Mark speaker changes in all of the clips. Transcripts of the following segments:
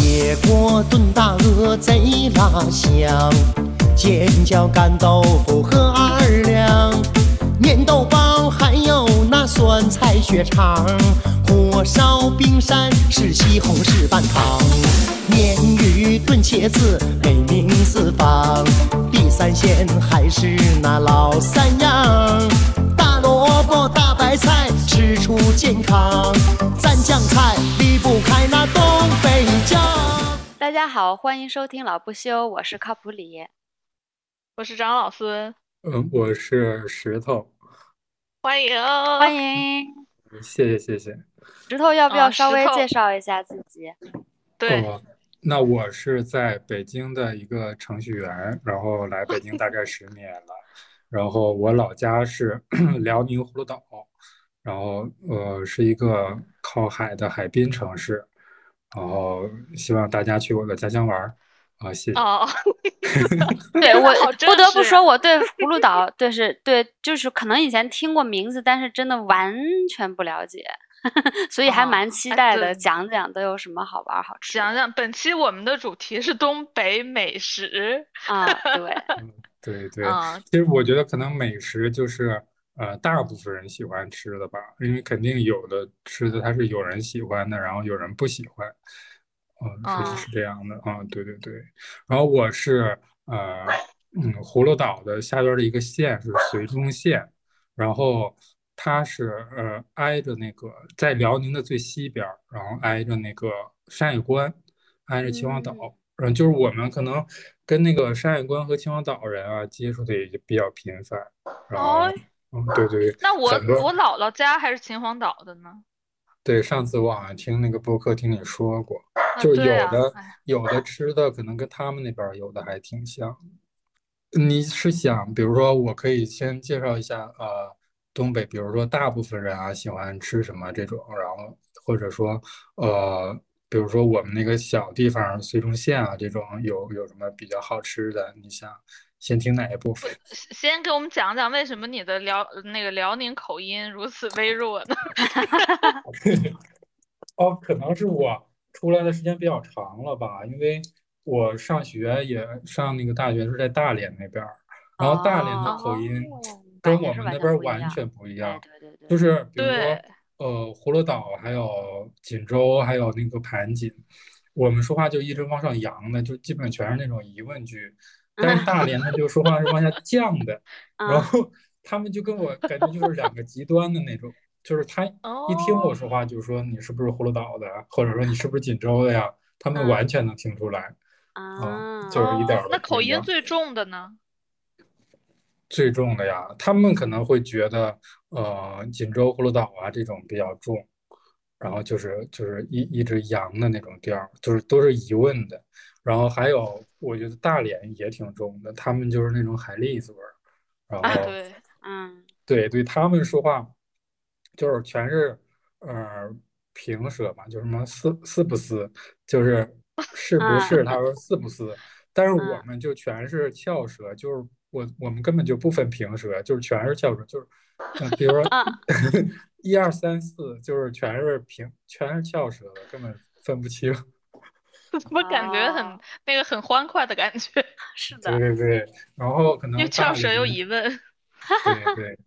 Speaker 1: 野锅炖大鹅贼拉香，尖椒干豆腐和二两，面豆包还有那酸菜血肠，火烧冰山是西红柿拌糖，鲶鱼炖茄子美名四方，地三鲜还是那老三样。大萝卜、大白菜，吃出健康。蘸酱菜离不开那东北酱。
Speaker 2: 大家好，欢迎收听《老不休》，我是靠谱李。
Speaker 3: 我是长老孙，
Speaker 4: 嗯，我是石头，嗯
Speaker 3: 欢迎，
Speaker 2: 欢迎
Speaker 4: 谢谢谢谢。
Speaker 2: 石头，要不
Speaker 3: 啊
Speaker 2: 要
Speaker 3: 石
Speaker 2: 稍微
Speaker 3: 头
Speaker 2: 介绍一下自己？
Speaker 3: 对，
Speaker 4: 哦，那我是在北京的一个程序员，然后来北京大概十年了，然后我老家是 辽宁葫芦岛，然后呃是一个靠海的海滨城市，然后希望大家去我的家乡玩儿啊，谢谢。
Speaker 3: 哦，
Speaker 2: 对我
Speaker 3: 好真
Speaker 2: 不得不
Speaker 3: 实
Speaker 2: 说，我对葫芦岛，对是，对，就是可能以前听过名字，但是真的完全不了解， 所以还
Speaker 3: 哦
Speaker 2: 蛮期
Speaker 3: 哎
Speaker 2: 待的，
Speaker 3: 对
Speaker 2: 讲讲都有什么好玩儿好吃的
Speaker 3: 讲讲本期我们的主题是东北美食
Speaker 2: 啊？对，
Speaker 4: 对对，
Speaker 3: 啊，
Speaker 4: 其实我觉得可能美食就是呃大部分人喜欢吃的吧，因为肯定有的吃的它是有人喜欢的，然后有人不喜欢，嗯，
Speaker 3: 啊
Speaker 4: 是是这样的啊，对对对。然后我是呃嗯葫芦岛的下边的一个县是绥中县，然后它是呃挨着那个在辽宁的最西边儿，然后挨着那个山海关，挨着秦皇岛。
Speaker 2: 嗯
Speaker 4: 嗯，就是我们可能跟那个山海关和秦皇岛人啊接触的也比较频繁，然后
Speaker 3: 哦，
Speaker 4: 嗯，对对对，
Speaker 3: 那我
Speaker 4: 很多
Speaker 3: 我姥姥家还是秦皇岛的呢，
Speaker 4: 对，上次我好像听那个播客听你说过，
Speaker 3: 啊，
Speaker 4: 就是
Speaker 3: 对
Speaker 4: 有
Speaker 3: 啊，
Speaker 4: 的
Speaker 3: 哎，
Speaker 4: 有的吃的可能跟他们那边儿有的还挺像。你是想，比如说，我可以先介绍一下，呃，东北，比如说大部分人啊喜欢吃什么这种，然后或者说，呃，比如说我们那个小地方绥中县啊这种有有什么比较好吃的？你想先听哪一部分？
Speaker 3: 先先给我们讲讲为什么你的辽那个辽宁口音如此微弱呢？
Speaker 4: 哦，可能是我出来的时间比较长了吧，因为我上学也上那个大学是在大连那边儿，然后大连的口音
Speaker 2: 哦
Speaker 4: 跟
Speaker 2: 完全
Speaker 4: 我
Speaker 2: 是完全
Speaker 4: 们那边儿
Speaker 2: 不一
Speaker 4: 完
Speaker 2: 样
Speaker 4: 全不一
Speaker 2: 哎
Speaker 4: 样，
Speaker 2: 对对对，
Speaker 4: 就是比如说
Speaker 3: 对，
Speaker 4: 呃葫芦岛还有锦州还有那个盘锦，我们说话就一直往上扬的，就基本全是那种疑 问句，但是大连他就说话是往下降的，然
Speaker 2: 嗯，
Speaker 4: 后他们就跟我感觉就是两个极端的那种，就是他一听我
Speaker 3: 哦
Speaker 4: 说话就说你是不是葫芦岛的，或者说你是不是锦州的呀？他们
Speaker 2: 嗯
Speaker 4: 完全能听出来，
Speaker 2: 啊，
Speaker 4: 就是一点
Speaker 3: 哦
Speaker 4: 儿都
Speaker 3: 那
Speaker 4: 不
Speaker 3: 口
Speaker 4: 一
Speaker 3: 音
Speaker 4: 样
Speaker 3: 最重的呢？
Speaker 4: 最重的呀，他们可能会觉得呃锦州、葫芦岛啊这种比较重，然后就是就是一一直扬的那种调儿，就是都是疑问的。然后还有我觉得大连也挺重的，他们就是那种海蛎子味儿，然
Speaker 3: 啊，
Speaker 4: 后。
Speaker 3: 对，
Speaker 2: 嗯，
Speaker 4: 对对，他们说话就是全是呃平舌嘛，就什么是是不是，就是是不是，他说是不是，但是我
Speaker 2: 嗯
Speaker 4: 们就全是翘舌，就是我我们根本就不分平舌，就是全是翘舌，就是呃比如说
Speaker 2: 啊
Speaker 4: 一二三四，就是全是平，全是翘舌的，根本分不清。
Speaker 3: 我感觉很
Speaker 2: 哦
Speaker 3: 那个很欢快的感觉，
Speaker 2: 是
Speaker 4: 对
Speaker 2: 的，
Speaker 4: 对对，然后可能
Speaker 3: 又翘
Speaker 4: 啊大
Speaker 3: 舌又
Speaker 4: 连
Speaker 3: 疑问，
Speaker 4: 对对，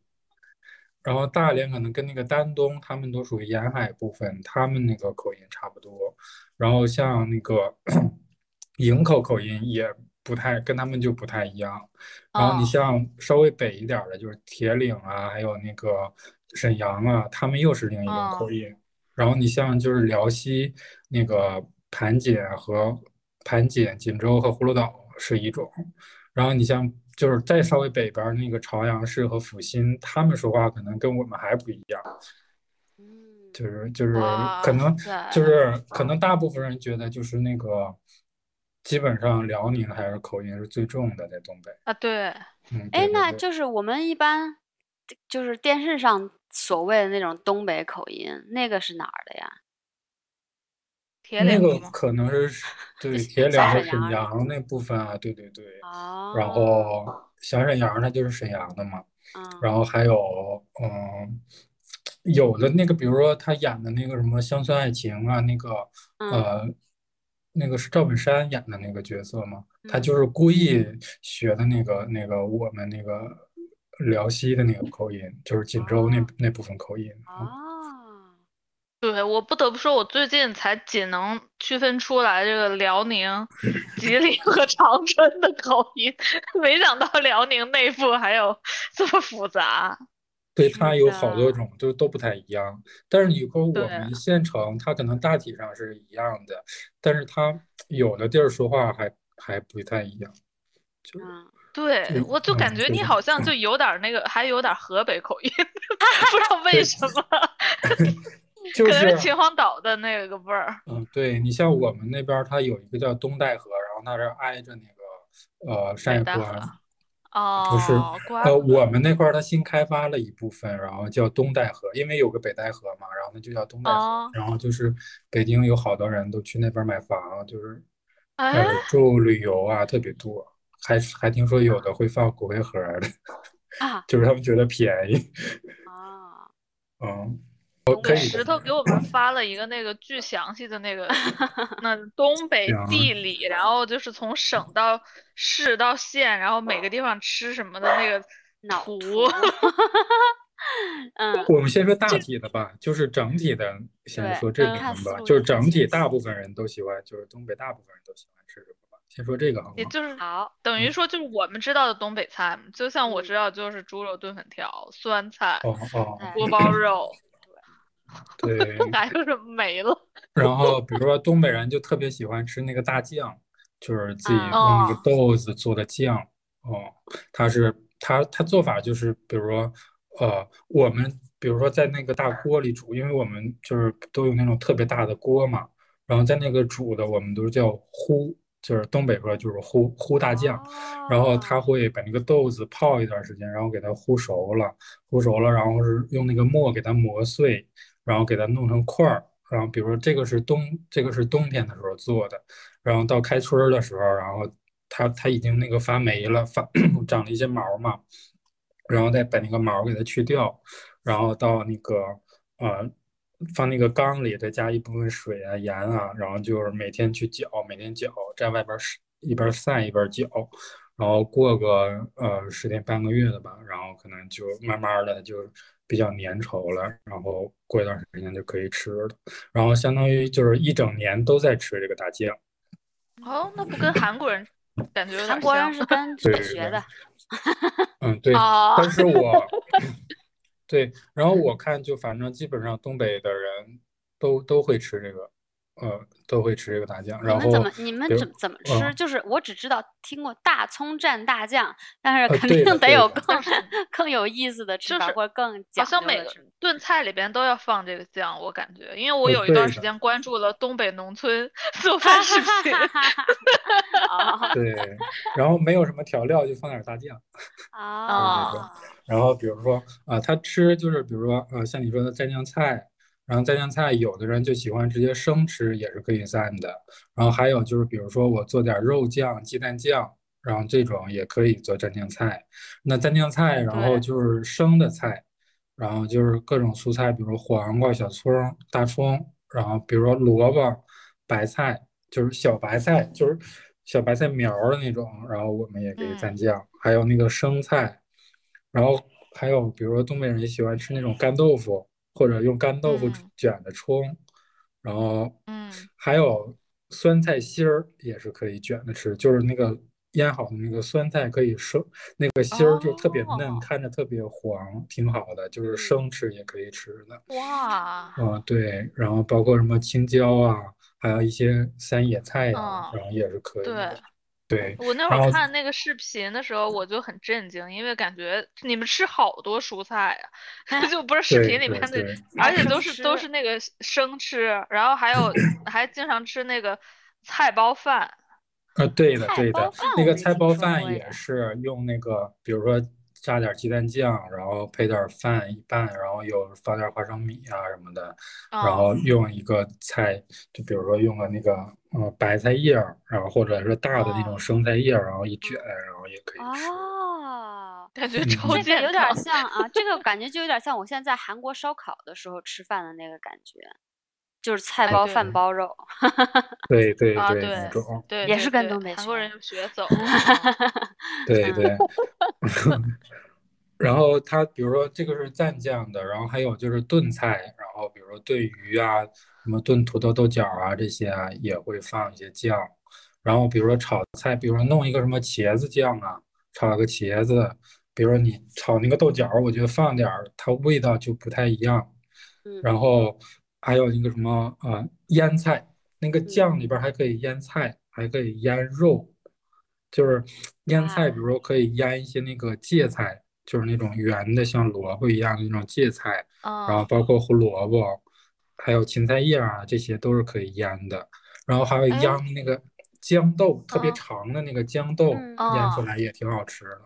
Speaker 4: 然后大连可能跟那个丹东，他们都属于沿海部分，他们那个口音差不多。然后像那个 营口口音也不太，跟他们就不太一样。然后你
Speaker 3: 哦
Speaker 4: 像稍微北一点儿的，就是铁岭啊，还有那个沈阳啊，他们又是另一种口
Speaker 3: 哦
Speaker 4: 音。然后你像就是辽西那个盘锦和盘锦、锦州和葫芦岛是一种。然后你像就是再稍微北边儿那个朝阳市和阜新，他们说话可能跟我们还不一样，
Speaker 2: 嗯，
Speaker 4: 就是就是
Speaker 2: 哦
Speaker 3: 哇
Speaker 4: 可能
Speaker 3: 塞，
Speaker 2: 呃
Speaker 4: 就是可能大部分人觉得就是那个，基本上辽宁还是口音是最重的在东北，
Speaker 3: 啊，对，
Speaker 4: 嗯，
Speaker 2: 哎
Speaker 4: 对，对
Speaker 2: 那
Speaker 4: 对，
Speaker 2: 就是我们一般就是电视上所谓的那种东北口音，那个是哪儿的呀？
Speaker 3: 铁
Speaker 4: 那
Speaker 3: 岭
Speaker 4: 个
Speaker 3: 吗？
Speaker 4: 可能 是对
Speaker 2: 是
Speaker 4: 铁岭
Speaker 2: 小
Speaker 4: 和
Speaker 2: 沈
Speaker 4: 沈
Speaker 2: 阳
Speaker 4: 阳那部分啊，对对对，
Speaker 2: 哦，
Speaker 4: 然后小沈阳它就是沈阳的嘛。
Speaker 2: 嗯，
Speaker 4: 然后还有，嗯，有的那个，比如说他演的那个什么《乡村爱情》啊，那个
Speaker 2: 嗯
Speaker 4: 呃，那个是赵本山演的那个角色嘛，他就是故意
Speaker 2: 嗯
Speaker 4: 学的那个那个我们那个辽西的那个口音，就是锦州那
Speaker 2: 哦
Speaker 4: 那部分口音。嗯
Speaker 2: 哦，
Speaker 3: 对，我不得不说，我最近才仅能区分出来这个辽宁、吉 林和长春的口音， 没想到辽宁内部还有这么复杂。
Speaker 4: 对，
Speaker 2: 是
Speaker 4: 它有好多
Speaker 2: 的
Speaker 4: 种，就都不太一样。但是你说我
Speaker 3: 对
Speaker 4: 们县城，它可能大体上是一样的，但是它有的地儿说话还还不太一样。就
Speaker 2: 嗯，
Speaker 4: 对
Speaker 3: 对，我就感
Speaker 4: 嗯
Speaker 3: 觉
Speaker 4: 对
Speaker 3: 你
Speaker 4: 的
Speaker 3: 好像就有点儿那个，还有点儿河北口 音，不知道为
Speaker 4: 对
Speaker 3: 什么，
Speaker 4: 就
Speaker 3: 嗯可能是
Speaker 4: 是
Speaker 3: 秦皇岛的那个味儿。
Speaker 4: 嗯，对，你像我们那边，它有一个叫东戴河，然后它是挨着那个呃山
Speaker 3: 北
Speaker 4: 海
Speaker 3: 戴
Speaker 4: 关。
Speaker 3: 河
Speaker 4: 不是
Speaker 3: 哦，怪
Speaker 4: 呃，
Speaker 3: 不得
Speaker 4: 我们那块儿它新开发了一部分，然后叫东戴河，因为有个北戴河嘛，然后它就叫东戴河。
Speaker 3: 哦
Speaker 4: 然后就是北京有好多人都去那边买房，就是呃
Speaker 3: 哎，
Speaker 4: 住旅游啊，特别多。还是还听说有的会放骨灰盒儿的，
Speaker 2: 啊
Speaker 4: 就是他们觉得便宜。
Speaker 2: 啊，
Speaker 4: 嗯，
Speaker 2: 东
Speaker 4: 可
Speaker 2: 北
Speaker 4: 以
Speaker 3: 石头给我们发了一个那个巨详细的那 个，那东北
Speaker 4: 行
Speaker 3: 地理，然后就是从省到市到县，然后每个地方吃什么的那个
Speaker 2: 脑
Speaker 3: 图。
Speaker 2: 嗯，
Speaker 4: 我们先说大体的吧，就是整体的，先
Speaker 2: 对
Speaker 4: 说这
Speaker 3: 嗯
Speaker 4: 部
Speaker 2: 看
Speaker 4: 分吧，
Speaker 2: 思路
Speaker 4: 就是
Speaker 2: 就
Speaker 4: 整
Speaker 2: 行
Speaker 4: 体大部分人都喜欢，就是东北大部分人都喜欢吃什么吧，先说这个好
Speaker 3: 也
Speaker 4: 吗？
Speaker 3: 就是
Speaker 2: 好，
Speaker 3: 等
Speaker 4: 嗯
Speaker 3: 于说，就是我们知道的东北菜嘛，就像我
Speaker 2: 嗯
Speaker 3: 知道就是猪肉炖粉条、酸菜、
Speaker 4: 哦哦，
Speaker 2: 哎
Speaker 3: 锅包肉，
Speaker 4: 对，
Speaker 3: 还有什么没了？
Speaker 4: 然后比如说东北人就特别喜欢吃那个大酱，就是自己用那个
Speaker 3: 哦
Speaker 4: 豆子做的酱。哦，它是它它做法就是，比如说呃，我们比如说在那个大锅里煮，因为我们就是都有那种特别大的锅嘛，然后在那个煮的，我们都叫烀，就是东北说就是烀烀大酱。然后他
Speaker 2: 哦
Speaker 4: 会把那个豆子泡一段时间，然后给它烀熟了，烀熟了，然后是用那个磨给它磨碎，然后给它弄成块儿。然后比如说这个是冬，这个是冬天的时候做的，然后到开春儿的时候，然后它它已经那个发霉了，发 长了一些毛儿嘛，然后再把那个毛儿给它去掉，然后到那个呃放那个缸里，再加一部分水啊、盐啊，然后就是每天去搅，每天搅，在外边儿晒一边儿晒一边儿搅，然后过个呃十天半个月的吧，然后可能就慢慢的就比较粘稠了，然后过一段时间就可以吃了，然后相当于就是一整年都在吃这个大酱。
Speaker 3: 哦，那不跟韩国人感觉有
Speaker 2: 韩
Speaker 3: 点
Speaker 2: 国人
Speaker 3: 像？
Speaker 2: 是跟日
Speaker 4: 对
Speaker 2: 本
Speaker 4: 对
Speaker 2: 学
Speaker 4: 对
Speaker 2: 的，
Speaker 4: 嗯，对，
Speaker 3: 哦
Speaker 4: 但是我 对，然后我看就反正基本上东北的人都都会吃这个，呃，都会吃这个大酱，
Speaker 2: 你
Speaker 4: 然
Speaker 2: 们怎
Speaker 4: 后
Speaker 2: 么你们
Speaker 4: 比如
Speaker 2: 怎么怎么吃？
Speaker 4: 嗯
Speaker 2: 就是我只知道听过大葱蘸大酱，但是
Speaker 4: 呃
Speaker 2: 肯
Speaker 4: 对的
Speaker 2: 定得
Speaker 4: 对
Speaker 2: 有
Speaker 4: 的
Speaker 2: 更更有意思的吃
Speaker 3: 就
Speaker 2: 法，
Speaker 3: 是
Speaker 2: 或者更
Speaker 3: 好
Speaker 2: 讲究
Speaker 3: 像每
Speaker 2: 的
Speaker 3: 个
Speaker 2: 吃法。
Speaker 3: 炖菜里边都要放这个酱，我感觉，因为我
Speaker 4: 呃
Speaker 3: 有一段
Speaker 4: 对
Speaker 3: 时
Speaker 4: 的
Speaker 3: 间关注了东北 农村做饭视 频，
Speaker 2: 啊
Speaker 4: 对，然后没有什么调料就放点儿大酱。
Speaker 2: 啊！
Speaker 4: 然后比如说啊、呃他吃就是比如说呃，像你说的蘸酱菜，然后蘸酱菜，有的人就喜欢直接生吃，也是可以蘸的。然后还有就是，比如说我做点肉酱、鸡蛋酱，然后这种也可以做蘸酱菜。那蘸酱菜，然后
Speaker 3: 对
Speaker 4: 就是生的菜，然后就是各种蔬菜，比如黄瓜、小葱、大葱，然后比如说萝卜、白菜，就是小白菜，就是小白菜苗儿的那种，然后我们也可以蘸
Speaker 3: 嗯
Speaker 4: 酱，还有那个生菜，然后还有比如说东北人也喜欢吃那种干豆腐，或者用干豆腐
Speaker 3: 嗯
Speaker 4: 卷着冲，然后
Speaker 3: 嗯，
Speaker 4: 还有酸菜心儿也是可以卷着吃，就是那个腌好的那个酸菜可以生，那个心儿就特别嫩，
Speaker 3: 哦
Speaker 4: 看着特别黄，挺好的，就是
Speaker 2: 嗯
Speaker 4: 生吃也可以吃的。
Speaker 3: 哇，
Speaker 4: 嗯，对，然后包括什么青椒啊，还有一些山野菜呀、
Speaker 3: 嗯
Speaker 4: 然后也是可以的
Speaker 3: 对。
Speaker 4: 对，
Speaker 3: 我那会
Speaker 4: 然
Speaker 3: 儿
Speaker 4: 后
Speaker 3: 看那个视频的时候，我就很震惊，因为感觉你们吃好多蔬菜呀、 就不是视
Speaker 4: 对
Speaker 3: 频里
Speaker 4: 对
Speaker 3: 面那，
Speaker 4: 对，
Speaker 3: 而 且
Speaker 2: 生
Speaker 3: 都是都
Speaker 2: 吃
Speaker 3: 是那个生吃，然后还 有还经常吃那个菜包饭，
Speaker 4: 呃，对的
Speaker 2: 菜
Speaker 4: 对
Speaker 2: 包
Speaker 4: 的，
Speaker 2: 饭
Speaker 4: 那
Speaker 2: 我
Speaker 4: 个
Speaker 2: 没
Speaker 4: 菜
Speaker 2: 听
Speaker 4: 包
Speaker 2: 说过
Speaker 4: 饭也
Speaker 2: 耶
Speaker 4: 是用那个，比如说加点鸡蛋酱，然后配点饭一拌，然后有放点花生米啊什么的，
Speaker 2: 哦
Speaker 4: 然
Speaker 3: 嗯
Speaker 4: 后用一个菜，就比如说用个那个呃白菜叶儿，然后或者是大的那种
Speaker 3: 哦
Speaker 4: 生菜叶儿，然后一卷，然后也可以吃。
Speaker 2: 哦，
Speaker 3: 感觉
Speaker 4: 嗯
Speaker 3: 超
Speaker 2: 这个
Speaker 3: 健
Speaker 2: 有点
Speaker 3: 康。
Speaker 2: 像啊，这个感觉就有点像我现在在韩国烧烤的时候吃饭的那个感觉，就是菜
Speaker 3: 哎
Speaker 2: 包
Speaker 3: 对
Speaker 2: 饭包肉，
Speaker 4: 对对
Speaker 2: 哦
Speaker 3: 啊
Speaker 4: 对，
Speaker 3: 对
Speaker 4: 那种，
Speaker 3: 对，
Speaker 2: 也
Speaker 3: 对
Speaker 2: 是跟
Speaker 3: 对
Speaker 2: 东北
Speaker 3: 韩国
Speaker 2: 学
Speaker 3: 人就学 走了。
Speaker 4: 对
Speaker 2: 嗯
Speaker 4: 对。然后它比如说这个是蘸酱的，然后还有就是炖菜，然后比如说炖鱼啊，什么炖土豆豆角啊这些啊也会放一些酱。然后比如说炒菜，比如说弄一个什么茄子酱啊，炒个茄子，比如说你炒那个豆角，我觉得放点儿，它味道就不太一样。
Speaker 2: 嗯，
Speaker 4: 然后还有一个什么呃腌菜，那
Speaker 3: 嗯
Speaker 4: 个酱里边儿还可以腌菜，还可以腌肉，就是腌菜，
Speaker 3: 啊
Speaker 4: 比如说可以腌一些那个芥菜，就是那种圆的像萝卜一样的那种芥菜，然后
Speaker 3: 嗯，
Speaker 4: 包括胡萝卜，还有芹菜叶儿啊，这些都是可以腌的。然后还有
Speaker 3: 哎
Speaker 4: 腌那个豇豆，特别
Speaker 3: 嗯
Speaker 4: 长的那个豇豆，
Speaker 2: 嗯
Speaker 4: 腌出
Speaker 3: 哦
Speaker 4: 来也挺好吃的。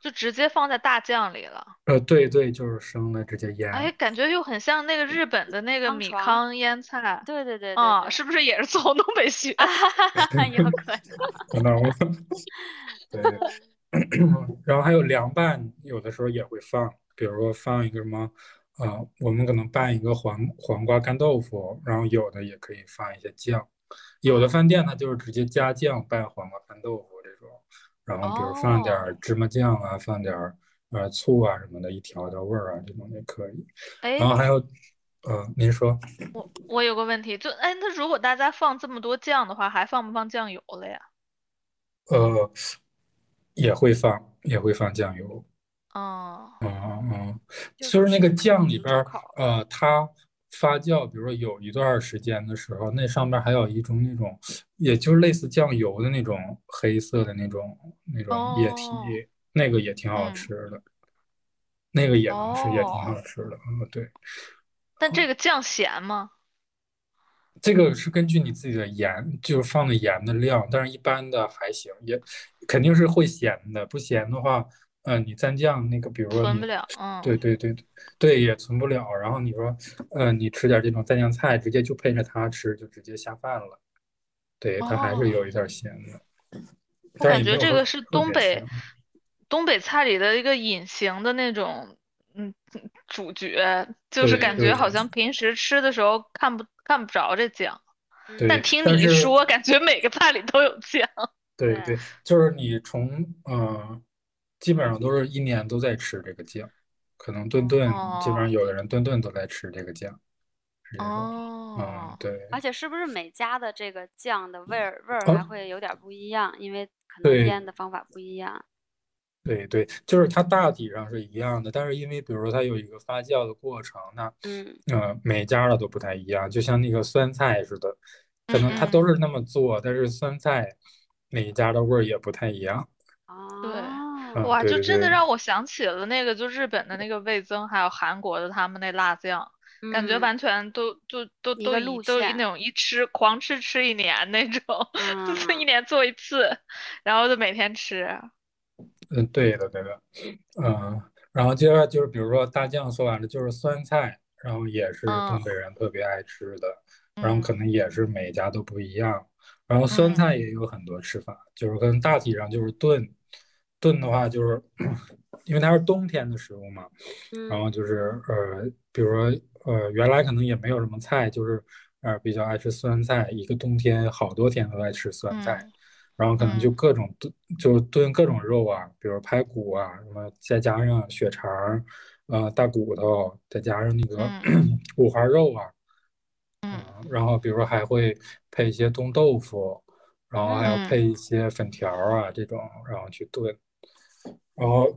Speaker 3: 就直接放在大酱里了。
Speaker 4: 呃，对对，就是生的直接腌。
Speaker 3: 哎，感觉又很像那个日本的那个
Speaker 2: 汤
Speaker 3: 米
Speaker 2: 床
Speaker 3: 糠腌菜
Speaker 2: 对对对对
Speaker 3: 啊，
Speaker 2: 对
Speaker 3: 是不是也是从东北 学？
Speaker 2: 有可能。
Speaker 4: 哦可能，对。 然后还有凉拌，有的时候也会放，比如说放一个什么，呃，我们可能拌一个黄黄瓜干豆腐，然后有的也可以放一些酱，有的饭店它就是直接加酱拌黄瓜干豆腐这种，然后比如放点儿芝麻酱啊，放点儿呃醋啊什么的，一调调味儿啊，这种也可以。
Speaker 3: 哎，
Speaker 4: 然后还有，呃，您说。
Speaker 3: 我有个问题，就哎，那如果大家放这么多酱的话，还放不放酱油了呀？
Speaker 4: 呃，也会放，也会放酱油。
Speaker 3: 嗯，
Speaker 4: 嗯嗯嗯，
Speaker 2: 就
Speaker 4: 就是
Speaker 2: 是
Speaker 4: 那个
Speaker 2: 吃
Speaker 4: 酱
Speaker 2: 嗯
Speaker 4: 里
Speaker 2: 烧
Speaker 4: 边儿
Speaker 2: 烤，
Speaker 4: 呃，它发酵，比如说有一段儿时间的时候，那上面还有一种那种，也就是类似酱油的那种黑色的那种那种液体，
Speaker 3: 哦
Speaker 4: 那个也挺好
Speaker 3: 嗯
Speaker 4: 吃的，那个也能吃，也挺
Speaker 3: 哦
Speaker 4: 好吃的。嗯，对，
Speaker 3: 但这个酱咸吗？
Speaker 4: 这个是根据你自己的盐，就是放的盐的量，但是一般的还行，也肯定是会咸的，不咸的话，呃，你蘸酱那个，比如说
Speaker 3: 存
Speaker 4: 你
Speaker 3: 不了，嗯，
Speaker 4: 对对对对，也存不了。然后你说，呃，你吃点这种蘸酱菜，直接就配着它吃，就直接下饭了。对，它还是有一点咸的，
Speaker 3: 哦我
Speaker 4: 但
Speaker 3: 感
Speaker 4: 也
Speaker 3: 觉
Speaker 4: 没有
Speaker 3: 这
Speaker 4: 说
Speaker 3: 个是
Speaker 4: 特
Speaker 3: 东
Speaker 4: 别
Speaker 3: 北
Speaker 4: 咸啊
Speaker 3: 东北菜里的一个隐形的那种，嗯，主角，就是
Speaker 4: 对
Speaker 3: 感
Speaker 4: 对
Speaker 3: 觉好像平时吃的时候看不看不着这酱，
Speaker 2: 嗯
Speaker 4: 对，
Speaker 3: 但听
Speaker 4: 但
Speaker 3: 你一
Speaker 4: 是
Speaker 3: 说，感觉每个菜里都有酱。
Speaker 4: 对
Speaker 2: 对
Speaker 4: 对，就是你从呃，基本上都是一年都在吃这个酱，可能顿顿基本上
Speaker 3: 哦
Speaker 4: 有的人顿顿都在吃这个酱，是这种。嗯
Speaker 3: 哦，，
Speaker 4: 对
Speaker 2: 而且是不是每家的这个酱的味儿味儿
Speaker 4: 啊
Speaker 2: 还会有点儿不一样？因为可能
Speaker 4: 对
Speaker 2: 腌的方法不一样。
Speaker 4: 对对，就是它大体上是一样的，但是因为比如说它有一个发酵的过程，那
Speaker 2: 嗯，
Speaker 4: 呃每家的都不太一样，就像那个酸菜似的，可能它
Speaker 3: 嗯嗯
Speaker 4: 都是那么做，但是酸菜每一家的味儿也不太一样。
Speaker 2: 哦，
Speaker 4: 嗯
Speaker 3: 哇，
Speaker 4: 对
Speaker 3: 就
Speaker 4: 对
Speaker 3: 真的
Speaker 4: 对
Speaker 3: 让我想起了那个，就日本的那个味增，还有韩国的他们那辣酱，感觉
Speaker 2: 嗯
Speaker 3: 完全都都都
Speaker 2: 一
Speaker 3: 都
Speaker 2: 个
Speaker 3: 一
Speaker 2: 路
Speaker 3: 都一
Speaker 2: 线
Speaker 3: 那种一吃狂吃吃一年那种， 就是一
Speaker 2: 嗯
Speaker 3: 年做一次，然后就每天吃。
Speaker 4: 嗯，对的，对的，嗯，然后接着就是，比如说大酱说完了，就是酸菜，然后也是东
Speaker 3: 嗯
Speaker 4: 北人特别爱吃的，然后可能也是每家都不一样，然后
Speaker 3: 嗯
Speaker 4: 酸菜也有很多吃法，就是跟大体上就是炖，炖的话就是 因为它是冬天的食物嘛，然
Speaker 2: 嗯
Speaker 4: 后就是呃，比如说呃，原来可能也没有什么菜，就是呃比较爱吃酸菜，一个冬天好多天都在吃酸菜，
Speaker 3: 嗯
Speaker 4: 然后可能就
Speaker 3: 嗯
Speaker 4: 各种炖，就炖各种肉啊，比如排骨啊，什么再加上血肠儿，呃大骨头，再加上那个
Speaker 3: 嗯
Speaker 4: 五花肉啊，
Speaker 3: 嗯
Speaker 4: 然后比如说还会配一些冻豆腐，然后还要
Speaker 3: 嗯
Speaker 4: 配一些粉条儿啊这种，然后去炖。然后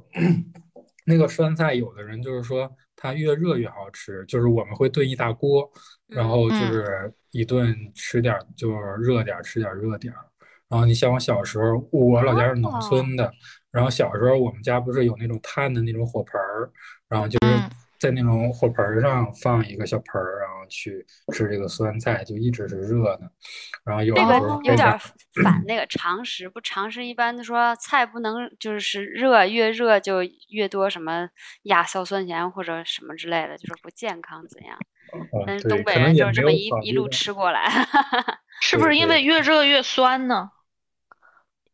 Speaker 4: 那个酸菜，有的人就是说它越热越好吃，就是我们会炖一大锅，然后就
Speaker 3: 嗯
Speaker 4: 是一顿吃点儿，就是热点儿吃点儿热点儿。然后你像我小时候，我老家是农村
Speaker 3: 哦
Speaker 4: 的，然后小时候我们家不是有那种炭的那种火盆儿，然后就
Speaker 3: 嗯
Speaker 4: 是在那种火盆儿上放一个小盆儿，然后去吃这个酸菜，就一直是热的。然后有的
Speaker 2: 这
Speaker 4: 时
Speaker 2: 个有
Speaker 4: 候会
Speaker 2: 点
Speaker 4: 加
Speaker 2: 儿反那个常识，不常识一般都说菜不能就是热，越热就越多什么亚硝酸盐或者什么之类的，就是不健康怎样？
Speaker 4: 啊，
Speaker 2: 但是
Speaker 4: 对，
Speaker 2: 嗯东北
Speaker 4: 可能
Speaker 2: 人
Speaker 4: 也
Speaker 2: 就是这
Speaker 4: 没
Speaker 2: 么
Speaker 4: 有
Speaker 2: 一
Speaker 4: 考
Speaker 2: 一
Speaker 4: 虑
Speaker 2: 路
Speaker 4: 到
Speaker 2: 吃过来，
Speaker 3: 是
Speaker 4: 对
Speaker 3: 不是因
Speaker 4: 对
Speaker 3: 为越热越酸呢？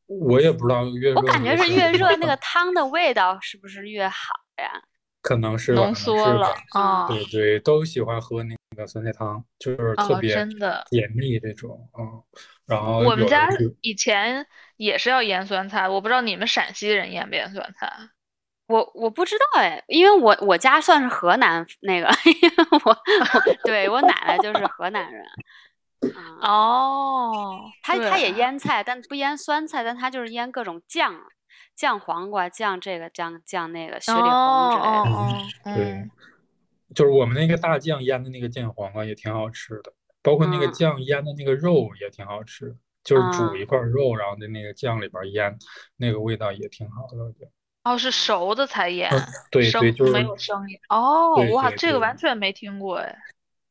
Speaker 4: 我也不知道越热
Speaker 2: 我感觉是越热那个
Speaker 4: 酸
Speaker 2: 汤的味道是不是越好呀？
Speaker 4: 可能是吧，
Speaker 3: 浓
Speaker 4: 可能
Speaker 3: 缩
Speaker 4: 是
Speaker 3: 了
Speaker 4: 吧，
Speaker 3: 啊。
Speaker 4: 对对，都喜欢喝那就是特
Speaker 3: 哦，
Speaker 4: 别
Speaker 3: 真的，
Speaker 4: 解腻这种啊、嗯然后
Speaker 3: 我
Speaker 4: 有
Speaker 3: 们
Speaker 4: 的
Speaker 3: 家
Speaker 4: 就
Speaker 3: 以前也是要腌酸菜，我不知道你们陕西人腌不腌酸菜。
Speaker 2: 我我不知道哎，因为我我家算是河南那个， 因为我我对我奶奶就是河南人，啊、
Speaker 3: 哦，
Speaker 2: 她她也
Speaker 3: 对
Speaker 2: 腌菜，但不腌酸菜，但她就是腌各种酱，酱黄瓜，酱这个酱酱那个雪里红之类的。
Speaker 3: 哦哦哦，
Speaker 4: 对
Speaker 3: 嗯，
Speaker 4: 就是我们那个大酱腌的那个酱黄瓜也挺好吃的，包括那个
Speaker 2: 嗯
Speaker 4: 酱腌的那个肉也挺好吃的，就是煮
Speaker 2: 嗯
Speaker 4: 一块肉，然后在那个酱里边腌，那个味道也挺好的。我觉得
Speaker 3: 哦，
Speaker 2: 嗯
Speaker 3: 是熟的才腌，
Speaker 4: 对
Speaker 3: 生
Speaker 4: 对，就
Speaker 3: 没
Speaker 4: 是
Speaker 3: 有生腌。哦
Speaker 4: 对，
Speaker 3: 哇，
Speaker 4: 对
Speaker 3: 这个
Speaker 4: 对
Speaker 3: 完全没听过哎。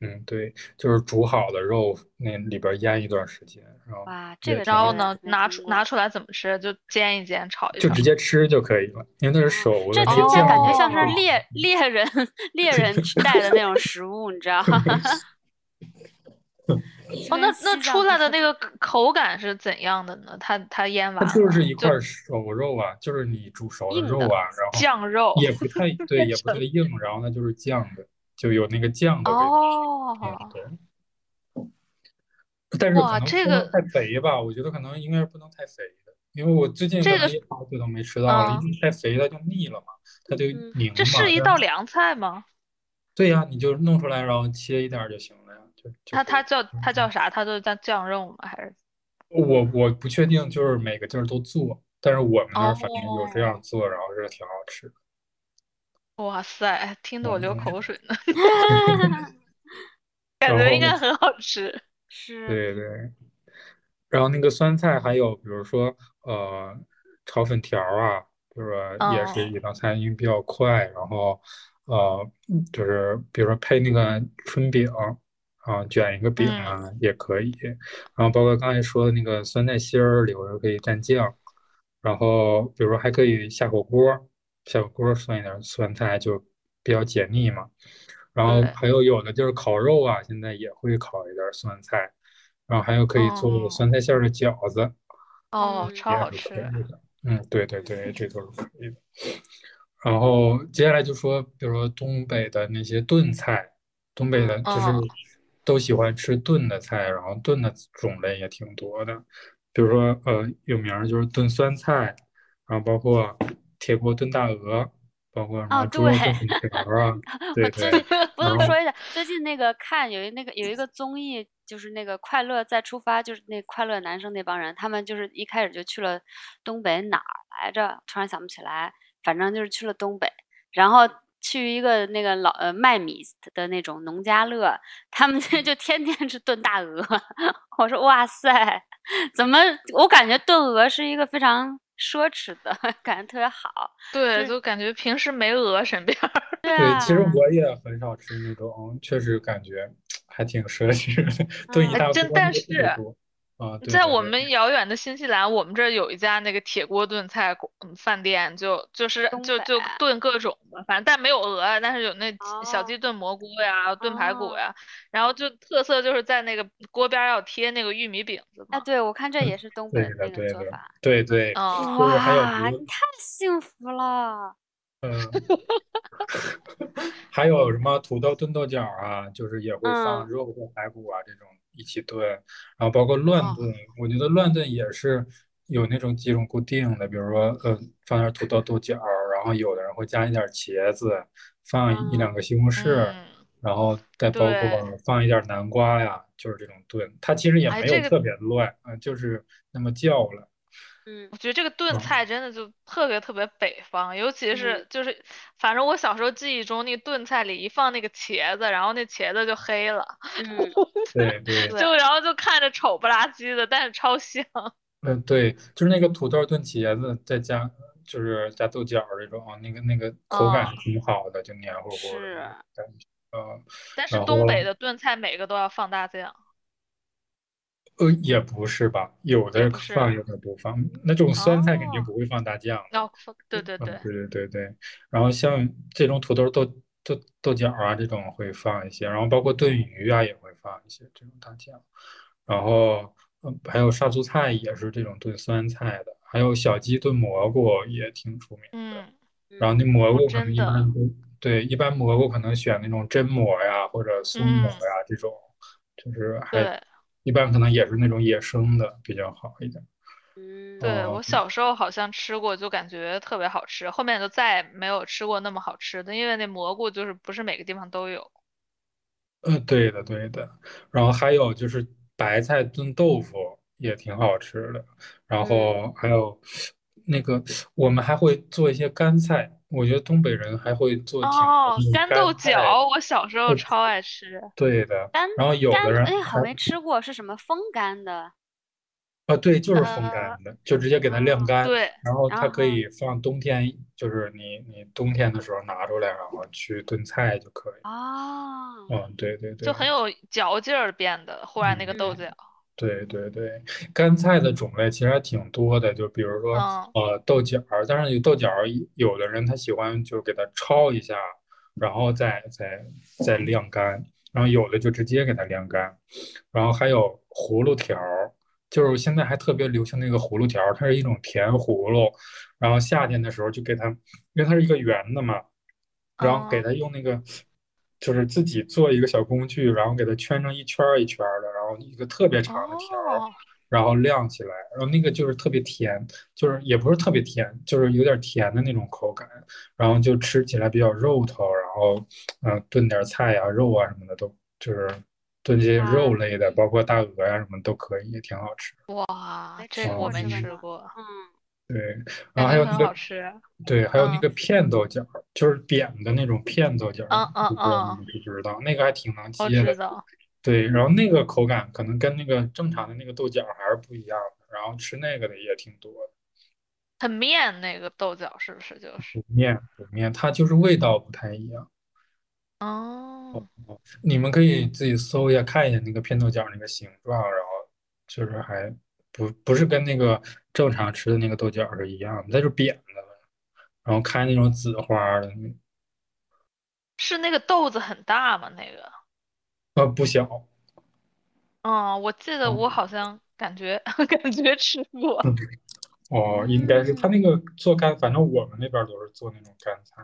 Speaker 4: 嗯，对，就是煮好的肉那里边腌一段时间，然后
Speaker 2: 哇，这
Speaker 4: 也
Speaker 2: 个
Speaker 4: 挺
Speaker 3: 然
Speaker 4: 好
Speaker 3: 后
Speaker 2: 真
Speaker 3: 呢，
Speaker 2: 没
Speaker 3: 拿
Speaker 2: 听
Speaker 3: 出
Speaker 2: 过
Speaker 3: 拿出来怎么吃？就煎一煎，炒一
Speaker 4: 就
Speaker 3: 炒。
Speaker 4: 直接吃就可以了，因为那是熟
Speaker 2: 哦这
Speaker 4: 的。那
Speaker 2: 听
Speaker 4: 个
Speaker 2: 起来
Speaker 4: 酱
Speaker 2: 感觉
Speaker 4: 也
Speaker 2: 像
Speaker 4: 不
Speaker 2: 是
Speaker 4: 一
Speaker 2: 猎猎人猎人吃带的那种食物，你知道 吗？
Speaker 3: 哦，那那出来的那
Speaker 2: 个
Speaker 3: 个口感是怎样的呢？它它腌完
Speaker 4: 它就
Speaker 3: 了
Speaker 4: 是一块熟肉啊，就是你煮熟的
Speaker 2: 硬
Speaker 4: 肉
Speaker 2: 的
Speaker 4: 啊，然后
Speaker 3: 酱肉。
Speaker 4: 也不 太对，
Speaker 3: 变
Speaker 4: 也不
Speaker 3: 成
Speaker 4: 太硬，然后它就是酱的，就有那个酱的味道。嗯
Speaker 3: 哦，
Speaker 4: 对。但是可
Speaker 3: 哇
Speaker 4: 能
Speaker 3: 这
Speaker 4: 不能
Speaker 3: 个
Speaker 4: 太肥吧，我觉得可能应该是不能太肥的，因为我最近
Speaker 3: 这
Speaker 4: 可
Speaker 3: 个
Speaker 4: 能
Speaker 3: 是
Speaker 4: 一好久都没吃到了，
Speaker 3: 嗯
Speaker 4: 因为太肥它就腻了嘛，它就
Speaker 2: 嗯
Speaker 4: 凝
Speaker 3: 这
Speaker 4: 嘛。
Speaker 3: 是一
Speaker 4: 但
Speaker 3: 道凉菜吗？
Speaker 4: 对呀，你就弄出来，然后切一点儿就行了呀，就就
Speaker 3: 它
Speaker 4: 可以
Speaker 3: 它叫它叫
Speaker 4: 嗯
Speaker 3: 啥？它就叫酱肉吗？还是？
Speaker 4: 我我不确定，就是每个地儿都做，但是我们那儿反正有这
Speaker 3: 哦
Speaker 4: 样做，然后是挺好吃的。
Speaker 3: 哇塞，听得我流
Speaker 4: 嗯
Speaker 3: 口水 呢，
Speaker 4: 然
Speaker 3: 感觉
Speaker 4: 后
Speaker 3: 应该很好吃。
Speaker 2: 嗯
Speaker 3: 嗯
Speaker 2: 是
Speaker 4: 对对，然后那个酸菜还有比如说呃炒粉条儿啊，就是说也是
Speaker 3: 哦
Speaker 4: 一道菜，因为比较快，然后呃嗯就是比如说配那个春饼啊，卷一个饼
Speaker 3: 嗯
Speaker 4: 啊也可以，然后包括刚才说的那个酸菜心儿，有时候可以蘸酱，然后比如说还可以下火锅儿，下火锅儿涮一点儿酸菜就比较解腻嘛。然后
Speaker 3: 对
Speaker 4: 还有有的就是烤肉啊，现在也会烤一点儿酸菜，然后还有可以做
Speaker 3: 哦
Speaker 4: 酸菜馅儿的饺子，
Speaker 3: 哦，
Speaker 2: 嗯
Speaker 3: 超好
Speaker 4: 也
Speaker 3: 吃
Speaker 4: 是可。以的。嗯，对对对，这都是可以的。然后接下来就说，比如说东北的那些炖菜，东北的就是
Speaker 3: 嗯
Speaker 4: 都喜欢吃炖的菜，然后炖的种类也挺多的，比如说呃有名儿就是炖酸菜，然后包括铁锅炖大鹅，包括什么
Speaker 2: 哦
Speaker 4: 猪肉
Speaker 2: 对
Speaker 4: 炖粉条儿啊，对
Speaker 2: 我最
Speaker 4: 对
Speaker 2: 近不
Speaker 4: 然
Speaker 2: 能
Speaker 4: 后
Speaker 2: 说一下，最近那个看有一那个有一个综艺，就是那个《快乐再出发》，就是那快乐男生那帮人，他们就是一开始就去了东北哪儿来着，突然想不起来，反正就是去了东北，然后去一个那个老呃卖米的那种农家乐，他们 就就天天吃炖大鹅， 我说哇塞，怎么我感觉炖鹅是一个非常奢侈的 感觉，特别好，
Speaker 3: 对，
Speaker 2: 是
Speaker 3: 就感觉平时没鹅身边儿。
Speaker 2: 对
Speaker 4: 对，
Speaker 2: 啊，
Speaker 4: 其实我也很少吃那种，确实感觉还挺奢侈的，炖一
Speaker 2: 嗯
Speaker 4: 大
Speaker 3: 呃真
Speaker 4: 锅
Speaker 3: 但
Speaker 4: 那个
Speaker 3: 是
Speaker 4: 多啊，对
Speaker 3: 在
Speaker 4: 对
Speaker 3: 我
Speaker 4: 对
Speaker 3: 们遥远的新西兰，我们这儿有一家那个铁锅炖菜馆嗯饭店，就就是
Speaker 2: 东
Speaker 3: 就
Speaker 2: 北啊
Speaker 3: 就炖各种的，反正但没有鹅啊，但是有那鸡小
Speaker 2: 哦
Speaker 3: 鸡炖蘑菇呀、炖排骨
Speaker 2: 哦
Speaker 3: 呀，然后就特色就是在那个锅边儿要贴那个玉米饼子
Speaker 2: 哎，
Speaker 3: 嘛。
Speaker 2: 对，我看这也是东北
Speaker 4: 对
Speaker 2: 那
Speaker 4: 的，
Speaker 2: 个
Speaker 4: 对
Speaker 2: 做
Speaker 4: 的，
Speaker 2: 法。
Speaker 4: 对对，
Speaker 2: 啊哦
Speaker 3: 嗯，
Speaker 4: 就是还有
Speaker 2: 哇，你
Speaker 4: 比如，
Speaker 2: 太幸福了！
Speaker 4: 嗯，还有什么土豆炖豆角啊，就是也会放
Speaker 2: 嗯
Speaker 4: 肉或排骨啊这种一起炖，然后包括乱
Speaker 3: 哦
Speaker 4: 炖，我觉得乱炖也是有那种几种固定的，比如说，呃，放点土豆豆角，然后有的人会加一点茄子，放一两
Speaker 2: 嗯
Speaker 4: 个西红柿，
Speaker 3: 嗯，
Speaker 4: 然后再包括
Speaker 3: 对
Speaker 4: 放一点南瓜呀，就是这种炖，它其实也
Speaker 3: 哎，
Speaker 4: 没有
Speaker 3: 这个
Speaker 4: 特别乱，啊，就是那么叫了，
Speaker 2: 嗯
Speaker 3: 我觉得这个炖
Speaker 4: 嗯
Speaker 3: 菜真的就特别特别北方，尤其是
Speaker 2: 嗯
Speaker 3: 就是，反正我小时候记忆中那个炖菜里一放那个茄子，然后那茄子就黑了。
Speaker 2: 嗯，
Speaker 4: 对对。
Speaker 2: 对
Speaker 3: 就然后就看着丑不拉几的，但是超香。
Speaker 4: 嗯，对，就是那个土豆炖茄子，再加就是加豆角儿这种，那个那个口感
Speaker 3: 嗯
Speaker 4: 是挺好的，就黏糊糊的那
Speaker 2: 是
Speaker 4: 种感觉。呃，
Speaker 3: 但是
Speaker 4: 然
Speaker 3: 东北
Speaker 4: 后
Speaker 3: 的炖菜每个都要放大酱，
Speaker 4: 呃也不是吧，有
Speaker 3: 也
Speaker 4: 的
Speaker 3: 不是。
Speaker 4: 放，有的不放。那种酸菜肯定
Speaker 3: 哦，
Speaker 4: 不会放大酱的。
Speaker 3: 哦，对对
Speaker 4: 嗯，
Speaker 3: 对，
Speaker 4: 对对对对。然后像这种土豆豆豆豆角儿啊这种会放一些，然后包括炖鱼啊也会放一些这种大酱。然后嗯，还有杀猪菜也是这种炖酸菜的，还有小鸡炖蘑菇也挺出名的。
Speaker 3: 嗯，
Speaker 4: 然后那
Speaker 2: 嗯
Speaker 4: 蘑
Speaker 3: 哦，
Speaker 4: 菇可
Speaker 3: 真
Speaker 4: 能一般
Speaker 3: 的，
Speaker 4: 都，对，一般蘑菇可能选那种榛蘑呀，或者松蘑
Speaker 3: 嗯
Speaker 4: 呀、这种，就是还
Speaker 3: 对
Speaker 4: 一般可能也是那种野生的比较好一点。
Speaker 2: 嗯，
Speaker 3: 对，
Speaker 4: 哦
Speaker 3: 我小时候好像吃过，就感觉特别好吃，后面就再也没有吃过那么好吃的，因为那蘑菇就是不是每个地方都有。
Speaker 4: 嗯，对的对的。然后还有就是白菜炖豆腐也挺好吃的，然后还有那个我们还会做一些干菜，我觉得东北人还会做挺多
Speaker 3: 哦
Speaker 4: 那，种
Speaker 3: 干
Speaker 4: 干
Speaker 3: 豆
Speaker 4: 菜
Speaker 3: 角，我小时候
Speaker 4: 对
Speaker 3: 超爱吃。
Speaker 4: 对的，
Speaker 2: 干
Speaker 4: 然后有的
Speaker 2: 干
Speaker 4: 人
Speaker 2: 哎，好
Speaker 4: 还
Speaker 2: 没吃过，是什么风干的？
Speaker 4: 啊，对，就是风
Speaker 3: 呃
Speaker 4: 干的，就直接给它晾
Speaker 2: 哦
Speaker 4: 干，
Speaker 3: 对，
Speaker 4: 然后它可
Speaker 2: 啊
Speaker 4: 以放冬天，就是你你冬天的时候拿出来，然后去炖菜就可以。
Speaker 2: 哦，
Speaker 4: 嗯，对对
Speaker 3: 就很
Speaker 4: 对
Speaker 3: 有嚼劲儿变的，忽然那个豆
Speaker 2: 嗯
Speaker 3: 角。
Speaker 4: 对对对，干菜的种类其实还挺多的，就比如说
Speaker 3: 嗯
Speaker 4: 呃豆角儿，但是有豆角儿有的人他喜欢就给它焯一下，然后再再再晾干，然后有的就直接给它晾干，然后还有葫芦条儿，就是现在还特别流行那个葫芦条儿，它是一种甜葫芦，然后夏天的时候就给它，因为它是一个圆的嘛，然后给
Speaker 3: 哦
Speaker 4: 它用那个。就是自己做一个小工具，然后给它圈成一圈儿一圈儿的，然后一个特别长的条儿，
Speaker 3: 哦，
Speaker 4: 然后晾起来，然后那个就是特别甜，就是也不是特别甜，就是有点甜的那种口感，然后就吃起来比较肉头，然后嗯、呃炖点菜呀、肉啊什么的都就是炖这些
Speaker 2: 啊
Speaker 4: 肉类的，包括大鹅呀、什么都可以，也挺好吃。
Speaker 3: 哇，
Speaker 2: 没
Speaker 3: 这
Speaker 4: 哦吃
Speaker 3: 个
Speaker 4: 过
Speaker 3: 我没
Speaker 4: 这个
Speaker 3: 吃
Speaker 2: 呢
Speaker 3: 过，
Speaker 4: 啊
Speaker 2: 嗯，
Speaker 4: 对，然
Speaker 3: 感
Speaker 4: 后还
Speaker 3: 觉哎
Speaker 4: 有
Speaker 3: 很
Speaker 4: 那
Speaker 3: 好
Speaker 4: 个
Speaker 3: 吃。
Speaker 4: 对，还有那
Speaker 3: 嗯
Speaker 4: 个片豆角儿，就是扁的那种片豆角儿，
Speaker 3: 嗯嗯
Speaker 4: 不知道
Speaker 3: 嗯
Speaker 4: 你知不知道？那个还挺能
Speaker 3: 我
Speaker 4: 接
Speaker 3: 知
Speaker 4: 的。
Speaker 3: 道，
Speaker 4: 对，然后那个口感可能跟那个正常的那个豆角儿还是不一样的，然后吃那个的也挺多的，
Speaker 3: 很面那个豆角是不是就是？
Speaker 4: 煮面煮面，它就是味道不太一样。
Speaker 3: 哦，
Speaker 4: 你们可以自己搜一下，看一下那个片豆角儿那个形状，然后就是还不不是跟那个正常吃的那个豆角儿是一样的，它就是扁的，然后开那种紫花儿的那，
Speaker 3: 是那个豆子很大吗？那个？
Speaker 4: 呃，不小。
Speaker 3: 哦，我记得我
Speaker 4: 嗯
Speaker 3: 好像感觉 感觉吃过。
Speaker 4: 嗯哦，应该是他那个做干，反正我们那边儿都是做那种干菜。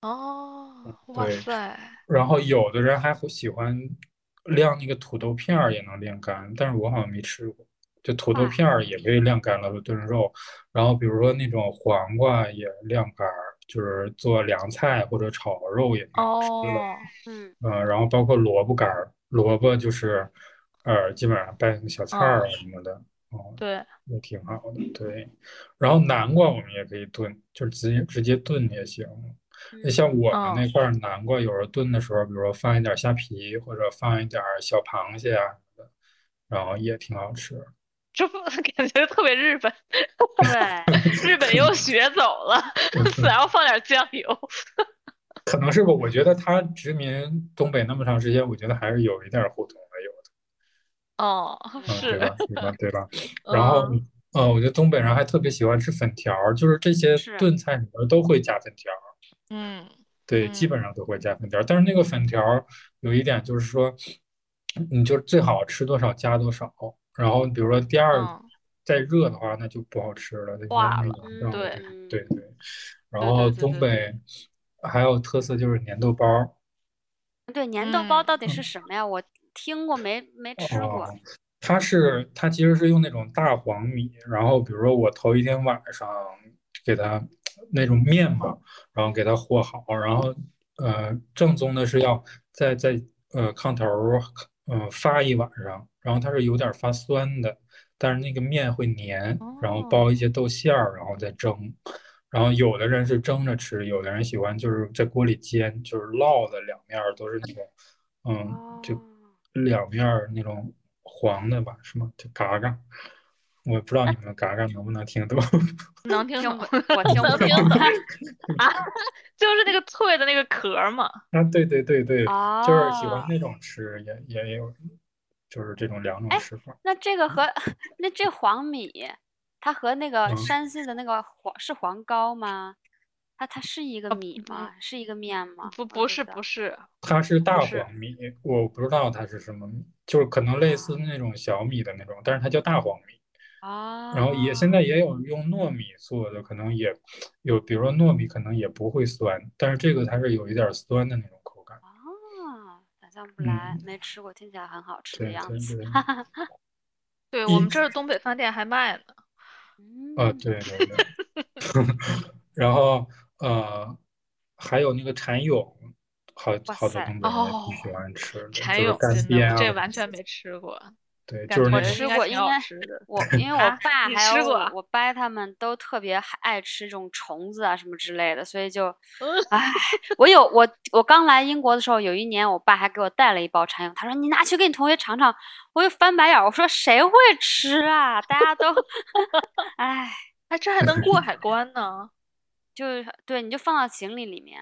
Speaker 3: 哦，哇
Speaker 4: 嗯对，
Speaker 3: 塞，
Speaker 4: 然后有的人还会喜欢晾那个土豆片儿也能晾干，但是我好像没吃过。就土豆
Speaker 2: 哇
Speaker 4: 片儿也可以晾干了炖肉，然后比如说那种黄瓜也晾干儿，就是做凉菜或者炒肉也挺好吃的。
Speaker 3: 哦，
Speaker 2: 嗯，
Speaker 4: 呃，然后包括萝卜干儿，萝卜就是呃基本上拌个小菜
Speaker 3: 嗯，
Speaker 4: 儿啊什么的，哦，
Speaker 3: 对，
Speaker 4: 也挺好的。对，然后南瓜我们也可以炖，就是直接直接炖也行。那像
Speaker 2: 嗯
Speaker 4: 我们
Speaker 3: 嗯
Speaker 4: 那块儿南瓜，有时候炖的时候，比如说放一点儿虾皮，或者放一点儿小螃蟹啊什么的，然后也挺 好吃。
Speaker 3: 这不感觉特别日本，
Speaker 2: 对，
Speaker 3: 日本又学走了，
Speaker 4: 嗯
Speaker 3: 只要放点酱油。
Speaker 4: 可能是吧，我觉得他殖民东北那么长时间，我觉得还是有一点儿互通的，有的。
Speaker 3: 哦，
Speaker 4: 嗯，对
Speaker 3: 是，
Speaker 4: 吧？对吧？对吧？ 然后
Speaker 3: 嗯，，
Speaker 4: 呃，我觉得东北人还特别喜欢吃粉条儿，就是这些
Speaker 2: 是
Speaker 4: 炖菜里边都会加粉条儿，
Speaker 3: 嗯，
Speaker 4: 对，基本
Speaker 3: 嗯
Speaker 4: 上都会加粉条儿。但是那个粉条儿有一点就是说，你就最好吃多少加多少。然后比如说第二
Speaker 3: 嗯，
Speaker 4: 再热的话，那就不好吃了，那
Speaker 3: 化
Speaker 4: 那
Speaker 3: 了，
Speaker 4: 个
Speaker 2: 嗯
Speaker 4: 让
Speaker 3: 对，
Speaker 4: 我就对
Speaker 2: 嗯，
Speaker 4: 对。然
Speaker 3: 对对
Speaker 4: 后
Speaker 3: 对
Speaker 4: 东
Speaker 3: 对对，
Speaker 4: 北还有特色就是粘豆包儿。
Speaker 2: 对，粘豆包
Speaker 3: 嗯
Speaker 2: 到底是
Speaker 4: 嗯
Speaker 2: 什么呀？我听过没没吃
Speaker 4: 哦，
Speaker 2: 过。
Speaker 4: 它是它其实是用那种大黄米，然后比如说我头一天晚上给它那种面嘛，然后给它和好，然后呃正宗的是要在在呃炕头儿呃发一晚上，然后它是有点儿发酸的，但是那个面会粘，然后
Speaker 3: 哦，
Speaker 4: 包一些豆馅儿，然后再蒸。然后有的人是蒸着吃，有的人喜欢就是在锅里煎，就是烙的两面儿都是那种，嗯，就
Speaker 2: 哦，
Speaker 4: 两面儿那种黄的吧，是吗？就嘎嘎，我不知道你们嘎嘎能不能听懂。
Speaker 2: 啊
Speaker 3: 能听
Speaker 2: 听
Speaker 3: 懂，
Speaker 2: 不，我听不
Speaker 3: 能听
Speaker 2: 懂。
Speaker 3: 懂啊， 就是那个脆的那个壳儿嘛。
Speaker 4: 啊，对对对对，就是喜欢
Speaker 2: 哦，
Speaker 4: 那种吃，也也也有，就是这种两种
Speaker 2: 哎，
Speaker 4: 吃法。
Speaker 2: 那这个和 那这黄米，它和那个
Speaker 4: 嗯
Speaker 2: 山西的那个黄是黄糕吗？它它是一个
Speaker 3: 啊，
Speaker 2: 米
Speaker 3: 嗯，
Speaker 2: 吗？是一个面吗？
Speaker 3: 不，
Speaker 2: 我
Speaker 3: 不
Speaker 2: 觉
Speaker 3: 是，
Speaker 2: 得
Speaker 3: 不是，
Speaker 4: 它是
Speaker 3: 不
Speaker 4: 大
Speaker 3: 是，
Speaker 4: 黄米，我不知道它是什么米，就是可能类似
Speaker 2: 啊
Speaker 4: 那种小米的那种，但是它叫大黄米。然后也现
Speaker 2: 啊
Speaker 4: 在也有用糯米做的，可能也
Speaker 2: 哦
Speaker 4: 有，比如说糯米可能也不会酸，但是这个它是有一点儿酸的那种口感。
Speaker 2: 象不来，没吃过，听起来很好吃的
Speaker 4: 嗯对
Speaker 2: 样
Speaker 4: 对
Speaker 2: 子。
Speaker 3: 对
Speaker 4: 对，
Speaker 3: 我
Speaker 4: 一
Speaker 3: 们这儿东北饭店还卖呢。
Speaker 4: 啊，
Speaker 2: 嗯，
Speaker 4: 对对对， 然后呃，还有那个蚕蛹，好
Speaker 2: 哇
Speaker 4: 好多
Speaker 2: 塞
Speaker 4: 东北人也挺
Speaker 3: 哦
Speaker 4: 喜欢吃的，
Speaker 3: 蚕
Speaker 4: 嗯就是
Speaker 3: 蛹
Speaker 4: 干
Speaker 3: 真的，
Speaker 4: 煸
Speaker 3: 我嗯这
Speaker 4: 啊，
Speaker 3: 完全没吃过，
Speaker 4: 对，
Speaker 3: 感
Speaker 4: 就是
Speaker 3: 觉
Speaker 4: 那
Speaker 2: 我
Speaker 4: 种
Speaker 2: 吃
Speaker 3: 应该
Speaker 2: 过
Speaker 3: 挺
Speaker 2: 应该我因为我
Speaker 3: 好吃的。啊
Speaker 2: 爸
Speaker 3: 你
Speaker 2: 还
Speaker 3: 吃
Speaker 2: 有
Speaker 3: 过
Speaker 2: 我
Speaker 3: 啊
Speaker 2: 我伯他们都特别爱吃这种虫子啊什么之类的，所以就
Speaker 3: 嗯，
Speaker 2: 唉，我有我我刚来英国的时候，有一年我爸还给我带了一包蚕蛹，他说你拿去给你同学尝尝，我就翻白眼儿，我说谁会吃啊？大家 都，唉，
Speaker 3: 哎，这还能过海关呢，
Speaker 2: 就是对，你就放到行李里面，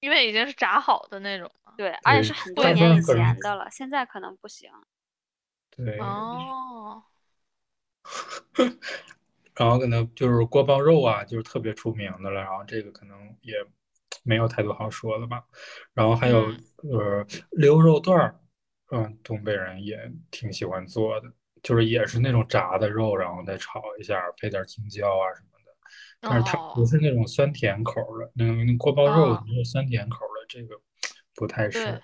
Speaker 3: 因为已经是炸好的那种了。
Speaker 2: 对，而且
Speaker 4: 对
Speaker 2: 是很多
Speaker 3: 大
Speaker 2: 年
Speaker 4: 部
Speaker 2: 以
Speaker 4: 分
Speaker 2: 前的了，现在可能不行。
Speaker 4: 对，嗯
Speaker 3: 哦，
Speaker 4: 然后可能就是锅包肉啊，就是特别出名的了。然后这个可能也没有太多好说的吧。然后还有
Speaker 3: 嗯
Speaker 4: 呃溜肉段儿，嗯，东北人也挺喜欢做的，就是也是那种炸的肉，然后再炒一下，配点青椒啊什么的。但是它不
Speaker 3: 哦
Speaker 4: 是那种酸甜口儿的，那那锅包肉
Speaker 3: 哦
Speaker 4: 没有酸甜口儿的，这个不太是。
Speaker 3: 对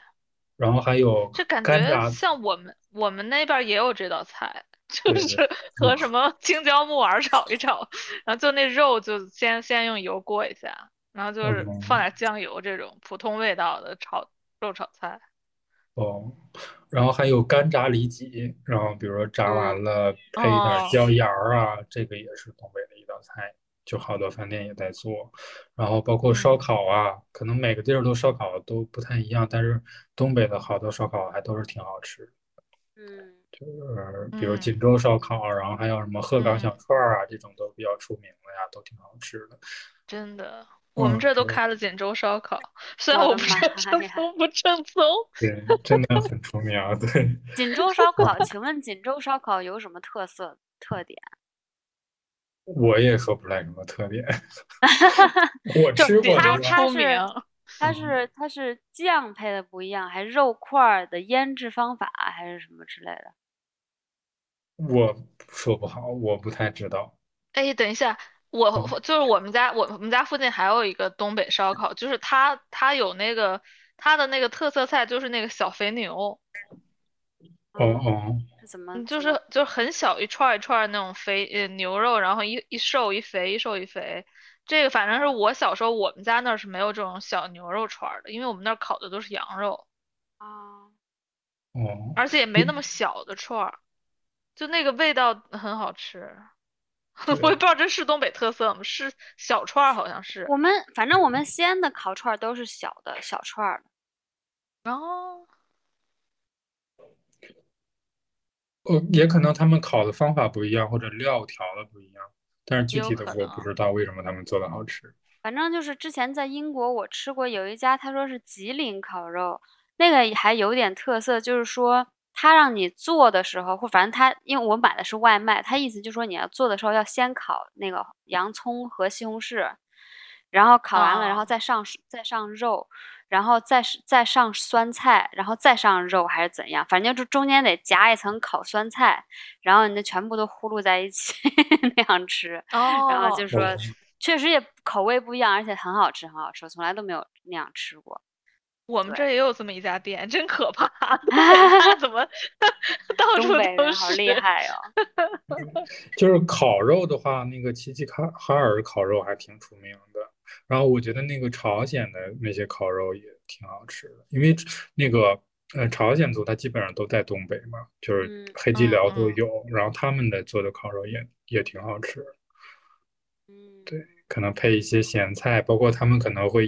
Speaker 4: 然后还有
Speaker 3: 这感
Speaker 4: 干
Speaker 3: 觉
Speaker 4: 炸
Speaker 3: 像我们我们那边儿也有这道菜，就
Speaker 4: 对对
Speaker 3: 是和什么青椒木耳炒一炒，然后就那肉就先先用油过一下，然后
Speaker 4: 嗯
Speaker 3: 就是放点酱油这种普通味道的炒肉炒菜。
Speaker 4: 哦，然后还有干炸里脊，然后比如说炸完了配一点
Speaker 3: 嗯哦
Speaker 4: 椒盐儿啊，这个也是东北的一道菜，就好多饭店也在做。然后包括烧
Speaker 3: 嗯
Speaker 4: 烤啊，可能每个地儿都烧烤都不太一样，但是东北的好多烧烤还都是挺好吃的，
Speaker 2: 嗯，
Speaker 4: 就是比如
Speaker 3: 嗯
Speaker 4: 锦州烧烤，然后还有什么鹤岗小
Speaker 3: 嗯
Speaker 4: 串儿啊，这种都比较出名的呀，都挺好吃的。
Speaker 3: 真的，我们
Speaker 4: 嗯
Speaker 3: 这儿都
Speaker 4: 对
Speaker 3: 开了锦州烧烤，虽然
Speaker 2: 我
Speaker 3: 我
Speaker 2: 的
Speaker 3: 不知道
Speaker 2: 妈
Speaker 3: 正
Speaker 2: 呀
Speaker 3: 宗不正宗，
Speaker 4: 对，真的很出名啊，对。
Speaker 2: 锦州 烧烤，请问锦州烧烤有什么特色特点？
Speaker 4: 我也说不出来什么特 点，我
Speaker 3: 就
Speaker 4: 吃
Speaker 3: 锦
Speaker 4: 过
Speaker 3: 州
Speaker 2: 它它
Speaker 3: 出
Speaker 4: 这个。
Speaker 2: 是
Speaker 3: 名。
Speaker 2: 它
Speaker 4: 嗯
Speaker 2: 是它是酱配的不一样，还是肉块儿的腌制方法，啊还是什么之类的？
Speaker 4: 我说不好，我不太知道。
Speaker 3: 哎，等一下，我
Speaker 4: 嗯
Speaker 3: 我就是我们家，我我们家附近还有一个东北烧烤，就是它它有那个它的那个特色菜就是那个小肥牛，
Speaker 4: 哦
Speaker 2: 嗯，
Speaker 4: 哦，
Speaker 2: 是怎么
Speaker 3: 嗯，就
Speaker 2: 怎么
Speaker 3: 是就是很小一串儿一串儿那种肥呃牛肉，然后一一瘦一肥一瘦一肥，这个反正是我小时候我们家那儿是没有这种小牛肉串儿的，因为我们那儿烤的都是羊肉，
Speaker 2: 啊？
Speaker 4: 哦，
Speaker 3: 而且也没那么小的串儿，就那个味道很好吃， 我也不
Speaker 4: 对
Speaker 3: 知道这是东北特色吗？是小串儿好像是，
Speaker 2: 我们反正我们西安的烤串儿都是小的小串儿的，
Speaker 3: 然后。
Speaker 4: 呃，也可能他们烤的方法不一样，或者料调的不一样，但是具
Speaker 3: 有
Speaker 4: 体的
Speaker 3: 可
Speaker 4: 我
Speaker 3: 能
Speaker 4: 不知道为什么他们做的好吃。
Speaker 2: 反正就是之前在英国我吃过有一家，他说是吉林烤肉，那个也还有点特色，就是说他让你做的时候，或反正他因为我买的是外卖，他意思就是说你要做的时候要先烤那个洋葱和西红柿，然后烤完了，然后
Speaker 3: 哦
Speaker 2: 再上水再上肉，然后再是再上酸菜，然后再上肉还是怎样，反正就中间得夹一层烤酸菜，然后你那全部都呼噜在一起 那样吃。然后
Speaker 3: 哦，
Speaker 2: 就
Speaker 4: 我
Speaker 2: 说确实也口味不一样，而且很好吃，很好吃，我从来都没有那样吃过。
Speaker 3: 我们
Speaker 2: 对
Speaker 3: 这儿也有这么一家店，真可 怕！东北菜怎么 到
Speaker 2: 东
Speaker 3: 处
Speaker 2: 北
Speaker 3: 都
Speaker 2: 人好厉
Speaker 3: 是？
Speaker 2: 害哟、哦！
Speaker 4: 就是烤肉的话，那个齐齐哈哈尔烤肉还挺出名的。然后我觉得那个朝鲜的那些烤肉也挺好吃的，因为那个呃朝鲜族他基本上都在东北嘛，就是
Speaker 2: 嗯
Speaker 4: 黑吉
Speaker 3: 嗯
Speaker 4: 辽都
Speaker 3: 嗯
Speaker 4: 有，然后他们的做的烤肉也也挺好吃。
Speaker 2: 嗯，
Speaker 4: 对，可能配一些咸菜，包括他们可能会，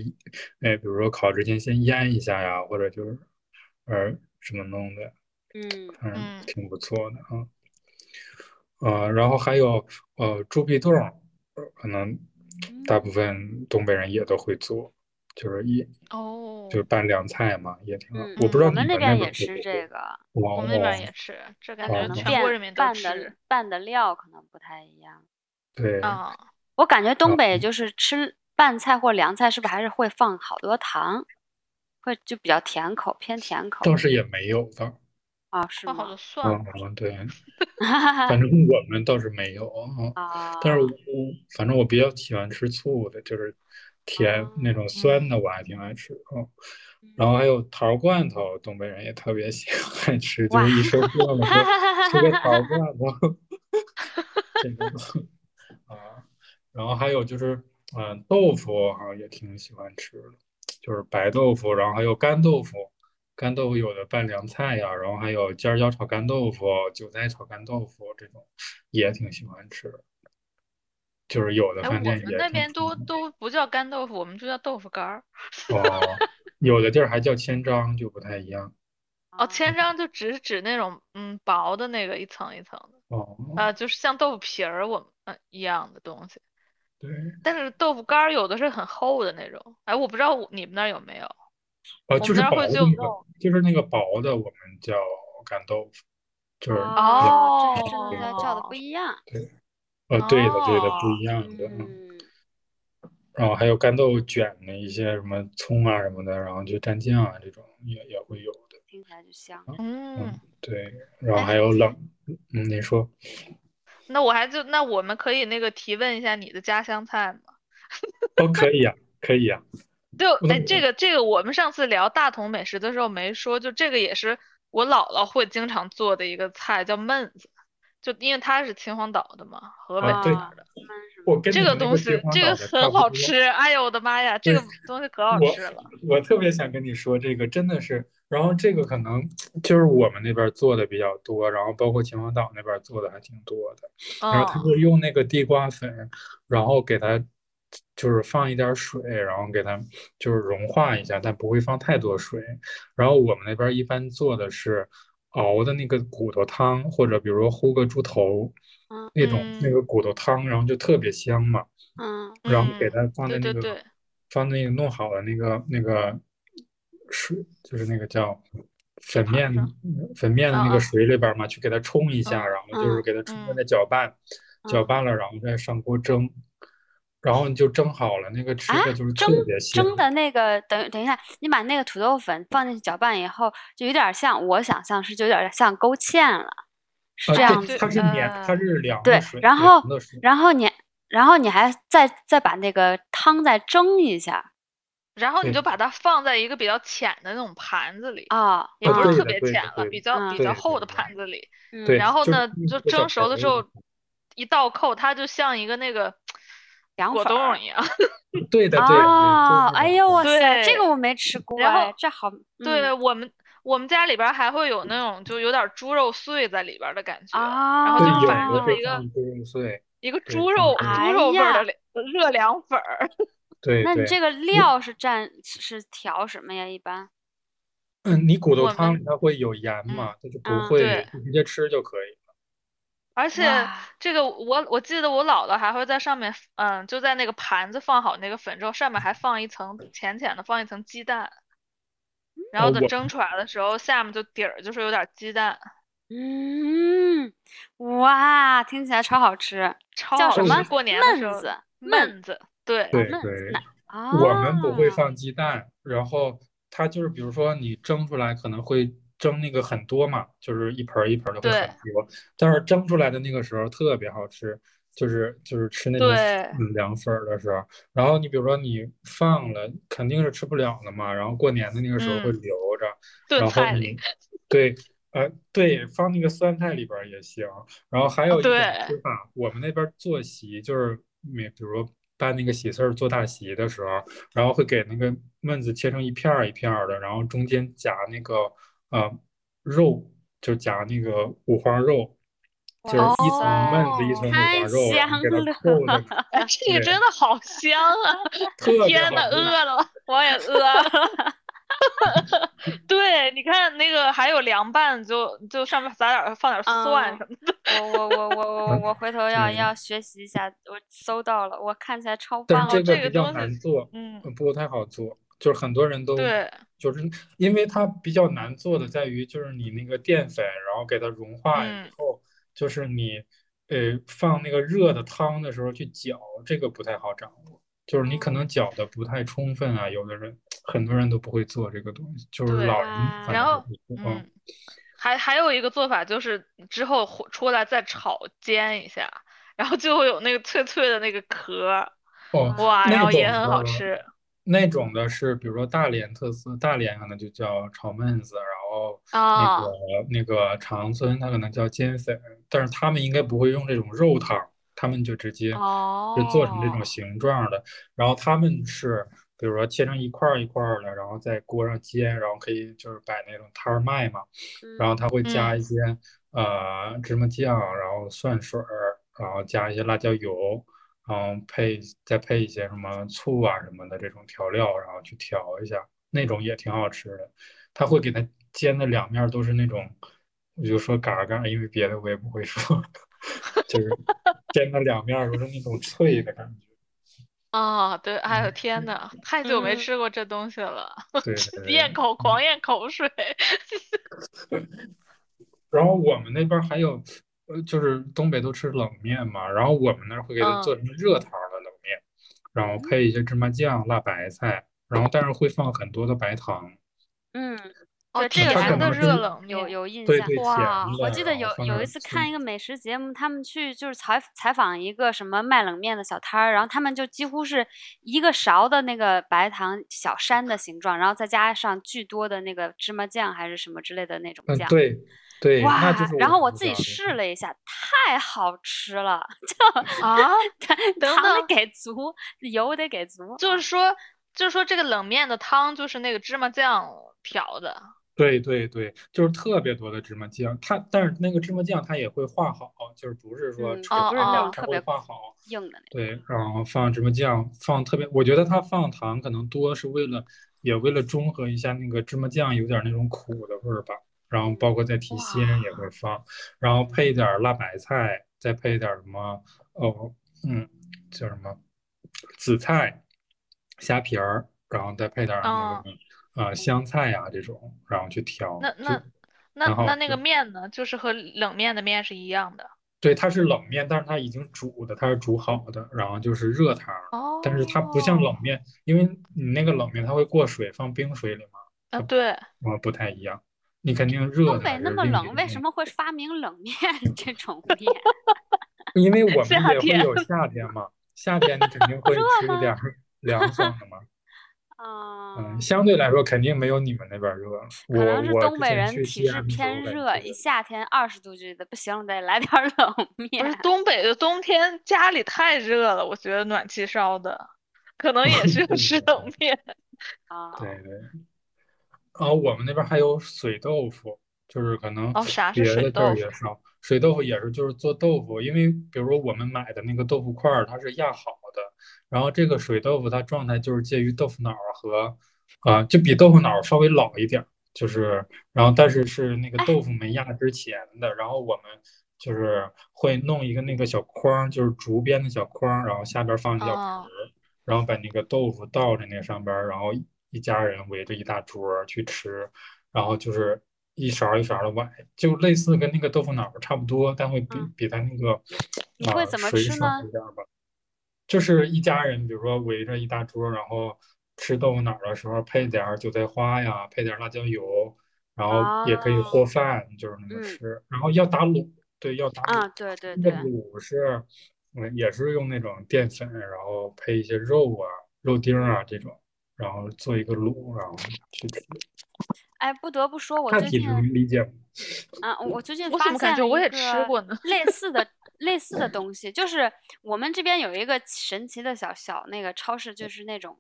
Speaker 4: 哎，比如说烤之前先腌一下呀，或者就是，呃，什么弄的，
Speaker 2: 嗯，
Speaker 4: 反正
Speaker 3: 嗯
Speaker 4: 挺不错的啊。呃，然后还有呃猪皮冻儿，呃可能
Speaker 2: 嗯
Speaker 4: 大部分东北人也都会做，就是一
Speaker 3: 哦
Speaker 4: 就是，拌凉菜嘛，也挺好。
Speaker 2: 嗯
Speaker 4: 我不知道
Speaker 2: 我
Speaker 4: 你
Speaker 2: 们那边
Speaker 4: 们边
Speaker 2: 也
Speaker 4: 儿会
Speaker 2: 吃
Speaker 4: 不
Speaker 2: 这
Speaker 4: 会，
Speaker 2: 个，
Speaker 4: 哇
Speaker 3: 我们那边儿
Speaker 4: 哦
Speaker 3: 也吃，这
Speaker 2: 但可
Speaker 3: 感觉
Speaker 4: 哦
Speaker 2: 能
Speaker 3: 全国
Speaker 2: 变
Speaker 3: 人民都
Speaker 2: 拌的
Speaker 3: 吃
Speaker 2: 拌的料可能不太一样。
Speaker 4: 对，
Speaker 2: 哦
Speaker 3: 啊。
Speaker 2: 我感觉东
Speaker 4: 嗯啊
Speaker 2: 北就是吃拌菜或凉菜，是不是还是会放好多糖，会就比较甜口，偏甜口
Speaker 4: 倒是也没有的，
Speaker 2: 啊、是
Speaker 3: 放好
Speaker 2: 吗哦
Speaker 3: 多？蒜
Speaker 4: 嗯，嗯对，反正我们倒是没有啊。
Speaker 2: 啊，
Speaker 4: 但 是我反正我比较喜欢吃醋的，就是甜那
Speaker 2: 哦嗯
Speaker 4: 种酸的，我还挺爱吃啊。然后还有桃罐头，东北人也特别喜欢吃，就
Speaker 2: 哇
Speaker 4: 是 一收获了说吃个桃 罐头，这个 啊，然后还有就是，嗯、豆腐好像也挺喜欢吃的，就是白豆腐，然后还有干豆腐，干豆腐有的拌凉菜呀，然后还有尖儿椒炒干豆腐、韭菜炒干豆腐这种也挺喜欢吃的，就是有的
Speaker 3: 哎，我
Speaker 4: 饭店
Speaker 3: 们
Speaker 4: 也
Speaker 3: 那
Speaker 4: 挺
Speaker 3: 边
Speaker 4: 出
Speaker 3: 都
Speaker 4: 名
Speaker 3: 都不叫干豆腐，我们就叫豆腐干儿。
Speaker 4: 哦，有的地儿还叫千张，就不太一样
Speaker 3: 哦，千张就只是指那种嗯薄的那个一层一层的，
Speaker 4: 哦。
Speaker 3: 啊、就是像豆腐皮儿我们、呃一样的东西。
Speaker 4: 对，
Speaker 3: 但是豆腐干儿有的是很厚的那种，哎，我不知道我你们那儿有没有？
Speaker 4: 哦，
Speaker 3: 我
Speaker 4: 就
Speaker 3: 们
Speaker 4: 是
Speaker 3: 那儿
Speaker 4: 薄
Speaker 3: 会
Speaker 4: 的
Speaker 3: 就
Speaker 4: 那个，就是那个薄的，我们叫干豆腐，就是嗯
Speaker 2: 哦，这
Speaker 3: 哦
Speaker 2: 真的叫的不一样。
Speaker 4: 呃，对的，对的，
Speaker 3: 哦
Speaker 4: 不一样的。嗯
Speaker 2: 嗯，
Speaker 4: 然后还有干豆腐卷的一些什么葱啊什么的，然后就蘸酱啊这种也也会有的。
Speaker 2: 听起来就香。
Speaker 3: 嗯，
Speaker 4: 对，然
Speaker 3: 哎
Speaker 4: 后还有冷，嗯，你说
Speaker 3: 那我还就那我们可以那个提问一下你的家乡菜吗？
Speaker 4: 哦，可以呀，可以啊呀。
Speaker 3: 就
Speaker 4: 我
Speaker 3: 哎，
Speaker 4: 怎
Speaker 3: 这
Speaker 4: 么
Speaker 3: 个这个，我们上次聊大同美食的时候没说，就这个也是我姥姥会经常做的一个菜，叫焖子。就因为她是秦皇岛的嘛，河北
Speaker 4: 啊
Speaker 3: 那
Speaker 4: 对
Speaker 3: 边儿的，
Speaker 4: 我跟
Speaker 3: 这
Speaker 4: 你
Speaker 3: 个
Speaker 4: 们那
Speaker 3: 东
Speaker 4: 个
Speaker 3: 西
Speaker 4: 金黄
Speaker 3: 这
Speaker 4: 岛
Speaker 3: 个
Speaker 4: 的差
Speaker 3: 很
Speaker 4: 不
Speaker 3: 好
Speaker 4: 多
Speaker 3: 吃，哎呦我的妈呀，这
Speaker 4: 对
Speaker 3: 个东西可好
Speaker 4: 我
Speaker 3: 吃了。
Speaker 4: 我特别想跟你说这个，真的是，然后这个可能就是我们那边做的比较多，然后包括秦皇岛那边做的还挺多的。然后他
Speaker 3: 嗯，
Speaker 4: 就用那个地瓜粉，然后给它就是放一点儿水，然后给它就是融化一下，但不会放太多水。然后我们那边儿一般做的是熬的那个骨头汤，或者比如说烀个猪头那种那
Speaker 3: 嗯
Speaker 4: 个骨头汤，然后就特别香嘛。
Speaker 2: 嗯，
Speaker 4: 然后给它
Speaker 3: 嗯
Speaker 4: 放在
Speaker 3: 对
Speaker 4: 那
Speaker 3: 对
Speaker 4: 个
Speaker 3: 对，
Speaker 4: 放那个弄好的那个那个水，就是那个叫粉
Speaker 3: 汤
Speaker 4: 面
Speaker 3: 是吧
Speaker 4: 粉面的那
Speaker 3: 嗯
Speaker 4: 个
Speaker 3: 嗯
Speaker 4: 水里边儿嘛，去给它冲一下，
Speaker 3: 嗯
Speaker 4: 然后就是
Speaker 2: 嗯
Speaker 4: 给它充分
Speaker 3: 嗯
Speaker 4: 的搅拌，搅
Speaker 2: 嗯
Speaker 4: 拌了，然后再上锅蒸，然后你就蒸好了，那个吃
Speaker 2: 啊
Speaker 4: 的就是
Speaker 2: 蒸
Speaker 4: 特别香。呃
Speaker 2: 蒸的那个，等等一下，你把那个土豆粉放进去搅拌以后，就有点儿像我想象是就有点儿像勾芡了，是这
Speaker 4: 啊，对，
Speaker 2: 样
Speaker 3: 对
Speaker 2: 子
Speaker 4: 它
Speaker 2: 的。
Speaker 4: 是绵，它
Speaker 3: 呃
Speaker 4: 是凉
Speaker 2: 对
Speaker 4: 的水，
Speaker 2: 然
Speaker 4: 凉
Speaker 2: 后
Speaker 4: 的水。
Speaker 2: 然后你然后你还再再把那个汤再蒸一下
Speaker 3: 然后你
Speaker 4: 对
Speaker 3: 就把它放在一个比较浅的那种盘子里，
Speaker 2: 啊，
Speaker 3: 也
Speaker 4: 啊
Speaker 3: 不是特
Speaker 4: 对的
Speaker 3: 别
Speaker 4: 对的
Speaker 3: 浅了，
Speaker 4: 对
Speaker 3: 比
Speaker 4: 的
Speaker 3: 较
Speaker 2: 嗯
Speaker 3: 比较
Speaker 4: 对
Speaker 3: 厚
Speaker 4: 对
Speaker 3: 的
Speaker 4: 对
Speaker 3: 盘子里。
Speaker 2: 嗯
Speaker 4: 对，
Speaker 3: 然后
Speaker 4: 就是
Speaker 3: 呢，
Speaker 4: 那
Speaker 3: 就
Speaker 4: 个小
Speaker 3: 蒸熟
Speaker 4: 盆
Speaker 3: 了
Speaker 4: 儿
Speaker 3: 之
Speaker 4: 里
Speaker 3: 后，一倒扣，它就像一个那个
Speaker 2: 凉
Speaker 3: 果
Speaker 2: 粉儿
Speaker 3: 冻一样。
Speaker 4: 对的，对的，对
Speaker 2: 哦，
Speaker 4: 就是那
Speaker 2: 哎
Speaker 4: 种
Speaker 2: 呦
Speaker 4: 感
Speaker 2: 哇
Speaker 4: 觉
Speaker 2: 塞，这
Speaker 3: 对
Speaker 2: 个我没吃过
Speaker 3: 然后
Speaker 2: 哎，这好，嗯
Speaker 3: 对，我们我们家里边儿还会有那种就有点儿猪肉碎在里边儿的感觉，然后
Speaker 4: 对，
Speaker 3: 就
Speaker 2: 啊
Speaker 3: 是
Speaker 4: 有
Speaker 3: 反正
Speaker 4: 的
Speaker 3: 就
Speaker 4: 会
Speaker 3: 是一个
Speaker 4: 放猪肉碎，
Speaker 3: 一个
Speaker 4: 对
Speaker 3: 猪肉
Speaker 4: 放猪肉
Speaker 3: 猪
Speaker 2: 哎
Speaker 3: 肉味儿
Speaker 2: 呀
Speaker 3: 的凉热凉粉儿。
Speaker 4: 对
Speaker 2: 那你
Speaker 4: 对。
Speaker 2: 这个料是蘸是是调什么呀？一般
Speaker 4: 嗯，你骨头
Speaker 3: 我
Speaker 4: 汤
Speaker 3: 们
Speaker 4: 里它会有盐
Speaker 3: 嗯
Speaker 4: 嘛，它就不
Speaker 2: 嗯
Speaker 4: 会
Speaker 3: 对
Speaker 4: 就直接吃就可以。
Speaker 3: 而且
Speaker 2: 哇，
Speaker 3: 这个我我记得我姥姥还会在上面，嗯，就在那个盘子放好那个粉之后，上面还放一层浅浅的放一层鸡蛋，然
Speaker 2: 嗯
Speaker 4: 哦，
Speaker 3: 后等
Speaker 4: 我
Speaker 3: 蒸出来的时候，下面就底儿就是有点儿鸡蛋，
Speaker 2: 嗯，哇，听起来超好吃，
Speaker 3: 超
Speaker 2: 叫
Speaker 3: 好
Speaker 2: 什
Speaker 3: 吃。
Speaker 2: 么？
Speaker 3: 过年的时
Speaker 2: 焖
Speaker 3: 候，
Speaker 2: 子，焖
Speaker 3: 焖子，对，
Speaker 4: 对
Speaker 2: 焖
Speaker 4: 对，
Speaker 2: 那啊，
Speaker 4: 我们不会
Speaker 3: 哦
Speaker 4: 放鸡蛋，然后它就是比如说你蒸出来可能会蒸那个很多嘛，就是一盆儿一盆儿的会很
Speaker 3: 对
Speaker 4: 多，但是蒸出来的那个时候特别好吃，就是就是吃那种
Speaker 3: 对
Speaker 4: 嗯凉粉儿的时候，然后你比如说你放了肯定是吃不了的嘛，然后过年的那个时候会
Speaker 3: 嗯
Speaker 4: 留着，
Speaker 3: 炖
Speaker 4: 然后嗯
Speaker 3: 菜里
Speaker 4: 你对。呃，对，放那个酸菜里边儿也行。然后还有一种
Speaker 3: 哦对
Speaker 4: 吃法，我们那边儿做席就是每，比如说办那个喜事儿做大席的时候，然后会给那个焖子切成一片儿一片儿的，然后中间夹那个呃肉，就夹那个五花肉，就是
Speaker 3: 哇
Speaker 4: 一层焖子一
Speaker 3: 哦
Speaker 4: 层五花
Speaker 2: 太
Speaker 4: 肉，然后
Speaker 2: 香
Speaker 4: 给它
Speaker 2: 了，
Speaker 4: 扣在 那儿，
Speaker 3: 哎，这个
Speaker 4: 对
Speaker 3: 真的好香啊！
Speaker 4: 特别
Speaker 3: 天
Speaker 4: 好
Speaker 3: 呐，
Speaker 4: 吃。
Speaker 3: 饿了。
Speaker 2: 我也饿了。
Speaker 3: 对，你看那个还有凉拌，就就上面撒点儿放点儿蒜
Speaker 2: 嗯
Speaker 3: 什么的。
Speaker 2: 我 我我我我我回头要
Speaker 4: 对
Speaker 2: 要学习一下，我搜到了，我看起来超
Speaker 4: 但
Speaker 2: 棒
Speaker 4: 是
Speaker 3: 哦
Speaker 4: 这
Speaker 2: 了，
Speaker 3: 这
Speaker 4: 个
Speaker 3: 个
Speaker 4: 比较
Speaker 3: 东西
Speaker 4: 难做，
Speaker 3: 嗯，
Speaker 4: 呃不太好做，就是很多人都
Speaker 3: 对，
Speaker 4: 就是因为它比较难做的在于就是你那个淀粉，然后给它融化以
Speaker 3: 嗯
Speaker 4: 后，就是你呃放那个热的汤的时候去搅，这个不太好掌握，就是你可能搅的不太充分啊，有的人很多人都不会做这个东西，就是
Speaker 3: 对啊
Speaker 4: 老人反
Speaker 3: 然
Speaker 4: 正
Speaker 3: 后
Speaker 4: 不会做，嗯
Speaker 3: 嗯，还还有一个做法就是之后火出来再炒煎一下，然后就会有那个脆脆的那个壳儿，
Speaker 4: 哦
Speaker 3: 哇，然
Speaker 4: 那
Speaker 3: 后
Speaker 4: 种啊
Speaker 3: 也很好
Speaker 4: 的
Speaker 3: 吃。
Speaker 4: 那种的是，比如说大连特色，大连可能就叫炒焖子，然后那个、
Speaker 3: 哦
Speaker 4: 那个长春它可能叫煎粉，但是他们应该不会用这种肉汤，他们就直接
Speaker 3: 哦，
Speaker 4: 就做成这种形状的。然后他们是比如说切成一块儿一块儿的，然后在锅上煎，然后可以就是摆那种摊儿卖嘛。然后
Speaker 2: 嗯
Speaker 4: 它会加
Speaker 3: 嗯
Speaker 4: 一些呃芝麻酱，然后蒜水儿，然后加一些辣椒油，然后配再配一些什么醋啊什么的这种调料，然后去调一下，那种也挺好吃的。它会给它煎的两面儿都是那种，我就说嘎嘎，因为别的我也不会说， 就是煎的两面儿都是那种脆的感觉。
Speaker 3: 啊、对，哎呦
Speaker 4: 嗯
Speaker 3: 天呐，太久没
Speaker 2: 嗯
Speaker 3: 吃过这东西了，
Speaker 4: 对对对。
Speaker 3: 咽口狂咽口水。
Speaker 4: 然后我们那边儿还有，呃，就是东北都吃冷面嘛，然后我们那儿会给它
Speaker 3: 嗯
Speaker 4: 做成热汤儿的冷面，然
Speaker 2: 嗯
Speaker 4: 后配一些芝麻酱、辣白菜，然后但是会放很多的白糖，
Speaker 2: 嗯，
Speaker 3: 哦，
Speaker 2: 对
Speaker 3: 这
Speaker 2: 这
Speaker 3: 个
Speaker 2: 个
Speaker 3: 还
Speaker 2: 还
Speaker 3: 叫
Speaker 2: 能
Speaker 3: 热
Speaker 4: 是
Speaker 3: 冷
Speaker 2: 有
Speaker 3: 面，
Speaker 2: 有印
Speaker 4: 对
Speaker 2: 象。
Speaker 4: 对，咸
Speaker 3: 哇
Speaker 4: 的，
Speaker 2: 我记得
Speaker 4: 然
Speaker 2: 有
Speaker 4: 后放
Speaker 2: 有一
Speaker 4: 点
Speaker 2: 次
Speaker 4: 醋
Speaker 2: 看一个美食节目，他们去就是采采访一个什么卖冷面的小摊儿，然后他们就几乎是一个勺的那个白糖小山的形状，然后再加上巨多的那个芝麻酱还是什么之类的那种
Speaker 4: 嗯，
Speaker 2: 酱。
Speaker 4: 对对，
Speaker 2: 哇
Speaker 4: 那就是！
Speaker 2: 然后
Speaker 4: 我
Speaker 2: 我
Speaker 4: 们
Speaker 2: 自己
Speaker 4: 家的嗯
Speaker 2: 试了一下，太好吃了，
Speaker 3: 啊，
Speaker 2: 糖
Speaker 3: 等
Speaker 2: 得
Speaker 3: 等
Speaker 2: 给足，油得给足。
Speaker 3: 就是说，就是说这个冷面的汤就是那个芝麻酱调的。
Speaker 4: 对对对，就是特别多的芝麻酱，它但是那个芝麻酱它也会化好，就是不是说
Speaker 2: 嗯，
Speaker 4: 吃
Speaker 2: 就
Speaker 3: 哦
Speaker 2: 不是那
Speaker 3: 哦
Speaker 2: 种特
Speaker 4: 它会
Speaker 2: 别
Speaker 4: 化好。
Speaker 2: 硬的那
Speaker 4: 对，然后放芝麻酱，放特别，我觉得它放糖可能多是为了，也为了中和一下那个芝麻酱有点那种苦的味儿吧。然后包括再提鲜也会放，然后配一点儿辣白菜，再配一点儿什么，哦，嗯，叫什么紫菜、虾皮儿，然后再配点儿那
Speaker 3: 哦
Speaker 4: 个呃香菜呀、这种，然后去调。
Speaker 3: 那
Speaker 4: 就
Speaker 3: 那那
Speaker 4: 然后
Speaker 3: 那那个
Speaker 4: 就
Speaker 3: 面呢，就是和冷面的面是一样的。
Speaker 4: 对，它是冷面，但是它已经煮的，它是煮好的，然后就是热汤儿，但是它不像冷
Speaker 3: 哦，
Speaker 4: 面，因为你那个冷面它会过水，放冰水里嘛，
Speaker 3: 啊，对，
Speaker 4: 啊不太一样，你肯定
Speaker 2: 种。
Speaker 4: 热
Speaker 2: 东
Speaker 4: 的还
Speaker 2: 北那
Speaker 4: 是
Speaker 2: 么
Speaker 4: 另一
Speaker 2: 冷，
Speaker 4: 种
Speaker 2: 为什
Speaker 4: 面，
Speaker 2: 么会发明冷面 这种面？
Speaker 4: 因为 我们
Speaker 3: 夏
Speaker 4: 也会
Speaker 3: 天
Speaker 4: 有夏天嘛，夏天你肯定会吃一点儿凉爽 的嘛，
Speaker 2: 啊
Speaker 4: 嗯，，相对来说肯定没有你们那边儿热，
Speaker 2: 可能是
Speaker 4: 我我
Speaker 2: 东
Speaker 4: 之
Speaker 2: 北
Speaker 4: 前
Speaker 2: 人
Speaker 4: 去
Speaker 2: 体
Speaker 4: 西
Speaker 2: 质
Speaker 4: 安的时候，
Speaker 2: 偏
Speaker 4: 我感
Speaker 2: 热，
Speaker 4: 觉
Speaker 2: 一夏天二十度就觉得不行，得来点儿冷
Speaker 3: 不是
Speaker 2: 面。
Speaker 3: 东北的冬天家里太热了，我觉得暖气烧的，可能 也是要吃冷面。
Speaker 2: 啊，
Speaker 4: 对对，然后我们那边儿还有水豆腐，就是可能
Speaker 3: 哦，啥是
Speaker 4: 别
Speaker 3: 水
Speaker 4: 的地儿
Speaker 3: 豆
Speaker 4: 也
Speaker 3: 腐？
Speaker 4: 少。水豆腐也是，就是做豆腐，因为比如说我们买的那个豆腐块儿，它是压好的，然后这个水豆腐它状态就是介于豆腐脑儿和，啊、就比豆腐脑儿稍微老一点儿，就是然后但是是那个
Speaker 2: 哎
Speaker 4: 豆腐没压之前的，然后我们就是会弄一个那个小筐儿，就是竹编的小筐儿，然后下边儿放一小盆
Speaker 3: 哦
Speaker 4: 儿，然后把那个豆腐倒在那上边儿，然后一一家人围着一大桌儿去吃，然后就是一勺儿一勺的崴，就类似跟那个豆腐脑儿差不多，但会比
Speaker 2: 嗯
Speaker 4: 比它那个
Speaker 2: 你
Speaker 4: 啊、
Speaker 2: 会
Speaker 4: 呃
Speaker 2: 怎么
Speaker 4: 水
Speaker 2: 吃
Speaker 4: 少
Speaker 2: 呢
Speaker 4: 一点儿吧。就是一家人，比如说围着一大桌儿，然后吃豆腐脑儿的时候配点儿韭菜花呀，配点儿辣椒油，然后也可以和
Speaker 2: 啊，
Speaker 4: 饭，就是那
Speaker 2: 嗯
Speaker 4: 么吃。然后要打卤，对，要打卤。
Speaker 2: 啊，对对
Speaker 4: 那
Speaker 2: 对
Speaker 4: 个，卤是，嗯，也是用那种淀粉，然后配一些肉啊、肉丁儿啊这种，然后做一个卤，然后去吃。
Speaker 2: 哎，不得不说，我
Speaker 4: 看
Speaker 2: 最
Speaker 4: 体
Speaker 2: 近
Speaker 4: 质能理解吗？
Speaker 2: 啊，我最近
Speaker 3: 我怎
Speaker 2: 发
Speaker 3: 么感
Speaker 2: 现
Speaker 3: 觉
Speaker 2: 了
Speaker 3: 我
Speaker 2: 一
Speaker 3: 也吃
Speaker 2: 个
Speaker 3: 过呢？
Speaker 2: 类似的类似的东西，就是我们这边有一个神奇的小小那个超市，就是那种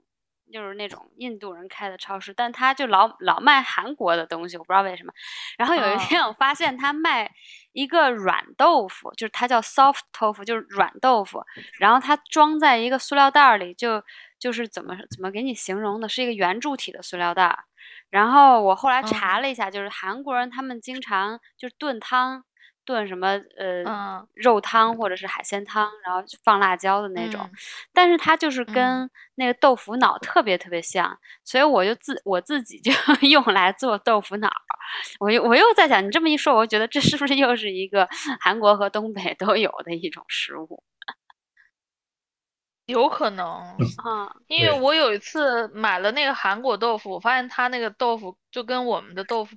Speaker 2: 就是那种印度人开的超市，但他就老老卖韩国的东西，我不知道为什么。然后有一
Speaker 3: 啊
Speaker 2: 天我发现他卖一个软豆腐，就是它叫 soft tofu，就是软豆腐，然后它装在一个塑料袋儿里，就就是怎么怎么给你形容呢？是一个圆柱体的塑料袋儿。然后我后来查了一下，就是韩国人他们经常就是炖汤，炖什么呃
Speaker 3: 嗯
Speaker 2: 肉汤或者是海鲜汤，然后放辣椒的那种。
Speaker 3: 嗯
Speaker 2: 但是它就是
Speaker 3: 嗯
Speaker 2: 跟那个豆腐脑特别特别像，所以我就自我自己就 用来做豆腐脑儿。我又我又在想，你这么一说，我就觉得这是不是又是一个韩国和东北都有的一种食物
Speaker 3: 有可能，
Speaker 2: 啊？
Speaker 3: 因为
Speaker 4: 对
Speaker 3: 我有一次买了那个韩国豆腐，我发现它那个豆腐就跟我们的豆腐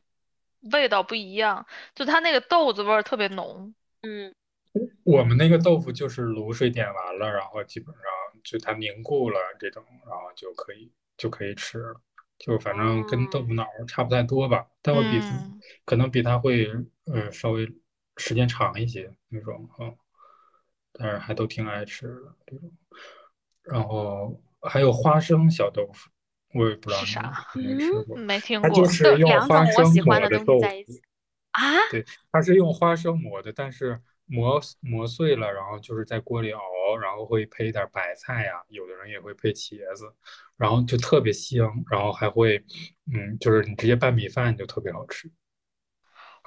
Speaker 3: 味道不一样，就它那个豆子味儿特别浓。
Speaker 2: 嗯，
Speaker 4: 我们那个豆腐就是卤水点完了，然后基本上就它凝固了这种，然后就可以。就可以吃了，就反正跟豆腐
Speaker 2: 哦
Speaker 4: 脑儿差不太多吧，但我比它
Speaker 3: 嗯
Speaker 4: 可能比它会呃稍微时间长一些那种啊，但是还都挺爱吃的这种。然后还有花生小豆腐，我也不知道
Speaker 3: 是啥嗯
Speaker 4: 你们有没有吃过，
Speaker 3: 没听
Speaker 4: 它
Speaker 3: 过
Speaker 4: 就，
Speaker 2: 都
Speaker 4: 是
Speaker 2: 有
Speaker 4: 用
Speaker 2: 两
Speaker 4: 花
Speaker 2: 种我
Speaker 4: 生
Speaker 2: 喜
Speaker 4: 磨
Speaker 2: 欢的
Speaker 4: 的
Speaker 2: 东
Speaker 4: 豆
Speaker 2: 西
Speaker 4: 腐
Speaker 2: 在一，起啊，
Speaker 4: 对，它是用花生磨的，但是磨磨碎了，然后就是在锅里熬，然后会配一点白菜呀、有的人也会配茄子，然后就特别香，然后还会，嗯，就是你直接拌米饭就特别好吃。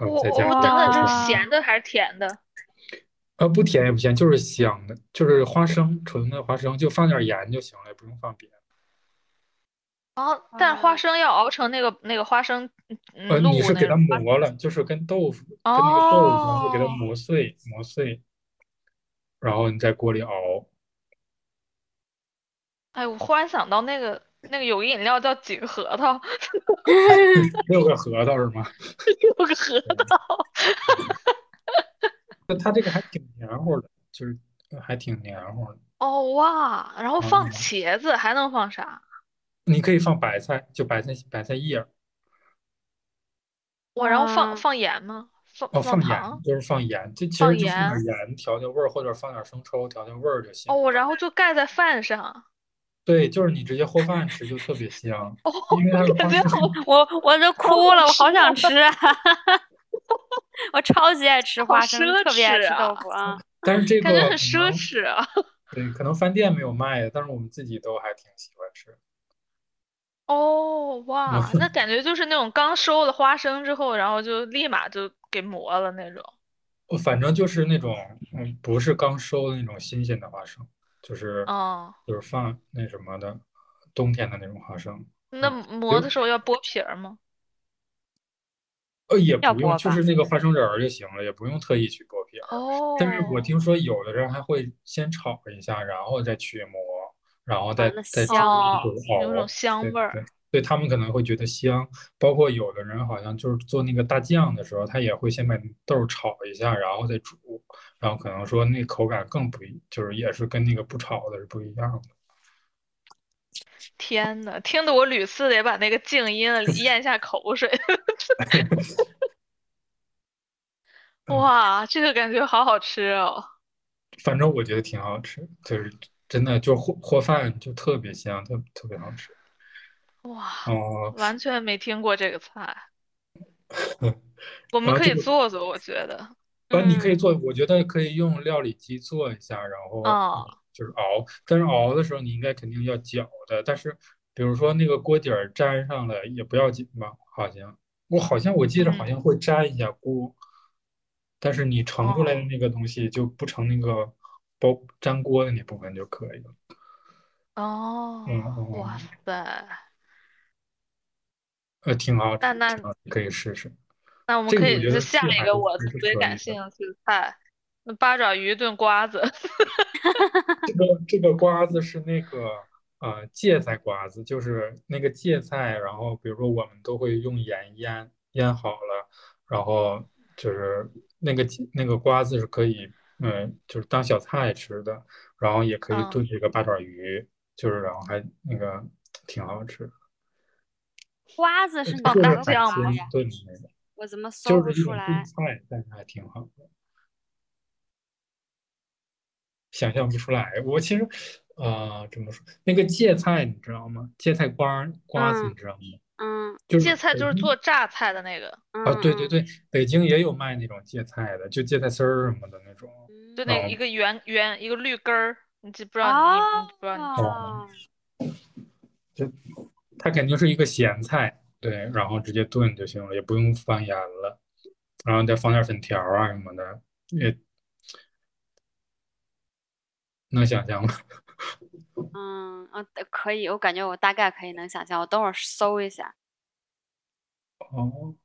Speaker 4: 嗯，
Speaker 3: 我
Speaker 4: 再
Speaker 3: 我
Speaker 4: 加
Speaker 3: 我
Speaker 4: 上
Speaker 3: 等等，这
Speaker 2: 啊
Speaker 3: 是咸的还是甜的？
Speaker 4: 呃不甜也不咸，就是香的，就是花生纯的花生，就放点盐就行了，也不用放别的。
Speaker 3: 哦，但是
Speaker 2: 啊
Speaker 3: 花 生要熬成那个那个花生嗯
Speaker 4: 呃，
Speaker 3: 露
Speaker 4: 你是
Speaker 3: 那
Speaker 4: 给它
Speaker 3: 种花
Speaker 4: 磨了，就是跟豆腐，跟那个豆腐，然后给它
Speaker 3: 哦
Speaker 4: 磨碎，磨碎，然后你在锅里熬。
Speaker 3: 哎，我忽然想到那个那个有个饮料叫几个核桃，
Speaker 4: 六个核桃是吗？
Speaker 3: 六个核
Speaker 4: 嗯
Speaker 3: 桃。
Speaker 4: 那它这个还挺黏糊的，就是呃还挺黏糊的。
Speaker 3: 哦哇，然后放
Speaker 4: 嗯
Speaker 3: 茄子，还能放啥？
Speaker 4: 你可以放白菜，就白菜白菜叶儿，
Speaker 3: 我然后放
Speaker 2: 啊
Speaker 3: 放盐吗？放
Speaker 4: 哦，
Speaker 3: 放
Speaker 4: 放盐
Speaker 3: 糖？
Speaker 4: 就是放盐，这其
Speaker 3: 放
Speaker 4: 实就放
Speaker 3: 盐
Speaker 4: 点盐调调味儿，或者放点生抽调调味儿就行。
Speaker 3: 哦，我然后就盖在饭上。
Speaker 4: 对，就是你直接和饭吃就特别香，
Speaker 3: 哦，
Speaker 4: 因为它是
Speaker 3: 感
Speaker 4: 花
Speaker 3: 觉
Speaker 4: 生。
Speaker 3: 好
Speaker 2: 我我都哭
Speaker 3: 好
Speaker 2: 了，我好
Speaker 3: 吃
Speaker 2: 想吃啊！ 我超级爱吃
Speaker 3: 好
Speaker 2: 花生，
Speaker 3: 奢
Speaker 2: 特别爱吃
Speaker 3: 侈啊
Speaker 2: 豆腐啊。
Speaker 4: 但是这
Speaker 3: 感觉
Speaker 4: 个嗯
Speaker 3: 很
Speaker 4: 可
Speaker 3: 奢
Speaker 4: 能
Speaker 3: 侈啊。
Speaker 4: 对，可能饭店没有卖的，但是我们自己都还挺喜欢吃。
Speaker 3: 哦哇，
Speaker 4: 嗯
Speaker 3: 那感觉就是那种刚收了花生之后，然后就立马就给磨了那种。
Speaker 4: 我呃反正就是那种，嗯，不是刚收的那种新鲜的花生，就是
Speaker 3: 哦，
Speaker 4: 就是放那什么的，冬天的那种花生。
Speaker 3: 那
Speaker 4: 嗯
Speaker 3: 磨的时候要剥皮儿吗？
Speaker 4: 呃，也
Speaker 2: 要
Speaker 4: 不用，
Speaker 2: 剥
Speaker 4: 就
Speaker 2: 吧
Speaker 4: 是那个花生仁儿就行了，也不用特意去剥皮儿。
Speaker 3: 哦，
Speaker 4: 但是我听说有的人还会先炒一下，然后再去磨，然后再
Speaker 2: 那
Speaker 4: 再
Speaker 2: 香
Speaker 4: 炒
Speaker 3: 哦，
Speaker 4: 或者
Speaker 3: 有
Speaker 4: 熬
Speaker 3: 种。香
Speaker 4: 对
Speaker 3: 味儿。
Speaker 4: 对，对他们可能会觉得香。包括有的人好像就是做那个大酱的时候，他也会先把豆儿炒一下，然后再煮，然后可能说那口感更不一，就是也是跟那个不炒的是不一样的。
Speaker 3: 天呐，听得我屡次得把那个静音 了咽下口水。 哇，这个感觉好好吃哦！
Speaker 4: 反正我觉得挺好吃，就是真的就和和饭就特别香，特特别好吃。
Speaker 3: 哇，
Speaker 4: 哦、
Speaker 3: 完全没听过这个 菜，我们
Speaker 4: 然后
Speaker 3: 可
Speaker 4: 这
Speaker 3: 以
Speaker 4: 个
Speaker 3: 做做，我觉得。
Speaker 4: 呃，你可以
Speaker 2: 嗯
Speaker 4: 做，我觉得可以用料理机做一下，然后
Speaker 3: 哦
Speaker 4: 就是熬。但是
Speaker 3: 嗯
Speaker 4: 熬的时候，你应该肯定要搅的。但是，比如说那个锅底儿粘上了也不要紧吧？好像我好像我记得好
Speaker 3: 嗯
Speaker 4: 像会粘一下锅，但是你盛出来的
Speaker 3: 哦
Speaker 4: 那个东西就不成那个包粘锅的那部分就可以了。嗯
Speaker 3: 哦，
Speaker 4: 嗯，
Speaker 3: 哇
Speaker 4: 嗯
Speaker 3: 塞，
Speaker 4: 呃，挺好吃，
Speaker 3: 那那
Speaker 4: 挺好吃，可以试试。
Speaker 3: 那我们
Speaker 4: 这个
Speaker 3: 可
Speaker 4: 我
Speaker 3: 以
Speaker 4: 觉
Speaker 3: 就
Speaker 4: 得
Speaker 3: 下
Speaker 4: 是
Speaker 3: 一
Speaker 4: 还
Speaker 3: 个
Speaker 4: 是
Speaker 3: 我
Speaker 4: 还是
Speaker 3: 特别
Speaker 4: 可以
Speaker 3: 感
Speaker 4: 的。
Speaker 3: 兴趣的菜，那八爪鱼炖瓜子。
Speaker 4: 这个这个瓜子是那个呃芥菜瓜子，就是那个芥菜，然后比如说我们都会用盐腌腌好了，然后就是那个芥那个瓜子是可以嗯就是当小菜吃的，然后也可以
Speaker 3: 嗯，
Speaker 4: 炖这个八爪鱼，就是然后还那个挺好吃，
Speaker 2: 瓜子是
Speaker 4: 它
Speaker 2: 哪
Speaker 3: 放
Speaker 2: 个瓜
Speaker 3: 大
Speaker 4: 嗯就是海
Speaker 3: 酱吗？
Speaker 4: 鲜
Speaker 2: 呀？
Speaker 4: 炖的那个，
Speaker 2: 我怎么搜
Speaker 4: 就
Speaker 2: 不
Speaker 4: 是一
Speaker 2: 出
Speaker 4: 种炖
Speaker 2: 来？
Speaker 4: 菜，但是还挺好的。想象不出来。我其实，呃，怎么说？那个芥菜你知道吗？芥菜瓜儿瓜子你
Speaker 2: 嗯
Speaker 4: 知道吗？
Speaker 2: 嗯
Speaker 4: 就是
Speaker 3: 芥菜
Speaker 4: 北
Speaker 3: 就是做
Speaker 4: 京
Speaker 3: 榨菜的那个，
Speaker 4: 啊，
Speaker 2: 嗯
Speaker 4: 对对
Speaker 2: 嗯
Speaker 4: 对，北京也有卖那种芥菜的，就芥菜丝儿什么的那种。
Speaker 2: 嗯
Speaker 3: 就
Speaker 4: 然
Speaker 3: 那
Speaker 4: 后
Speaker 3: 一个圆圆一个绿根儿，你知不知道你你不知道你知道吗？
Speaker 2: 哦，
Speaker 4: 就它肯定是一个咸菜，对，然后直接炖就行了，也不用放盐了，然后再放点粉条儿啊什么的，也
Speaker 2: 嗯
Speaker 4: 能想象吗？
Speaker 2: 嗯啊，呃可以，我感觉我大概可以能想象，我等会儿搜一下。
Speaker 4: 哦。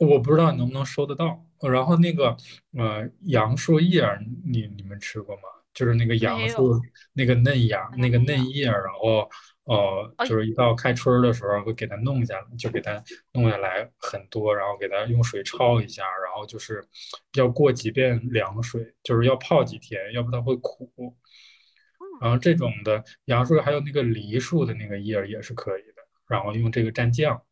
Speaker 4: 我不知道你能不能收得到。然后那个呃，杨树叶儿，你你们吃过吗？就是那个杨
Speaker 3: 没
Speaker 4: 树
Speaker 3: 有，
Speaker 4: 那个嫩芽，
Speaker 2: 好像
Speaker 4: 那个
Speaker 2: 没有。
Speaker 4: 嫩叶儿，然后呃，
Speaker 3: 哦，
Speaker 4: 就是一到开春儿的时候会给它弄下来，就给它弄下来很多，然后给它用水焯一下，然后就是要过几遍凉水，就是要泡几天，要不它会苦。然后这种的杨树还有那个梨树的那个叶儿也是可以的，然后用这个蘸酱。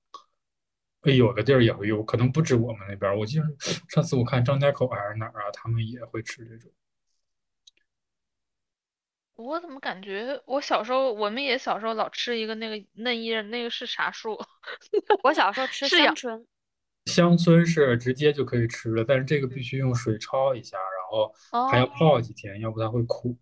Speaker 4: 呃有的地儿也会用，可能不止我们那边儿。我记得上次我看张家口还是哪儿啊，他们也会吃这种。
Speaker 3: 我怎么感觉我小时候，我们也小时候老吃一个那个嫩叶儿，那个是啥树？
Speaker 2: 我小时候吃
Speaker 3: 是
Speaker 2: 香
Speaker 3: 呀
Speaker 2: 椿，
Speaker 4: 乡村是直接就可以吃了，但是这个必须用水焯一下，然 后还要
Speaker 3: 哦
Speaker 4: 泡几天，要不它会苦。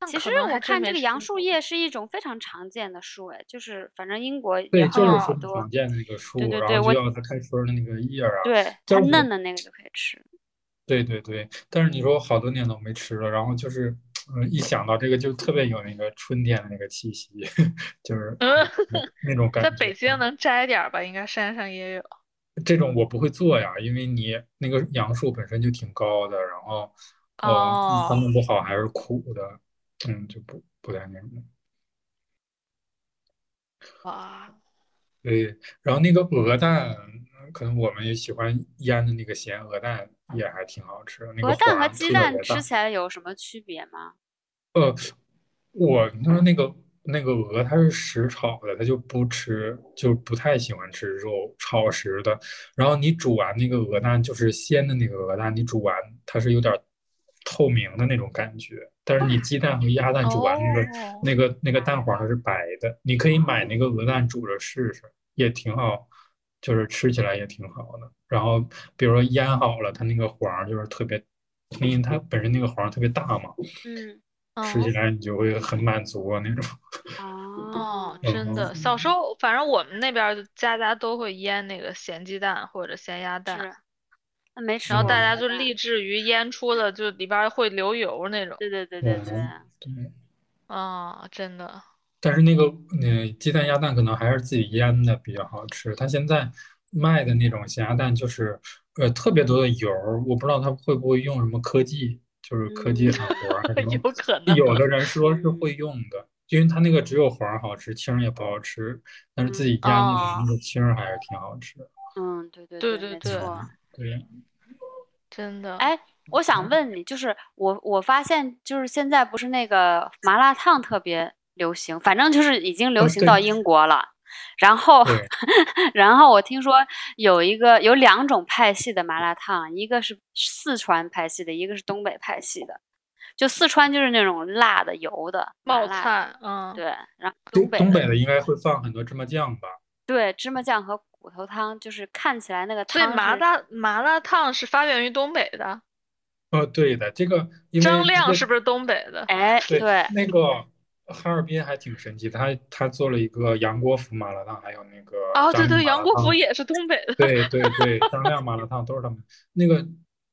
Speaker 3: 那
Speaker 2: 其
Speaker 3: 可
Speaker 2: 实
Speaker 3: 能
Speaker 2: 我
Speaker 3: 还真
Speaker 2: 看
Speaker 3: 没
Speaker 2: 这个杨
Speaker 3: 吃
Speaker 2: 树叶是一种非常常见的树，哎，就是反正英国
Speaker 4: 对
Speaker 2: 也，好
Speaker 4: 就是
Speaker 2: 有
Speaker 3: 哦
Speaker 2: 好
Speaker 4: 说
Speaker 2: 多
Speaker 4: 常，见的那个树，
Speaker 2: 对对
Speaker 4: 然
Speaker 2: 对
Speaker 4: 后
Speaker 2: 我
Speaker 4: 就要它开春儿的那个叶儿啊。
Speaker 2: 对，它
Speaker 4: 但是我
Speaker 2: 嫩的那个就可以吃。
Speaker 4: 对对对，但是你说我好多年都没吃了，然后就是，呃，一想到这个就特别有那个春天的那个气息， 就是
Speaker 3: 嗯
Speaker 4: 那种感
Speaker 3: 在
Speaker 4: 觉。嗯
Speaker 3: 北京能摘点儿吧？应该山上也有。
Speaker 4: 这种我不会做呀，因为你那个杨树本身就挺高的，然后，呃，它
Speaker 3: 哦
Speaker 4: 弄不好还是苦的，嗯，就不不太那什么。
Speaker 3: 哇，
Speaker 4: 对，然后那个鹅蛋，可能我们也喜欢腌的那个咸鹅蛋也还挺好吃的，那个
Speaker 2: 鹅蛋
Speaker 4: 花
Speaker 2: 和鸡
Speaker 4: 特
Speaker 2: 蛋
Speaker 4: 别
Speaker 2: 吃
Speaker 4: 大。
Speaker 2: 起来有什么区别吗？
Speaker 4: 呃，我就是那个那个鹅，它是食草的，它就不吃，就不太喜欢吃肉，草食的。然后你煮完那个鹅蛋，就是鲜的那个鹅蛋，你煮完它是有点透明的那种感觉，但是你鸡蛋和鸭蛋煮完那个
Speaker 3: 哦，
Speaker 4: 那个那个蛋黄它是白的，你可以买那个鹅蛋煮着试试，也挺好，就是吃起来也挺好的。然后比如说腌好了，它那个黄儿就是特别，因为它本身那个黄儿特别大嘛。
Speaker 2: 嗯，
Speaker 4: 吃起
Speaker 3: 嗯
Speaker 4: 来你就会很满足啊那种。
Speaker 3: 哦，
Speaker 2: 哦，
Speaker 4: 嗯
Speaker 3: 真的，小时候反正我们那边儿就家家都会腌那个咸鸡蛋或者咸鸭蛋，
Speaker 2: 是，那没吃
Speaker 3: 然
Speaker 2: 过
Speaker 3: 后大家
Speaker 4: 嗯
Speaker 2: 鹅
Speaker 3: 就
Speaker 2: 蛋
Speaker 3: 立志于腌出了就里边儿会流油儿那种。
Speaker 2: 对对对对对，
Speaker 4: 嗯，对。
Speaker 3: 啊，真的，
Speaker 4: 但是那个嗯，鸡蛋鸭蛋可能还是自己腌的比较好吃。它现在卖的那种咸鸭蛋就是呃特别多的油儿，我不知道它会不会用什么科技，就是科技
Speaker 2: 嗯
Speaker 4: 狠活儿还是 什么。
Speaker 3: 有可能。
Speaker 4: 有的人说是会用的，因为它那个只有黄儿好吃，青儿也不好吃。但是自己腌的
Speaker 3: 哦
Speaker 4: 那个青儿还是挺好吃的。
Speaker 2: 嗯，对对
Speaker 3: 对对
Speaker 2: 没
Speaker 3: 对
Speaker 2: 错。
Speaker 4: 对，
Speaker 3: 真的，
Speaker 2: 哎，
Speaker 4: 嗯
Speaker 2: 我想问你，就是我我发现，就是现在不是那个麻辣烫特别流行，反正就是已经流
Speaker 4: 嗯
Speaker 2: 行
Speaker 4: 对
Speaker 2: 到英国了。然
Speaker 3: 哦
Speaker 2: 后
Speaker 4: 对，
Speaker 2: 然后我听说有一个有两种派系的麻辣烫，一个是四川派系的，一个是东北派系的。就四川就是那种辣的、油的、麻
Speaker 3: 冒
Speaker 2: 辣的
Speaker 3: 菜，嗯，
Speaker 2: 对，然后
Speaker 4: 东
Speaker 2: 东北
Speaker 4: 东
Speaker 2: 的
Speaker 4: 北的应该会放很多芝麻酱吧。
Speaker 2: 对芝麻酱和骨头汤，就是看起来那个
Speaker 3: 所以
Speaker 2: 汤
Speaker 3: 麻
Speaker 2: 是
Speaker 3: 辣麻辣烫是发源于东北的，
Speaker 4: 哦，对的，这个因为
Speaker 3: 张
Speaker 4: 这
Speaker 3: 亮
Speaker 4: 个
Speaker 3: 是不是东北的？
Speaker 2: 哎
Speaker 4: 对，
Speaker 2: 对，
Speaker 4: 那个哈尔滨还挺神奇的，他他做了一个杨国福麻辣烫，还有那个
Speaker 3: 哦，
Speaker 4: 张
Speaker 3: 对
Speaker 4: 亮
Speaker 3: 对，
Speaker 4: 麻
Speaker 3: 杨
Speaker 4: 辣
Speaker 3: 国福
Speaker 4: 烫，
Speaker 3: 也是东北 的。
Speaker 4: 对对对，张亮麻辣烫都是他们那个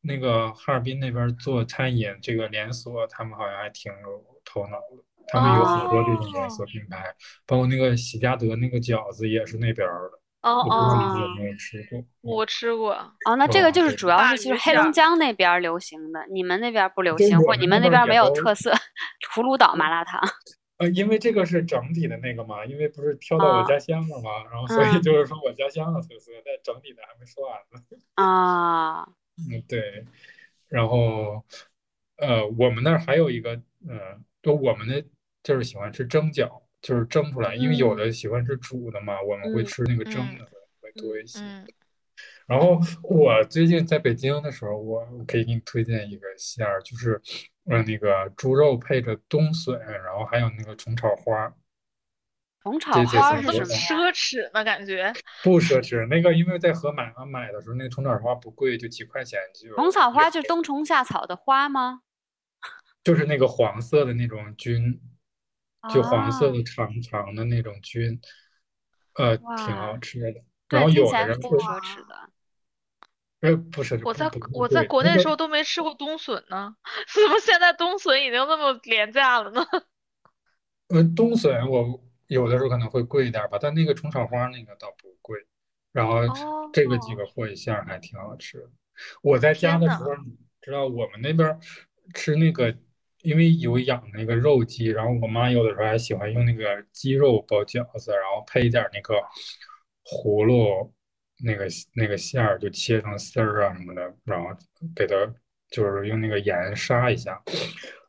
Speaker 4: 那个哈尔滨那边做餐饮这个连锁，他们好像还挺有头脑的，他们有好多这种连锁品牌，包括那个喜家德那个饺子也是那边儿的，
Speaker 3: 哦
Speaker 4: 我不知道你
Speaker 3: 哦，
Speaker 4: 有
Speaker 2: 哦
Speaker 4: 没有吃过。
Speaker 3: 我吃过，
Speaker 2: 哦，那这个
Speaker 4: 哦
Speaker 2: 就是
Speaker 4: 对
Speaker 2: 主要
Speaker 3: 鲅
Speaker 2: 是其实
Speaker 3: 鱼
Speaker 2: 黑龙
Speaker 3: 馅儿
Speaker 2: 江那边儿流行的，你们那边儿不流
Speaker 4: 对
Speaker 2: 行，
Speaker 4: 我
Speaker 2: 或
Speaker 4: 们
Speaker 2: 你们
Speaker 4: 那
Speaker 2: 那
Speaker 4: 边
Speaker 2: 边
Speaker 4: 儿
Speaker 2: 儿
Speaker 4: 也
Speaker 2: 没有
Speaker 4: 都
Speaker 2: 特色，葫芦岛麻辣烫。
Speaker 4: 呃，因为这个是整体的那个嘛，因为不是飘到我
Speaker 2: 啊
Speaker 4: 家乡了嘛，然后所以
Speaker 2: 嗯
Speaker 4: 就是说我家乡的特色，但整体的还没说完呢。
Speaker 2: 啊，
Speaker 4: 嗯，对。然后，呃，我们那儿还有一个，呃，就我们的就是喜欢吃蒸饺，就是蒸出来，因为有的喜欢吃煮的嘛，我们会
Speaker 2: 嗯
Speaker 4: 吃那个蒸
Speaker 3: 嗯
Speaker 4: 的会多一些。
Speaker 3: 嗯，
Speaker 4: 然后我最近在北京的时候，我我可以给你推荐一个馅儿，就是呃那个猪肉配着冬笋，然后还有那个虫草花。
Speaker 2: 红
Speaker 4: 对
Speaker 2: 炒
Speaker 4: 对
Speaker 2: 花儿
Speaker 4: 对
Speaker 2: 是
Speaker 3: 这
Speaker 4: 对
Speaker 2: 什
Speaker 3: 啊么
Speaker 2: 么
Speaker 4: 对
Speaker 2: 呀？
Speaker 3: 奢侈呢？感觉
Speaker 4: 不奢侈，那个因为在盒买嘛，买的时候那个虫草花不贵，就几块钱就
Speaker 2: 红草
Speaker 4: 有
Speaker 2: 花就是冬虫夏草的花吗？
Speaker 4: 就是那个黄色的那种菌，就黄色
Speaker 2: 啊
Speaker 4: 的长长的那种菌，呃，挺好
Speaker 2: 哇
Speaker 4: 吃的。
Speaker 2: 对，
Speaker 4: 然后
Speaker 2: 听
Speaker 4: 有
Speaker 2: 起来
Speaker 4: 的人
Speaker 2: 是挺
Speaker 4: 会，
Speaker 2: 奢侈的。
Speaker 4: 呃，不是，
Speaker 3: 我
Speaker 4: 不
Speaker 3: 在
Speaker 4: 不太
Speaker 3: 我在
Speaker 4: 贵，
Speaker 3: 国
Speaker 4: 那
Speaker 3: 内
Speaker 4: 个
Speaker 3: 时候都没吃过冬笋呢，怎么现在冬笋已经那么廉价了呢？
Speaker 4: 呃，冬笋我有的时候可能会贵一点儿吧，但那个虫草花那个倒不贵。然后
Speaker 3: 哦，
Speaker 4: 这个几个混馅儿还挺好吃的。我在家
Speaker 3: 天
Speaker 4: 的时
Speaker 3: 呐，
Speaker 4: 候，你知道我们那边儿吃那个，因为有养那个肉鸡，然后我妈有的时候还喜欢用那个鸡肉包饺子，然后配一点儿那个葫芦那个那个馅儿，就切成丝儿啊什么的，然后给它就是用那个盐杀一下。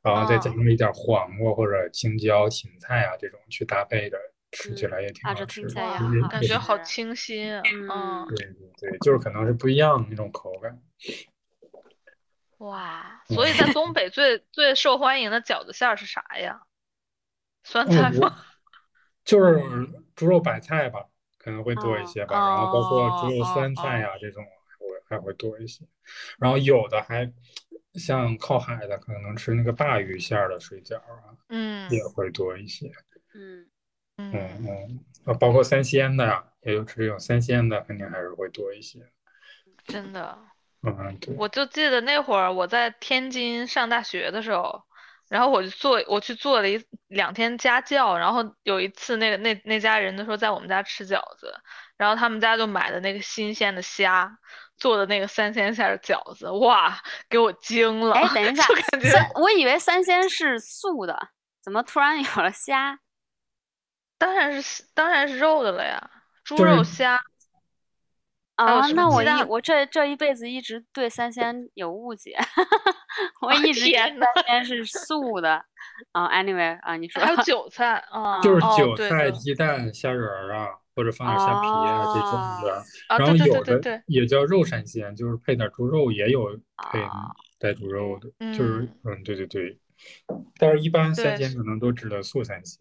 Speaker 4: 然后再
Speaker 2: 哦
Speaker 4: 加上一点黄瓜或者青椒、芹菜啊这种去搭配着，吃起
Speaker 2: 嗯
Speaker 4: 来也挺
Speaker 2: 啊
Speaker 4: 好
Speaker 2: 这
Speaker 4: 吃
Speaker 2: 听
Speaker 4: 的。
Speaker 2: 起来也
Speaker 4: 就
Speaker 2: 很
Speaker 4: 是
Speaker 2: 好
Speaker 3: 感
Speaker 4: 对
Speaker 3: 觉好
Speaker 2: 是
Speaker 3: 清新啊。
Speaker 2: 嗯
Speaker 4: 对对对，就是可能是不一样的那种口感。
Speaker 3: 哇，所以
Speaker 4: 嗯
Speaker 3: 在东北最最受欢迎的饺子馅儿是啥呀？酸菜
Speaker 4: 嗯，
Speaker 3: 吗？
Speaker 4: 我 就是猪肉白菜吧，可能会多一些吧，然后包括猪肉
Speaker 3: 哦哦哦
Speaker 4: 酸菜呀、这种还会还会多一些，然后有的还像靠海的可能吃那个鲅鱼馅儿的水饺啊，
Speaker 3: 嗯
Speaker 4: 也会多一些。
Speaker 2: 嗯
Speaker 4: 嗯
Speaker 3: 嗯，
Speaker 4: 嗯，啊，包括三鲜的呀，也有吃这种三鲜的，肯定还是会多一些。
Speaker 3: 真的，
Speaker 4: 嗯，对，
Speaker 3: 我就记得那会儿我在天津上大学的时候，然后我就做我去做了一两天家教，然后有一次那个那那家人就说在我们家吃饺子，然后他们家就买的那个新鲜的虾做的那个三鲜馅儿饺子，哇，给我惊了，
Speaker 2: 哎，等一下
Speaker 3: 就，感觉
Speaker 2: 三我以为三鲜是素的，怎么突然有了虾？
Speaker 3: 当然是当然是肉的了呀，猪
Speaker 4: 就是
Speaker 3: 肉虾。有
Speaker 2: 啊，
Speaker 3: 什么
Speaker 2: 那
Speaker 3: 鸡
Speaker 2: 我一
Speaker 3: 蛋
Speaker 2: 我这这一辈子一直对三鲜有误解， 我一直以为
Speaker 3: 天呐
Speaker 2: 三鲜是素的。啊，anyway 啊，你说
Speaker 3: 还有韭菜啊，
Speaker 4: 就是
Speaker 3: 哦
Speaker 4: 韭
Speaker 3: 对
Speaker 4: 菜、
Speaker 3: 对
Speaker 4: 鸡蛋、虾仁儿啊，或者放点虾皮啊这种的。
Speaker 3: 啊，对
Speaker 4: 然后
Speaker 3: 对
Speaker 4: 有
Speaker 3: 对对
Speaker 4: 的
Speaker 3: 对，
Speaker 4: 也叫肉山鲜，就是配点猪肉，也有配
Speaker 2: 啊
Speaker 4: 带猪肉的，就是
Speaker 3: 嗯
Speaker 4: 嗯，对对对。但是，一般三
Speaker 3: 对
Speaker 4: 鲜
Speaker 3: 是
Speaker 4: 可能都指的素三鲜。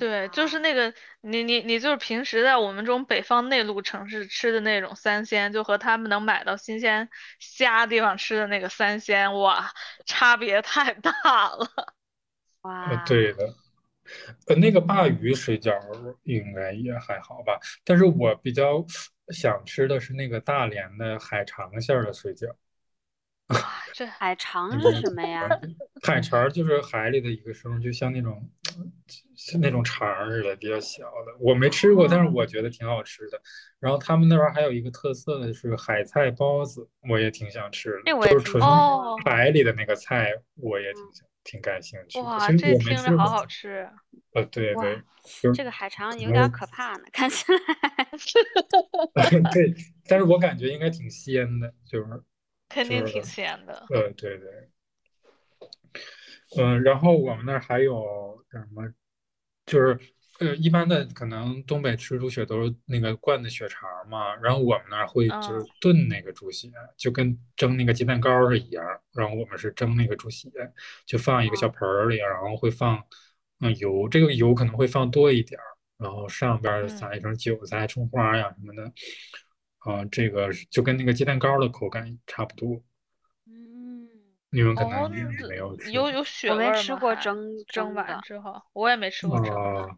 Speaker 3: 对，就是那个你你你就是平时在我们这种北方内陆城市吃的那种三鲜，就和他们能买到新鲜虾地方吃的那个三鲜，哇，差别太大了。
Speaker 2: 哇
Speaker 3: 啊
Speaker 4: 呃，，对的。呃，那个鲅鱼水饺应该也还好吧，但是我比较想吃的是那个大连的海肠馅儿的水饺。
Speaker 3: 哇，这
Speaker 2: 海肠
Speaker 4: 嗯
Speaker 2: 啊是什么 呀？
Speaker 4: 海肠儿就是海里的一个生物，就像那种像那种肠儿似的，比较小的。我没吃过，但是我觉得挺好吃的。然后他们那边儿还有一个特色的是海菜包子，我也挺想吃
Speaker 2: 这
Speaker 4: 的，
Speaker 2: 我也
Speaker 4: 就是
Speaker 2: 听
Speaker 4: 纯
Speaker 2: 说
Speaker 3: 哦
Speaker 4: 海里的那个菜，我也挺想挺感兴趣的。
Speaker 3: 哇，
Speaker 4: 虽然
Speaker 3: 这
Speaker 4: 我没
Speaker 3: 听
Speaker 4: 吃
Speaker 3: 着好
Speaker 4: 过
Speaker 3: 好吃。
Speaker 4: 呃，对
Speaker 2: 哇
Speaker 4: 对，就是
Speaker 2: 这个海肠有
Speaker 4: 能
Speaker 2: 点可怕呢，看起来。
Speaker 4: 对，但是我感觉应该挺鲜的，就是
Speaker 3: 肯定
Speaker 4: 就是
Speaker 3: 挺鲜的。
Speaker 4: 呃，对对，嗯、然后我们那儿还有什么，就是呃，一般的可能东北吃猪血都是那个灌的血肠儿嘛，然后我们那儿会就是
Speaker 3: 嗯
Speaker 4: 炖那个猪血，就跟蒸那个鸡蛋糕儿是一样儿，然后我们是蒸那个猪血，就放一个
Speaker 3: 嗯
Speaker 4: 小盆儿里，然后会放嗯油，这个油可能会放多一点儿，然后上边儿
Speaker 3: 嗯
Speaker 4: 撒一层韭菜、葱花呀什么的，啊、这个是就跟那个鸡蛋糕儿的口感差不多。
Speaker 2: 嗯，
Speaker 4: 你们可
Speaker 3: 哦
Speaker 4: 能，也
Speaker 3: 那
Speaker 4: 没有吃
Speaker 3: 有有血
Speaker 2: 我
Speaker 3: 味
Speaker 2: 没
Speaker 3: 儿
Speaker 2: 吃
Speaker 3: 吗
Speaker 2: 过
Speaker 3: 还
Speaker 2: 蒸
Speaker 3: 蒸
Speaker 2: 蒸
Speaker 3: 完
Speaker 2: 的
Speaker 3: 之后，我也没吃过蒸的。
Speaker 4: 啊，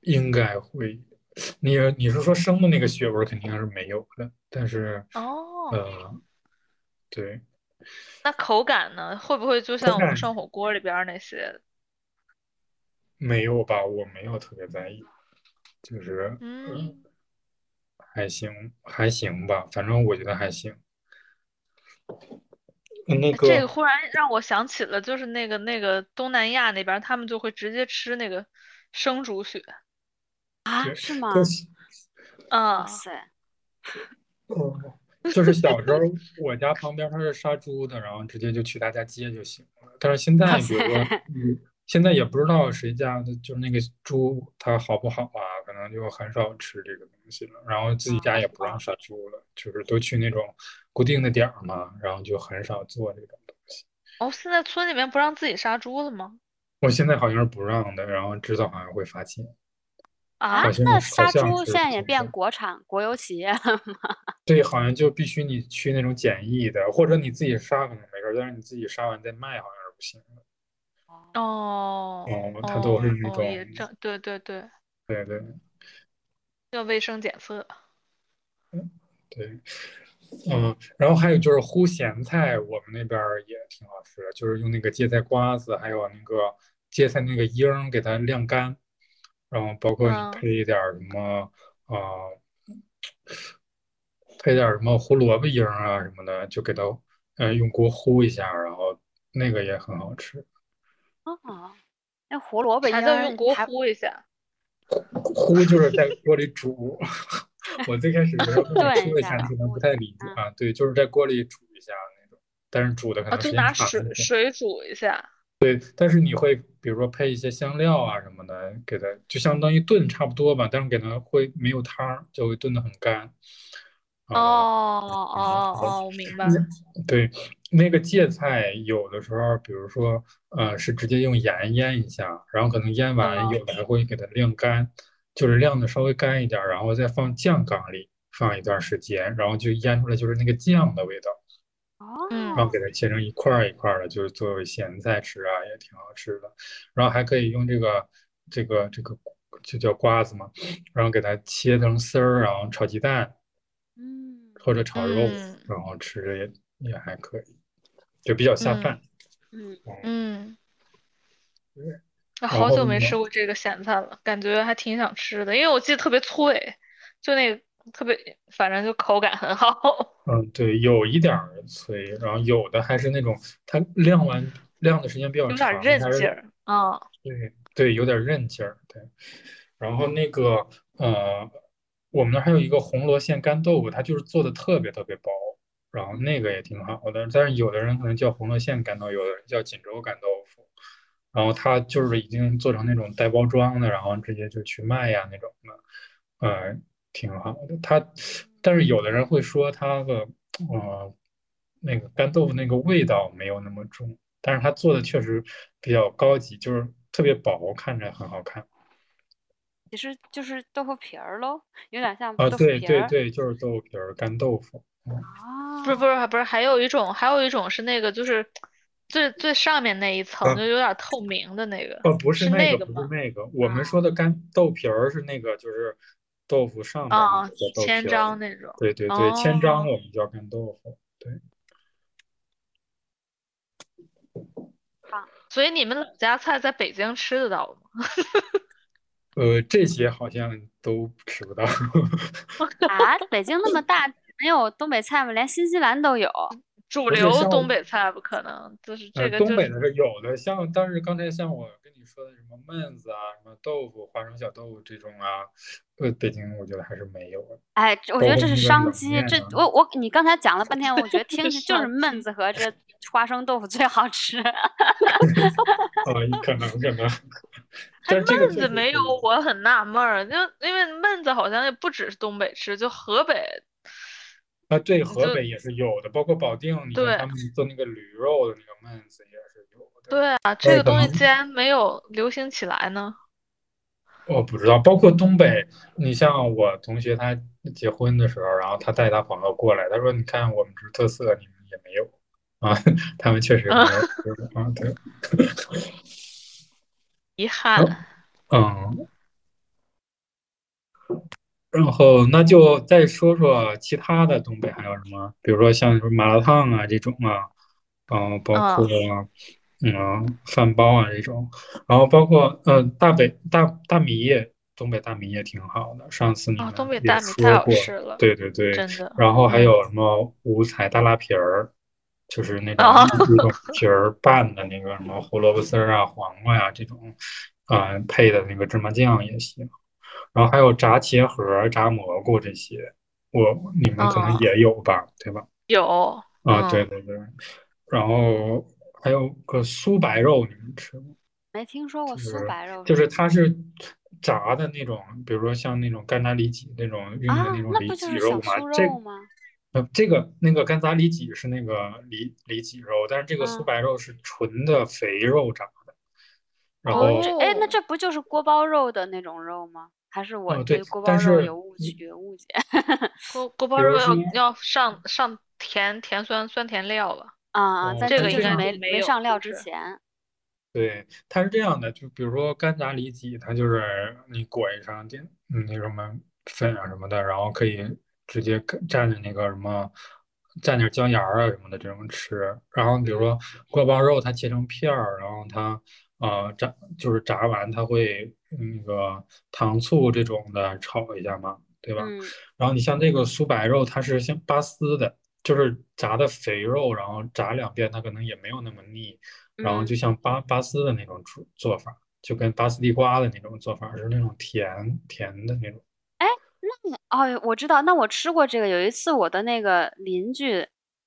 Speaker 4: 应该会。你你是说生的那个血味儿肯定是没有的，但是
Speaker 3: 哦，
Speaker 4: 呃，对，
Speaker 3: 那口感呢？会不会就像我
Speaker 4: 感
Speaker 3: 们涮火锅里边儿那些？
Speaker 4: 没有吧？我没有特别在意，就是
Speaker 3: 嗯，
Speaker 4: 还行还行吧，反正我觉得还行。
Speaker 3: 这
Speaker 4: 那
Speaker 3: 个
Speaker 4: 个
Speaker 3: 忽然让我想起了，就是那个那个东南亚那边儿，他们就会直接吃那个生猪血。
Speaker 2: 啊，
Speaker 4: 对
Speaker 2: 是吗？
Speaker 4: 就是
Speaker 2: 哇
Speaker 3: 嗯，
Speaker 2: 塞，
Speaker 4: 哦就是小时候我家旁边它是杀猪的，然后直接就去他家接就行了。但是现在
Speaker 2: 哇
Speaker 4: 比如说，
Speaker 2: 塞
Speaker 4: 嗯，现在也不知道谁家的，就是那个猪它好不好啊，可能就很少吃这个东西了。然后自己家也不让杀猪了，就是都去那种固定的点儿嘛，然后就很少做这种东西。
Speaker 3: 哦，现在村里面不让自己杀猪了吗？
Speaker 4: 我现在好像是不让的，然后知道好像会罚钱。
Speaker 3: 啊
Speaker 2: 啊
Speaker 4: 好，像
Speaker 2: 那
Speaker 4: 好
Speaker 2: 杀
Speaker 4: 像
Speaker 2: 猪
Speaker 4: 是
Speaker 2: 现在也
Speaker 4: 这
Speaker 2: 变
Speaker 4: 样
Speaker 2: 国产国有企业了 吗？
Speaker 4: 对，好像就必须你去那种简易的，或者你自己杀可能没事儿，但是你自己杀完再卖好像是不行的。
Speaker 3: 哦
Speaker 4: 哦，它都是
Speaker 3: 哦
Speaker 4: 那
Speaker 3: 哦也
Speaker 4: 种
Speaker 3: 正对对对，
Speaker 4: 对对
Speaker 3: 要卫生检测。
Speaker 4: 对，嗯，然后还有就是烀咸菜，我们那边儿也挺好吃的，就是用那个芥菜瓜子，还有那个芥菜那个缨儿给它晾干，然后包括
Speaker 3: 嗯
Speaker 4: 你配一点儿什么啊、呃配点儿什么胡萝卜缨儿啊什么的，就给它呃用锅烀一下，然后那个也很好吃。
Speaker 2: 哦，那胡萝卜
Speaker 3: 还
Speaker 2: 缨
Speaker 3: 在
Speaker 2: 儿
Speaker 3: 用锅
Speaker 2: 还
Speaker 3: 烀一下。
Speaker 4: 烀就是在锅里煮。 我最开始的时候跟你
Speaker 2: 炖一
Speaker 4: 说一
Speaker 2: 下
Speaker 4: 下，你可能
Speaker 2: 烀
Speaker 4: 不
Speaker 2: 一
Speaker 4: 太
Speaker 2: 下
Speaker 4: 理解
Speaker 2: 嗯
Speaker 4: 啊。对，就是在锅里煮一下那种，但是煮的可
Speaker 3: 啊，
Speaker 4: 能时
Speaker 3: 就
Speaker 4: 间
Speaker 3: 拿
Speaker 4: 长一
Speaker 3: 水
Speaker 4: 些。
Speaker 3: 水煮一下。
Speaker 4: 对，但是你会比如说配一些香料啊什么的，给它就相当于炖差不多吧，但是给它会没有汤儿，就会炖得很干。
Speaker 3: 哦
Speaker 4: 啊，
Speaker 3: 哦哦，我明白。
Speaker 4: 嗯对，那个芥菜有的时候，比如说呃是直接用盐腌一下，然后可能腌完
Speaker 3: 哦
Speaker 4: 有的还会给它晾干，就是晾的稍微干一点儿，然后再放酱缸里放一段时间，然后就腌出来就是那个酱的味道。
Speaker 2: 哦，
Speaker 3: 嗯
Speaker 4: 然后给它切成一块儿一块儿的，就是作为咸菜吃啊，也挺好吃的。然后还可以用这个这个这个就叫瓜子嘛，然后给它切成丝儿，然后炒鸡蛋
Speaker 2: 嗯
Speaker 4: 或者炒肉，
Speaker 3: 嗯
Speaker 4: 然后吃着也也还可以，就比较下饭。
Speaker 2: 嗯，
Speaker 3: 嗯
Speaker 4: 对，
Speaker 3: 那
Speaker 4: 嗯然
Speaker 3: 好
Speaker 4: 后
Speaker 3: 久没
Speaker 4: 呢
Speaker 3: 吃过这个咸菜了，感觉还挺想吃的，因为我记得特别脆，就那个特别，反正就口感很好。
Speaker 4: 嗯，对，有一点儿脆，然后有的还是那种它晾完晾的时间比较
Speaker 3: 有点
Speaker 4: 长，
Speaker 3: 儿韧
Speaker 4: 它是
Speaker 3: 劲儿啊，
Speaker 4: 对对，有点韧劲儿，对。然后那个呃，我们那儿还有一个红罗县干豆腐，它就是做的特别特别薄，然后那个也挺好的。但是有的人可能叫红罗县干豆腐，有的人叫锦州干豆腐，然后它就是已经做成那种带包装的，然后直接就去卖呀那种的，呃，挺好的。它，但是有的人会说它的呃那个干豆腐那个味道没有那么重。但是它做
Speaker 3: 嗯
Speaker 4: 的确实比较高级，就是特别薄，看着很好看
Speaker 2: 其实就是豆腐皮儿喽，有点像
Speaker 4: 啊。
Speaker 2: 豆腐
Speaker 4: 对
Speaker 2: 皮
Speaker 4: 对
Speaker 2: 儿
Speaker 4: 对，就是豆腐皮儿干豆腐，
Speaker 2: 啊，
Speaker 3: 不是不是不是，还有一种还有一种是那个就是最最上面那一层，
Speaker 4: 啊
Speaker 3: 就有点透明的那个，
Speaker 4: 哦，不
Speaker 3: 是
Speaker 4: 那
Speaker 3: 那个
Speaker 4: 个，不是
Speaker 3: 吗啊
Speaker 4: 那个，我们说的干豆皮儿是那个，就是豆腐上边儿那
Speaker 3: 啊，
Speaker 4: 个叫豆
Speaker 3: 千
Speaker 4: 皮
Speaker 3: 张
Speaker 4: 儿。
Speaker 3: 那种。
Speaker 4: 对对对，千张
Speaker 3: 哦
Speaker 4: 我们叫干豆腐。对，
Speaker 3: 所以你们老家菜在北京吃得到吗？
Speaker 4: 呃，这些好像都吃不到。
Speaker 2: 啊，北京那么大，没有东北菜吗？连新西兰都有。
Speaker 3: 主
Speaker 4: 不是
Speaker 3: 流
Speaker 4: 像
Speaker 3: 东
Speaker 4: 我
Speaker 3: 北菜不可能，就是
Speaker 4: 呃，
Speaker 3: 这个
Speaker 4: 东
Speaker 3: 就
Speaker 4: 北
Speaker 3: 是
Speaker 4: 的是有的，像当时刚才像我跟你说的什么焖子啊、什么豆腐、花生小豆腐这种啊，呃，北京我觉得还是没有的。
Speaker 2: 哎，这我觉
Speaker 4: 包
Speaker 2: 得
Speaker 4: 括
Speaker 2: 这是
Speaker 4: 那个
Speaker 2: 商
Speaker 4: 冷
Speaker 2: 机
Speaker 4: 面。
Speaker 2: 这
Speaker 4: 啊
Speaker 2: 我我你刚才讲了半天，我 觉得听着就是
Speaker 3: 商
Speaker 2: 焖子和这花生豆腐最好吃。
Speaker 4: 啊，可能可能，
Speaker 3: 哎，
Speaker 4: 但这个
Speaker 3: 焖
Speaker 4: 确
Speaker 3: 子
Speaker 4: 实
Speaker 3: 没
Speaker 4: 是
Speaker 3: 有，我很纳闷儿，就因为焖子好像也不只是东北吃，就河北，
Speaker 4: 啊，对，
Speaker 3: 你
Speaker 4: 河
Speaker 3: 就
Speaker 4: 北也是有的，包括保定，你
Speaker 3: 对
Speaker 4: 看他们做那个驴肉的那个焖子也是有的。
Speaker 3: 对啊，这
Speaker 4: 也
Speaker 3: 个
Speaker 4: 可
Speaker 3: 东西
Speaker 4: 能
Speaker 3: 竟然没有流行起来呢。
Speaker 4: 我不知道，包括东北，你像我同学他结婚的时候，然后他带他朋友过来，他说：“你看我们这特色，你们也没有啊。” 他们确实 没有
Speaker 3: 啊
Speaker 4: 啊，对，
Speaker 3: 遗憾，
Speaker 4: 嗯。然后那就再说说其他的东北还有什么，比如说像什么麻辣烫啊这种啊，嗯、包
Speaker 3: 嗯
Speaker 4: 括嗯饭包啊这种，然后包括嗯、呃大北大大米也东北大米也挺好的，上次你
Speaker 3: 啊，
Speaker 4: 们
Speaker 3: 东北
Speaker 4: 嗯也
Speaker 3: 大米
Speaker 4: 说
Speaker 3: 太好
Speaker 4: 过，
Speaker 3: 吃了，
Speaker 4: 对对对，
Speaker 3: 真的。
Speaker 4: 然后还
Speaker 3: 嗯
Speaker 4: 有什么五彩大拉皮儿，就是那种
Speaker 3: 哦
Speaker 4: 那种皮儿拌的那个什么胡萝卜丝儿啊、黄瓜呀、这种，啊、配的那个芝麻酱也行。然后还有炸茄盒儿、炸蘑菇这些，我你们可能
Speaker 2: 哦
Speaker 3: 啊
Speaker 4: 也有吧，对吧？
Speaker 3: 有，
Speaker 4: 啊，对
Speaker 3: 嗯，
Speaker 4: 对对。然后还有个酥白肉，你们吃过？
Speaker 2: 没听说过
Speaker 4: 就
Speaker 2: 酥
Speaker 4: 是
Speaker 2: 白肉
Speaker 4: 就是是
Speaker 2: 吗
Speaker 4: 它是炸的那种，比如说像那种干炸里脊那种用的
Speaker 2: 啊
Speaker 4: 那，种
Speaker 2: 那
Speaker 4: 里
Speaker 2: 不就
Speaker 4: 脊
Speaker 2: 是小
Speaker 4: 肉嘛，
Speaker 2: 酥
Speaker 4: 这
Speaker 2: 肉吗？
Speaker 4: 呃，这
Speaker 2: 嗯
Speaker 4: 个那个干炸里脊是那个里里脊肉，但是这个
Speaker 2: 嗯
Speaker 4: 酥白肉是纯的肥肉炸的。然
Speaker 2: 哦，
Speaker 4: 后，
Speaker 2: 这哎，那
Speaker 3: 哦
Speaker 2: 这不就是锅包肉的那种肉吗？还是我
Speaker 4: 嗯，
Speaker 2: 对
Speaker 4: 对，
Speaker 2: 锅包
Speaker 4: 但
Speaker 2: 肉
Speaker 4: 是
Speaker 2: 有误
Speaker 4: 你
Speaker 2: 区有误解？
Speaker 3: 锅锅
Speaker 4: 比
Speaker 3: 包
Speaker 4: 如
Speaker 3: 肉
Speaker 4: 说
Speaker 3: 要要上上甜甜酸酸甜料 吧，
Speaker 2: 啊啊，
Speaker 4: 哦
Speaker 2: 在
Speaker 4: 这
Speaker 2: 就
Speaker 4: 个
Speaker 2: 就
Speaker 4: 应
Speaker 2: 是
Speaker 4: 该
Speaker 2: 没
Speaker 3: 没
Speaker 2: 没
Speaker 3: 有
Speaker 2: 上料
Speaker 3: 就
Speaker 2: 之
Speaker 3: 是
Speaker 2: 前，
Speaker 4: 对，它是这样的，就比如说干炸里脊，它就是你裹一层淀嗯那什么粉啊什么的，然后可以直接跟蘸着那个什么蘸点椒盐儿啊什么的这种吃。然后比
Speaker 2: 嗯
Speaker 4: 如说锅包肉，它切成片儿，然后它呃炸就是炸完，它会嗯那个糖醋这种的炒一下嘛，对吧？
Speaker 2: 嗯
Speaker 4: 然后你像这个酥白肉，它是像巴丝的，就是炸的肥肉，然后炸两遍，它可能也没有那么腻。然后
Speaker 2: 嗯
Speaker 4: 就像巴巴斯的那种做做法，就跟巴斯地瓜的那种做法是那种甜甜的那种。
Speaker 2: 嗯哦，我知道，那我吃过这个。有一次，我的那个邻居，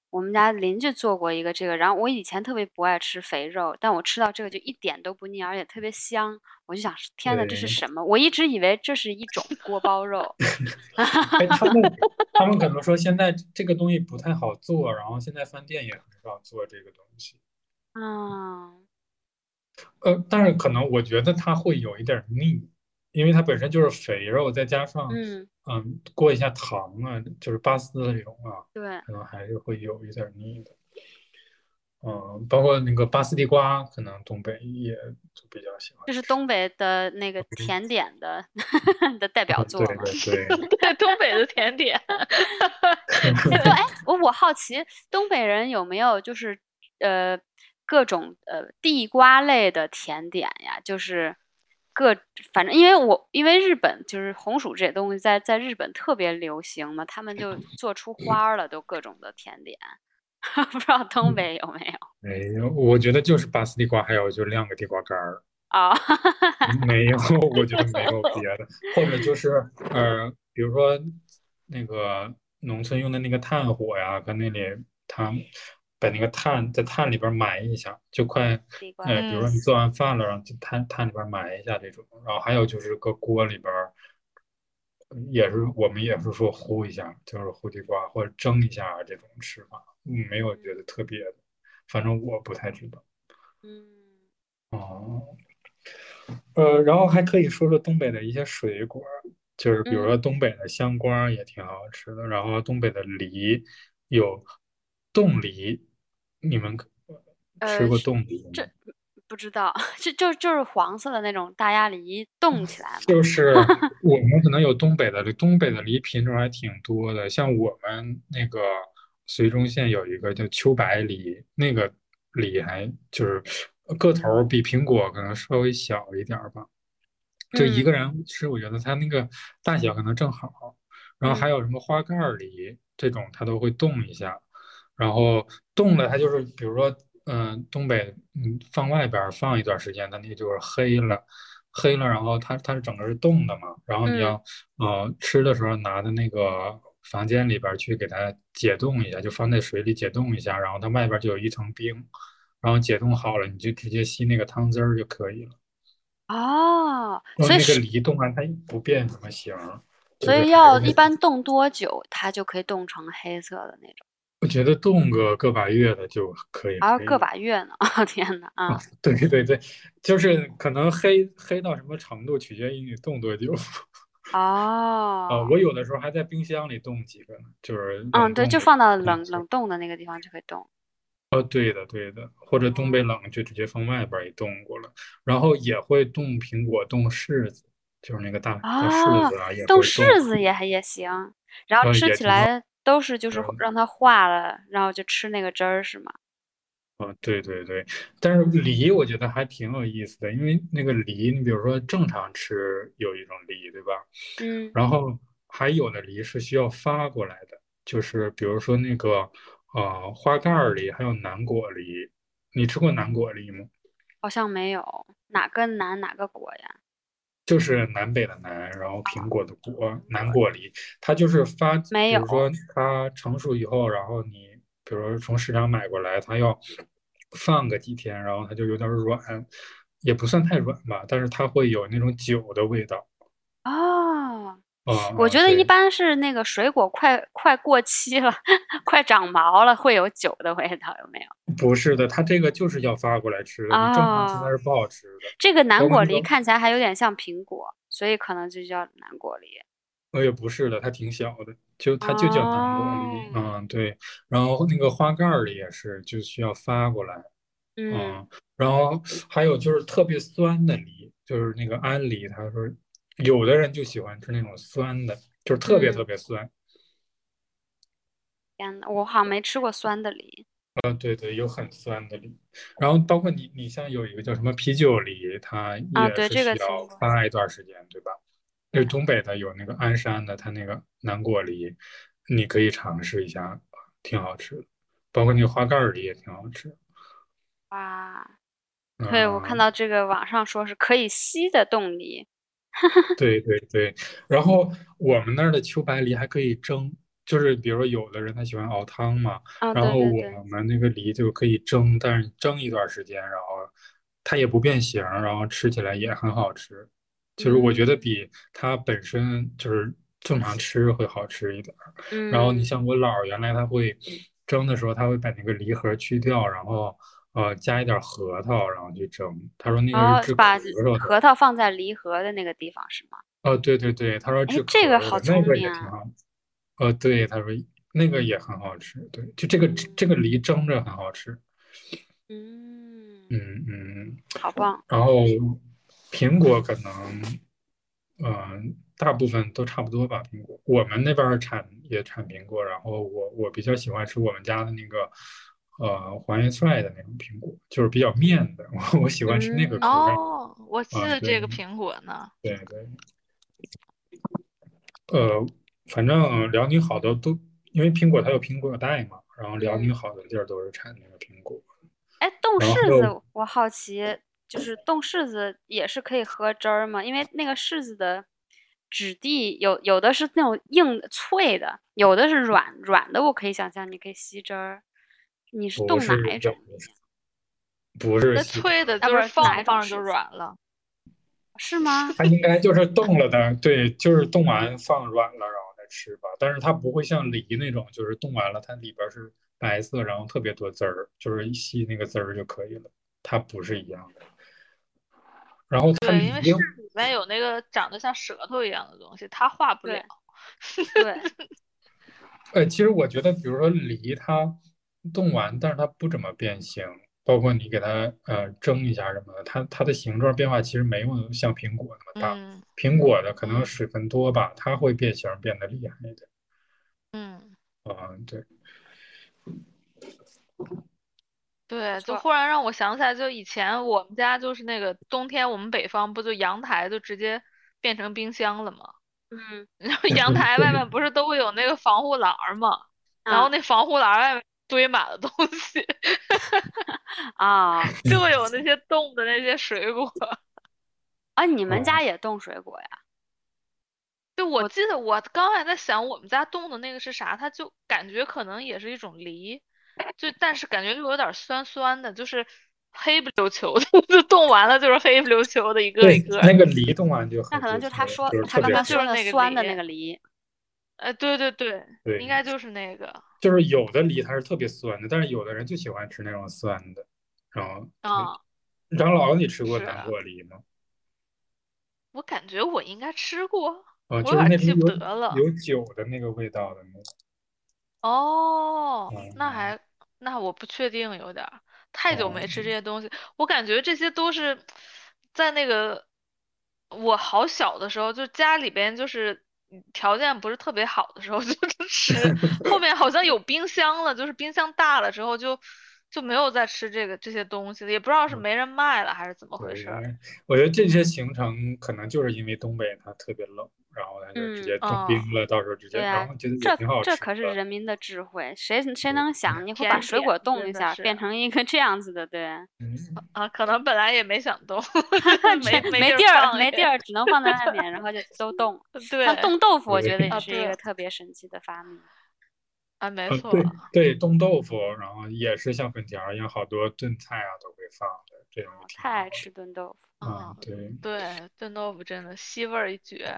Speaker 2: 我们家邻居做过一个这个，然后我以前特别不爱吃肥肉，但我吃到这个就一点都不腻，而且特别香。我就想，天呐，这是
Speaker 4: 对
Speaker 2: 什么？我一直以为这是一种锅包肉，
Speaker 4: 哎，他们 他们可能说现在这个东西不太好做，然后现在饭店也很少做这个东西。
Speaker 2: 嗯，
Speaker 4: 呃，但是可能我觉得它会有一点儿腻，因为它本身就是肥肉，再加上
Speaker 2: 嗯，
Speaker 4: 嗯过一下糖啊，就是巴斯那种啊，
Speaker 2: 对，
Speaker 4: 可能还是会有一点儿腻的。嗯，包括那个巴斯地瓜，可能东北也就比较喜欢
Speaker 2: 这是东北的那个甜点的 的代表
Speaker 4: 吃。
Speaker 2: 作
Speaker 4: 对
Speaker 2: 嘛。
Speaker 4: 对对，
Speaker 3: 对，东北的甜 点，
Speaker 2: 哎对， 哎，我我好奇，东北人有没有就是呃各种呃地瓜类的甜点呀？就是各反正因为我因为日本就是红薯这些东西在在日本特别流行嘛，他们就做出花儿了，都各种的甜点。 不知道东北有没有
Speaker 4: 没有，我觉得就是巴斯地瓜，还有就晾个地瓜干儿。
Speaker 2: 啊？
Speaker 4: 没有，我觉得没有别的，或者就是呃，比如说那个农村用的那个炭火呀，搁那里他把那个炭在炭里边埋一下，就快
Speaker 2: 地瓜
Speaker 4: 呃，比如说你做完饭了，然后就炭炭里边埋一下这种，然后还有就是搁锅里边儿，也是我们也是说烀一下，就是烀地瓜或者蒸一下这种吃法，嗯没有觉得特别的，反正我不太知道。
Speaker 2: 嗯，
Speaker 4: 哦，呃，然后还可以说说东北的一些水果儿，就是比如
Speaker 2: 嗯
Speaker 4: 说东北的香瓜儿也挺好吃的，然后东北的梨有冻梨，你们可
Speaker 2: 呃
Speaker 4: 吃过
Speaker 2: 是
Speaker 4: 冻梨吗？
Speaker 2: 这不知道， 就就就是黄色的那种大鸭梨冻起来嘛。
Speaker 4: 就是我们可能有东北的，东北的梨品种还挺多的。像我们那个绥中县有一个叫秋白梨，那个梨还就是个头儿比苹果可能稍微小一点儿吧。就一
Speaker 2: 嗯
Speaker 4: 个人吃，我觉得它那个大小可能正好。然后还有什么花盖儿梨这种，它都会冻一下。然后冻
Speaker 2: 嗯
Speaker 4: 了，它就是比如说，嗯，东北，嗯，放外边儿放一段时间，它那就是黑了，黑了，然后它它是整个是冻的嘛，然后你
Speaker 2: 嗯
Speaker 4: 要，呃，吃的时候拿到那个房间里边儿去给它解冻一下，就放在水里解冻一下，然后它外边儿就有一层冰，然后解冻好了，你就直接吸那个汤汁儿就可以了。
Speaker 2: 哦，所
Speaker 4: 然后
Speaker 2: 以
Speaker 4: 那个
Speaker 2: 是
Speaker 4: 梨冻完它不变什么形儿，就
Speaker 2: 所
Speaker 4: 是
Speaker 2: 以
Speaker 4: 还
Speaker 2: 要
Speaker 4: 是那
Speaker 2: 一般冻多久，它就可以冻成黑色的那种？
Speaker 4: 我觉得冻个个把月的就可以
Speaker 2: 还要
Speaker 4: 黑
Speaker 2: 啊个
Speaker 4: 了。
Speaker 2: 把月呢？ 哦天呐，啊，
Speaker 4: 对对对，就是可能黑黑到什么程度，取决于你冻多久。啊，
Speaker 2: 哦，
Speaker 4: 我有的时候还在冰箱里冻几个呢，就是
Speaker 2: 嗯，
Speaker 4: 冷
Speaker 2: 对，
Speaker 4: 冻
Speaker 2: 就
Speaker 4: 的
Speaker 2: 放到
Speaker 4: 冻
Speaker 2: 冷
Speaker 4: 几个
Speaker 2: 冷冻的那个地方就可以冻。
Speaker 4: 哦，对的，对的，或者东北冷就直接放外边儿也冻过了，然后也会冻苹果、冻柿子，就是那个大大柿
Speaker 2: 啊
Speaker 4: 子啊，也
Speaker 2: 冻
Speaker 4: 会
Speaker 2: 柿子也还也行，然后
Speaker 4: 呃
Speaker 2: 吃
Speaker 4: 也
Speaker 2: 起
Speaker 4: 挺好
Speaker 2: 来都是就是
Speaker 4: 嗯
Speaker 2: 让它化了，然后就吃那个汁儿是吗？
Speaker 4: 啊，对对对，但是梨我觉得还挺有意思的，因为那个梨，你比如说正常吃有一种梨，对吧？
Speaker 2: 嗯，
Speaker 4: 然后还有的梨是需要发过来的，就是比如说那个呃花盖儿梨，还有南果梨，你吃过南果梨吗？
Speaker 2: 好像没有哪个南哪个果呀？
Speaker 4: 就是南北的南，然后苹果的果，南果梨，它就是发，
Speaker 2: 没
Speaker 4: 比如
Speaker 2: 有
Speaker 4: 说它成熟以后，然后你比如说从市场买过来，它要放个几天，然后它就有点软，也不算太软吧，但是它会有那种酒的味道。
Speaker 2: 哦，
Speaker 4: 啊、
Speaker 2: 我
Speaker 4: 啊
Speaker 2: 觉得一
Speaker 4: 对
Speaker 2: 般是那个水果快快过期了， 快长毛了，会有酒的味道，有没有？
Speaker 4: 不是的，它这个就是要发过来吃的，你正常吃它
Speaker 2: 哦
Speaker 4: 是不好吃的。
Speaker 2: 这个南
Speaker 4: 包括
Speaker 2: 果
Speaker 4: 那
Speaker 2: 梨
Speaker 4: 个
Speaker 2: 看起来还有点像苹果，所以可能就叫南果梨。
Speaker 4: 呃，也不是的，它挺小的，就它就叫南国梨，
Speaker 2: 哦
Speaker 4: 嗯，对。然后那个花盖儿里也是，就需要发过来，
Speaker 2: 嗯，
Speaker 4: 嗯。然后还有就是特别酸的梨，就是那个安梨，他说有的人就喜欢吃那种酸的，就是特别
Speaker 2: 嗯
Speaker 4: 特别酸。
Speaker 2: 天呐，我好像没吃过酸的梨。
Speaker 4: 呃，对对，有很酸的梨。然后包括你，你像有一个叫什么啤酒梨，它
Speaker 2: 啊
Speaker 4: 也
Speaker 2: 对
Speaker 4: 是
Speaker 2: 这个
Speaker 4: 需
Speaker 2: 听
Speaker 4: 要
Speaker 2: 过
Speaker 4: 发一段时间，对吧？那东北的有那个鞍山的，它那个南果梨，你可以尝试一下，挺好吃的。包括那个花盖儿梨也挺好吃。
Speaker 2: 哇，
Speaker 4: 嗯，
Speaker 2: 对，我看到这个网上说是可以吸的冻梨。
Speaker 4: 对对对。然后我们那儿的秋白梨还可以蒸，就是比如说有的人他喜欢熬汤嘛，
Speaker 2: 啊，
Speaker 4: 然
Speaker 2: 对
Speaker 4: 后
Speaker 2: 对对，
Speaker 4: 我们那个梨就可以蒸，但是蒸一段时间，然后它也不变形，然后吃起来也很好吃。就是我
Speaker 2: 嗯
Speaker 4: 觉得比它本身就是正常吃会好吃一点。然后你
Speaker 2: 嗯
Speaker 4: 像我姥儿原来她会蒸的时候，她会把那个梨核去掉，然后呃加一点核桃，然后去蒸。她说那
Speaker 2: 然
Speaker 4: 个
Speaker 2: 后
Speaker 4: 是治
Speaker 2: 把
Speaker 4: 咳嗽的。
Speaker 2: 核桃放在梨核的那个地方是吗？
Speaker 4: 哦，对对对，她说
Speaker 2: 哎
Speaker 4: 治
Speaker 2: 这
Speaker 4: 咳
Speaker 2: 个
Speaker 4: 嗽
Speaker 2: 好
Speaker 4: 的，那
Speaker 2: 聪
Speaker 4: 个
Speaker 2: 明
Speaker 4: 也挺
Speaker 2: 啊
Speaker 4: 好。呃，对，她说那个也很好吃。对，就这个这个梨蒸着很好吃。
Speaker 2: 嗯，
Speaker 4: 嗯嗯。
Speaker 2: 好棒，
Speaker 4: 然后苹果可能，嗯、大部分都差不多吧。苹果，我们那边儿产也产苹果，然后我我比较喜欢吃我们家的那个，呃，黄叶菜的那种苹果，就是比较面的，我我喜欢吃那个口味儿。
Speaker 3: 哦，我记
Speaker 4: 啊
Speaker 3: 得
Speaker 4: 对
Speaker 3: 这个苹果呢。
Speaker 4: 对对，呃，反正辽宁好多都，因为苹果它有苹果带嘛，然后辽宁
Speaker 2: 嗯
Speaker 4: 好多地儿都是产那个苹果。
Speaker 2: 哎，冻
Speaker 4: 然
Speaker 2: 柿子
Speaker 4: 后
Speaker 2: 我好奇，就是冻柿子也是可以喝汁儿吗？因为那个柿子的质地有有的是那种硬的脆的，有的是
Speaker 4: 嗯
Speaker 2: 软软的，我可以想象你可以吸汁儿。你是
Speaker 4: 不
Speaker 2: 冻
Speaker 4: 是
Speaker 2: 哪一种？
Speaker 4: 不是
Speaker 3: 那
Speaker 4: 西
Speaker 3: 脆的
Speaker 2: 啊
Speaker 3: 就
Speaker 2: 不是哪
Speaker 3: 是放
Speaker 2: 一种
Speaker 3: 放着
Speaker 2: 柿
Speaker 3: 就
Speaker 2: 子
Speaker 3: 软了。
Speaker 2: 是吗？
Speaker 4: 它应该就是冻了的，对，就是冻完放软了，然后再吃吧。但是它不会像梨那种，就是冻完了它里边是白色，然后特别多汁儿，就是一吸那个汁儿就可以了。它不是一样的。然后它
Speaker 3: 对，因为
Speaker 4: 梨
Speaker 3: 柿子里面有那个长得像舌头一样的东西，它化不
Speaker 2: 对
Speaker 3: 了。
Speaker 2: 对，
Speaker 4: 呃，其实我觉得，比如说梨，它冻完，但是它不怎么变形，包括你给它呃蒸一下什么的，它它的形状变化其实没有像苹果那么大。
Speaker 3: 嗯
Speaker 4: 苹果的可能水分多吧，它会变形变得厉害一点。
Speaker 3: 嗯，
Speaker 4: 啊、对，
Speaker 3: 对，就
Speaker 2: 错
Speaker 3: 忽然让我想起来，就以前我们家就是那个冬天，我们北方不就阳台就直接变成冰箱了吗？
Speaker 2: 嗯，
Speaker 3: 然后阳台外面不是都会有那个防护栏儿嘛，然后
Speaker 2: 啊
Speaker 3: 那防护栏儿外面堆满了东西，
Speaker 2: 啊
Speaker 3: 就会有那些冻的那些水果。
Speaker 2: 啊！你们
Speaker 4: 哦
Speaker 2: 家也冻水果呀？
Speaker 3: 就我记得，我刚才在想我们家冻的那个是啥，它就感觉可能也是一种梨，就但是感觉就有点儿酸酸的，就是黑不溜秋的， 就冻完了就是黑不溜秋的一个
Speaker 4: 对
Speaker 3: 一，个。
Speaker 4: 那个梨冻完就
Speaker 2: 那
Speaker 4: 很
Speaker 2: 可能就是他说
Speaker 4: 就是
Speaker 2: 他
Speaker 4: 特
Speaker 2: 刚
Speaker 4: 别嗯
Speaker 2: 刚
Speaker 3: 就
Speaker 4: 脆
Speaker 2: 说
Speaker 3: 是那个
Speaker 2: 酸的那
Speaker 3: 梨
Speaker 2: 个梨，
Speaker 3: 哎，对对对，应
Speaker 4: 对，
Speaker 3: 该就是那个。
Speaker 4: 就是有的梨它是特别酸的，但是有的人就喜欢吃那种酸的。然后，对，
Speaker 3: 啊，
Speaker 4: 张老，你吃过
Speaker 3: 是啊
Speaker 4: 南果梨吗？
Speaker 3: 我感觉我应该吃过，
Speaker 4: 啊、
Speaker 3: 我
Speaker 4: 就
Speaker 3: 有点
Speaker 4: 是那
Speaker 3: 儿
Speaker 4: 梨
Speaker 3: 记不
Speaker 4: 有
Speaker 3: 得了。
Speaker 4: 有酒的那个味道的那个。
Speaker 3: 哦，那
Speaker 4: 嗯，
Speaker 3: 还，那我不确定，有点儿太久没
Speaker 4: 哦，
Speaker 3: 吃这些东西，我感觉这些都是在那个我好小的时候，就家里边就是嗯条件不是特别好的时候就吃， 后面好像有冰箱了，就是冰箱大了之后就就没有再吃这个这些东西了，也不知道是没人卖了还是怎么回
Speaker 4: 嗯对，
Speaker 3: 事
Speaker 4: 因
Speaker 3: 儿。
Speaker 4: 为我觉得这些行程可能就是因为东北它特别冷，然后它就直
Speaker 2: 嗯，
Speaker 4: 接冻
Speaker 3: 嗯，
Speaker 4: 冰了，到时候直接，
Speaker 2: 对
Speaker 4: 然
Speaker 2: 啊，
Speaker 4: 后觉得也
Speaker 2: 这
Speaker 4: 挺好
Speaker 2: 这
Speaker 4: 吃
Speaker 2: 可是
Speaker 4: 的。嗯
Speaker 2: 人民的智慧，谁谁
Speaker 4: 对，
Speaker 2: 能想你会把
Speaker 3: 甜
Speaker 2: 水
Speaker 3: 点
Speaker 2: 果冻
Speaker 3: 真
Speaker 2: 一
Speaker 3: 的
Speaker 2: 下儿，
Speaker 3: 是
Speaker 2: 变成一个这样子的，对，
Speaker 4: 嗯，
Speaker 3: 啊，可能本来也没想动，没
Speaker 2: 这
Speaker 3: 没
Speaker 2: 嗯没
Speaker 3: 地儿
Speaker 2: 地儿
Speaker 3: 放
Speaker 2: 没地
Speaker 3: 也，
Speaker 2: 儿，只能放在外面，然后 就都冻了。像
Speaker 3: 对
Speaker 2: 冻豆腐，我觉得
Speaker 4: 对。
Speaker 2: 也
Speaker 3: 啊，
Speaker 2: 是一
Speaker 3: 对
Speaker 2: 个特别神奇的发明。
Speaker 3: 啊，没
Speaker 4: 呃，
Speaker 3: 错。
Speaker 4: 对对，冻豆腐，然后也是像粉条儿一样，好多炖菜啊都会放的，这种也
Speaker 2: 我
Speaker 4: 挺
Speaker 2: 太
Speaker 4: 好
Speaker 2: 爱吃炖豆腐，
Speaker 4: 的。啊，
Speaker 3: 嗯，
Speaker 4: 对。
Speaker 3: 对，炖豆腐真的西味儿一绝。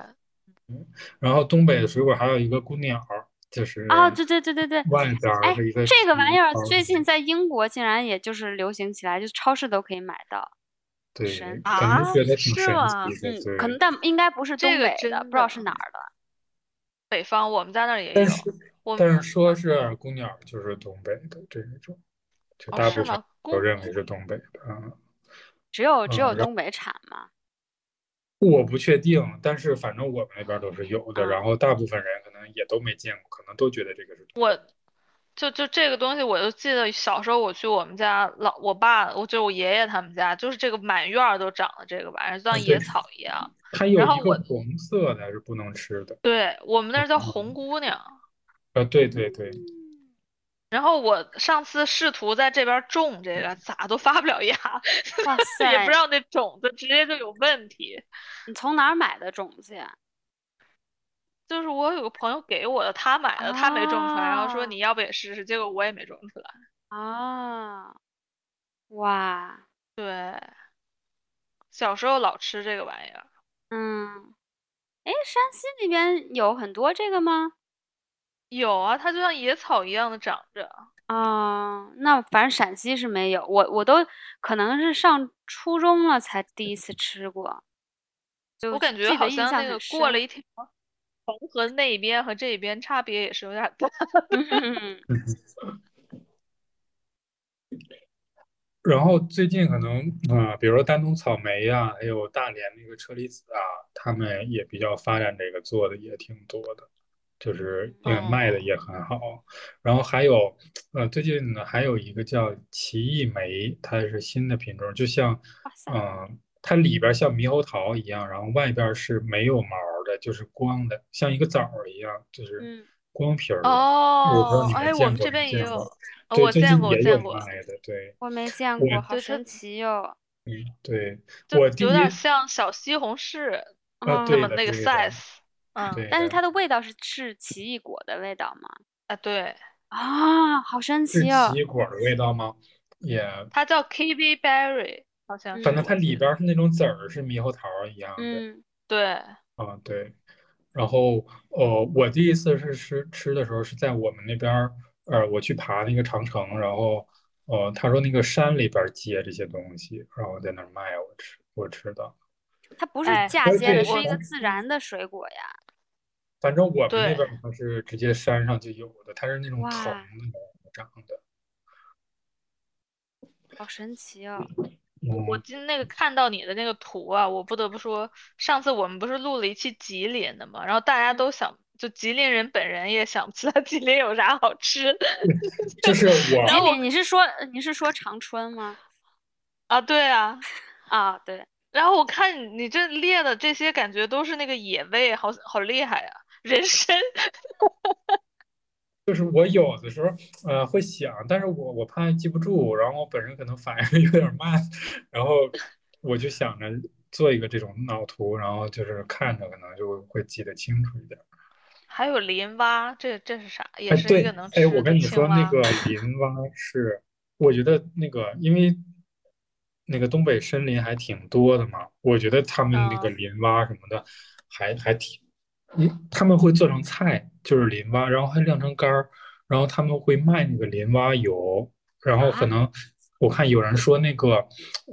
Speaker 4: 然后东北的水果还有一个姑娘儿，就
Speaker 2: 啊，
Speaker 4: 是
Speaker 2: 对对对对对，
Speaker 4: 万家儿
Speaker 2: 哎，
Speaker 4: 和一个
Speaker 2: 这个玩意
Speaker 4: 猕
Speaker 2: 儿
Speaker 4: 猴儿，
Speaker 2: 最近在英国竟然也就是流行起来，就超市都可以买到，神
Speaker 4: 对，感
Speaker 3: 啊，
Speaker 4: 觉觉得
Speaker 3: 是
Speaker 4: 挺神奇
Speaker 3: 吗？
Speaker 4: 的，
Speaker 2: 嗯，可能
Speaker 4: 对。
Speaker 2: 但应该不是
Speaker 3: 这
Speaker 2: 东
Speaker 3: 个
Speaker 2: 北的，
Speaker 3: 真
Speaker 2: 不知道是
Speaker 3: 的，
Speaker 2: 哪儿的。
Speaker 3: 北方我们家那儿也
Speaker 4: 但
Speaker 3: 有。
Speaker 4: 是
Speaker 3: 我哦
Speaker 4: 但是说是姑娘儿就是东北的这一种，就
Speaker 3: 哦，
Speaker 4: 大
Speaker 3: 是
Speaker 4: 部分
Speaker 3: 吗？
Speaker 4: 都
Speaker 3: 公
Speaker 4: 认为是东北的。啊
Speaker 2: 只有只
Speaker 4: 嗯，
Speaker 2: 有
Speaker 4: 然后
Speaker 2: 东北产 嘛，
Speaker 4: 我不确定，但是反正我们那边儿都是有的，
Speaker 2: 啊，
Speaker 4: 然后大部分人可能也都没见过，可能都觉得这个是东北。
Speaker 3: 我就就这个东西，我就记得小时候我去我们家老我爸，我就我爷爷他们家，就是这个满院儿都长了这个玩意儿，就
Speaker 4: 啊，
Speaker 3: 像
Speaker 4: 对，
Speaker 3: 野草一样。
Speaker 4: 它
Speaker 3: 然
Speaker 4: 有一
Speaker 3: 后
Speaker 4: 个
Speaker 3: 我
Speaker 4: 红色的是不能吃的。
Speaker 3: 对我们那儿叫红
Speaker 4: 嗯，
Speaker 3: 姑娘。
Speaker 4: 啊，对对对，
Speaker 2: 嗯，
Speaker 3: 然后我上次试图在这边儿种这个，咋都发不了芽，
Speaker 2: 哇
Speaker 3: 也不
Speaker 2: 塞，
Speaker 3: 知道那种子直接就有问题。
Speaker 2: 你从哪儿买的种子呀？
Speaker 3: 就是我有个朋友给我的，他买的，他没种出来，然后说
Speaker 2: 啊
Speaker 3: 你要不也试试，结果我也没种出来。
Speaker 2: 啊，哇，
Speaker 3: 对，小时候老吃这个玩意儿，
Speaker 2: 嗯，哎，山西那边有很多这个吗？
Speaker 3: 有啊，它就像野草一样的长着。
Speaker 2: 啊，那反正陕西是没有，我我都可能是上初中了才第一次吃过，就
Speaker 3: 我感
Speaker 2: 记
Speaker 3: 觉
Speaker 2: 得
Speaker 3: 好
Speaker 2: 印
Speaker 3: 像
Speaker 2: 象
Speaker 3: 那
Speaker 2: 很
Speaker 3: 个过了
Speaker 2: 深
Speaker 3: 一条黄河那边和这边差别也是有点大。
Speaker 2: 嗯
Speaker 4: 然后最近可能啊、呃比如说丹东草莓呀、还有大连那个车厘子啊，他们也比较发展这个，做的也挺多的，就是也
Speaker 3: 嗯
Speaker 4: 卖的也很好。然后还有，呃，最近呢还有一个叫奇异梅，它是新的品种，就像，
Speaker 2: 哇塞
Speaker 4: 嗯、它里边像猕猴桃一样，然后外边是没有毛的，就是光的，像一个枣儿一样，就是
Speaker 2: 嗯
Speaker 4: 光皮儿的。我
Speaker 3: 哦
Speaker 4: 不知道你，们
Speaker 3: 哎，我
Speaker 4: 见
Speaker 3: 们这
Speaker 4: 过没
Speaker 3: 边也
Speaker 4: 见
Speaker 3: 有，
Speaker 4: 过？
Speaker 3: 呃
Speaker 4: 对，
Speaker 3: 我
Speaker 4: 最
Speaker 3: 见
Speaker 4: 近
Speaker 3: 过，我
Speaker 4: 也有
Speaker 3: 见过，
Speaker 4: 卖的，对。
Speaker 2: 我没见
Speaker 4: 我
Speaker 2: 过，好
Speaker 3: 对它
Speaker 2: 神奇哟、
Speaker 4: 对，
Speaker 3: 就
Speaker 4: 我第
Speaker 3: 有点
Speaker 4: 一
Speaker 3: 像小西红柿
Speaker 4: 呃
Speaker 2: 啊
Speaker 3: 那
Speaker 4: 对
Speaker 3: 么
Speaker 4: 的
Speaker 3: 那个
Speaker 4: 对的
Speaker 3: size。嗯，
Speaker 4: 对
Speaker 2: 但是
Speaker 4: 的
Speaker 2: 它的味道是是奇异果的味道吗？
Speaker 3: 啊，对，
Speaker 2: 啊，好神
Speaker 4: 是
Speaker 2: 奇哦
Speaker 4: 奇！异果的味道吗？也，
Speaker 3: 它叫 kiwi berry，好像
Speaker 2: 嗯
Speaker 3: 是
Speaker 4: 反正
Speaker 3: 我
Speaker 4: 它
Speaker 3: 记
Speaker 4: 里
Speaker 3: 得
Speaker 4: 边儿是那种籽儿，是猕猴桃儿一样的
Speaker 2: 嗯
Speaker 3: 对，
Speaker 4: 啊，对。然后，呃，我第一次是吃吃的时候是在我们那边儿，呃，我去爬那个长城，然后，呃，他说那个山里边儿结这些东西，然后在那儿卖，我吃我吃的。
Speaker 2: 它不是
Speaker 3: 哎
Speaker 2: 嫁
Speaker 4: 而
Speaker 2: 接的，
Speaker 4: 且
Speaker 2: 是一个
Speaker 4: 我
Speaker 2: 自然的水果呀。
Speaker 4: 反正我们那
Speaker 3: 对
Speaker 4: 边儿它是直接山上就有的，它是那种
Speaker 2: 哇
Speaker 4: 藤的长的。
Speaker 2: 好神奇哦！
Speaker 3: 我我
Speaker 4: 嗯
Speaker 3: 今那个看到你的那个图啊，我不得不说，上次我们不是录了一期吉林的嘛，然后大家都想，就吉林人本人也想不起来吉林有啥好吃的
Speaker 4: 就是我
Speaker 2: 吉
Speaker 3: 然后
Speaker 2: 林，你是说你是说长春吗？
Speaker 3: 啊，对啊，
Speaker 2: 啊，对，
Speaker 3: 然后我看你你这列的这些，感觉都是那个野味，好好厉害呀、人参
Speaker 4: 就是我有的时候呃会想，但是我我怕记不住，然后我本人可能反应 有点慢，然后我就想着做一个这种脑图，然后就是看着可能就会记得清楚一点。
Speaker 3: 还有林蛙，这这是啥？也
Speaker 4: 哎，
Speaker 3: 是一
Speaker 4: 对
Speaker 3: 个能，
Speaker 4: 哎，
Speaker 3: 吃
Speaker 4: 我
Speaker 3: 的
Speaker 4: 跟你
Speaker 3: 青
Speaker 4: 说，那
Speaker 3: 蛙。
Speaker 4: 个林蛙是，我觉得那个因为那个东北森林还挺多的嘛，我觉得他们那个
Speaker 3: 嗯
Speaker 4: 林蛙什么的还还挺，嗯，他们会做成菜，就是林蛙，然后还晾成干儿，然后他们会卖那个林蛙油，然后可
Speaker 2: 啊
Speaker 4: 能我看有人说那个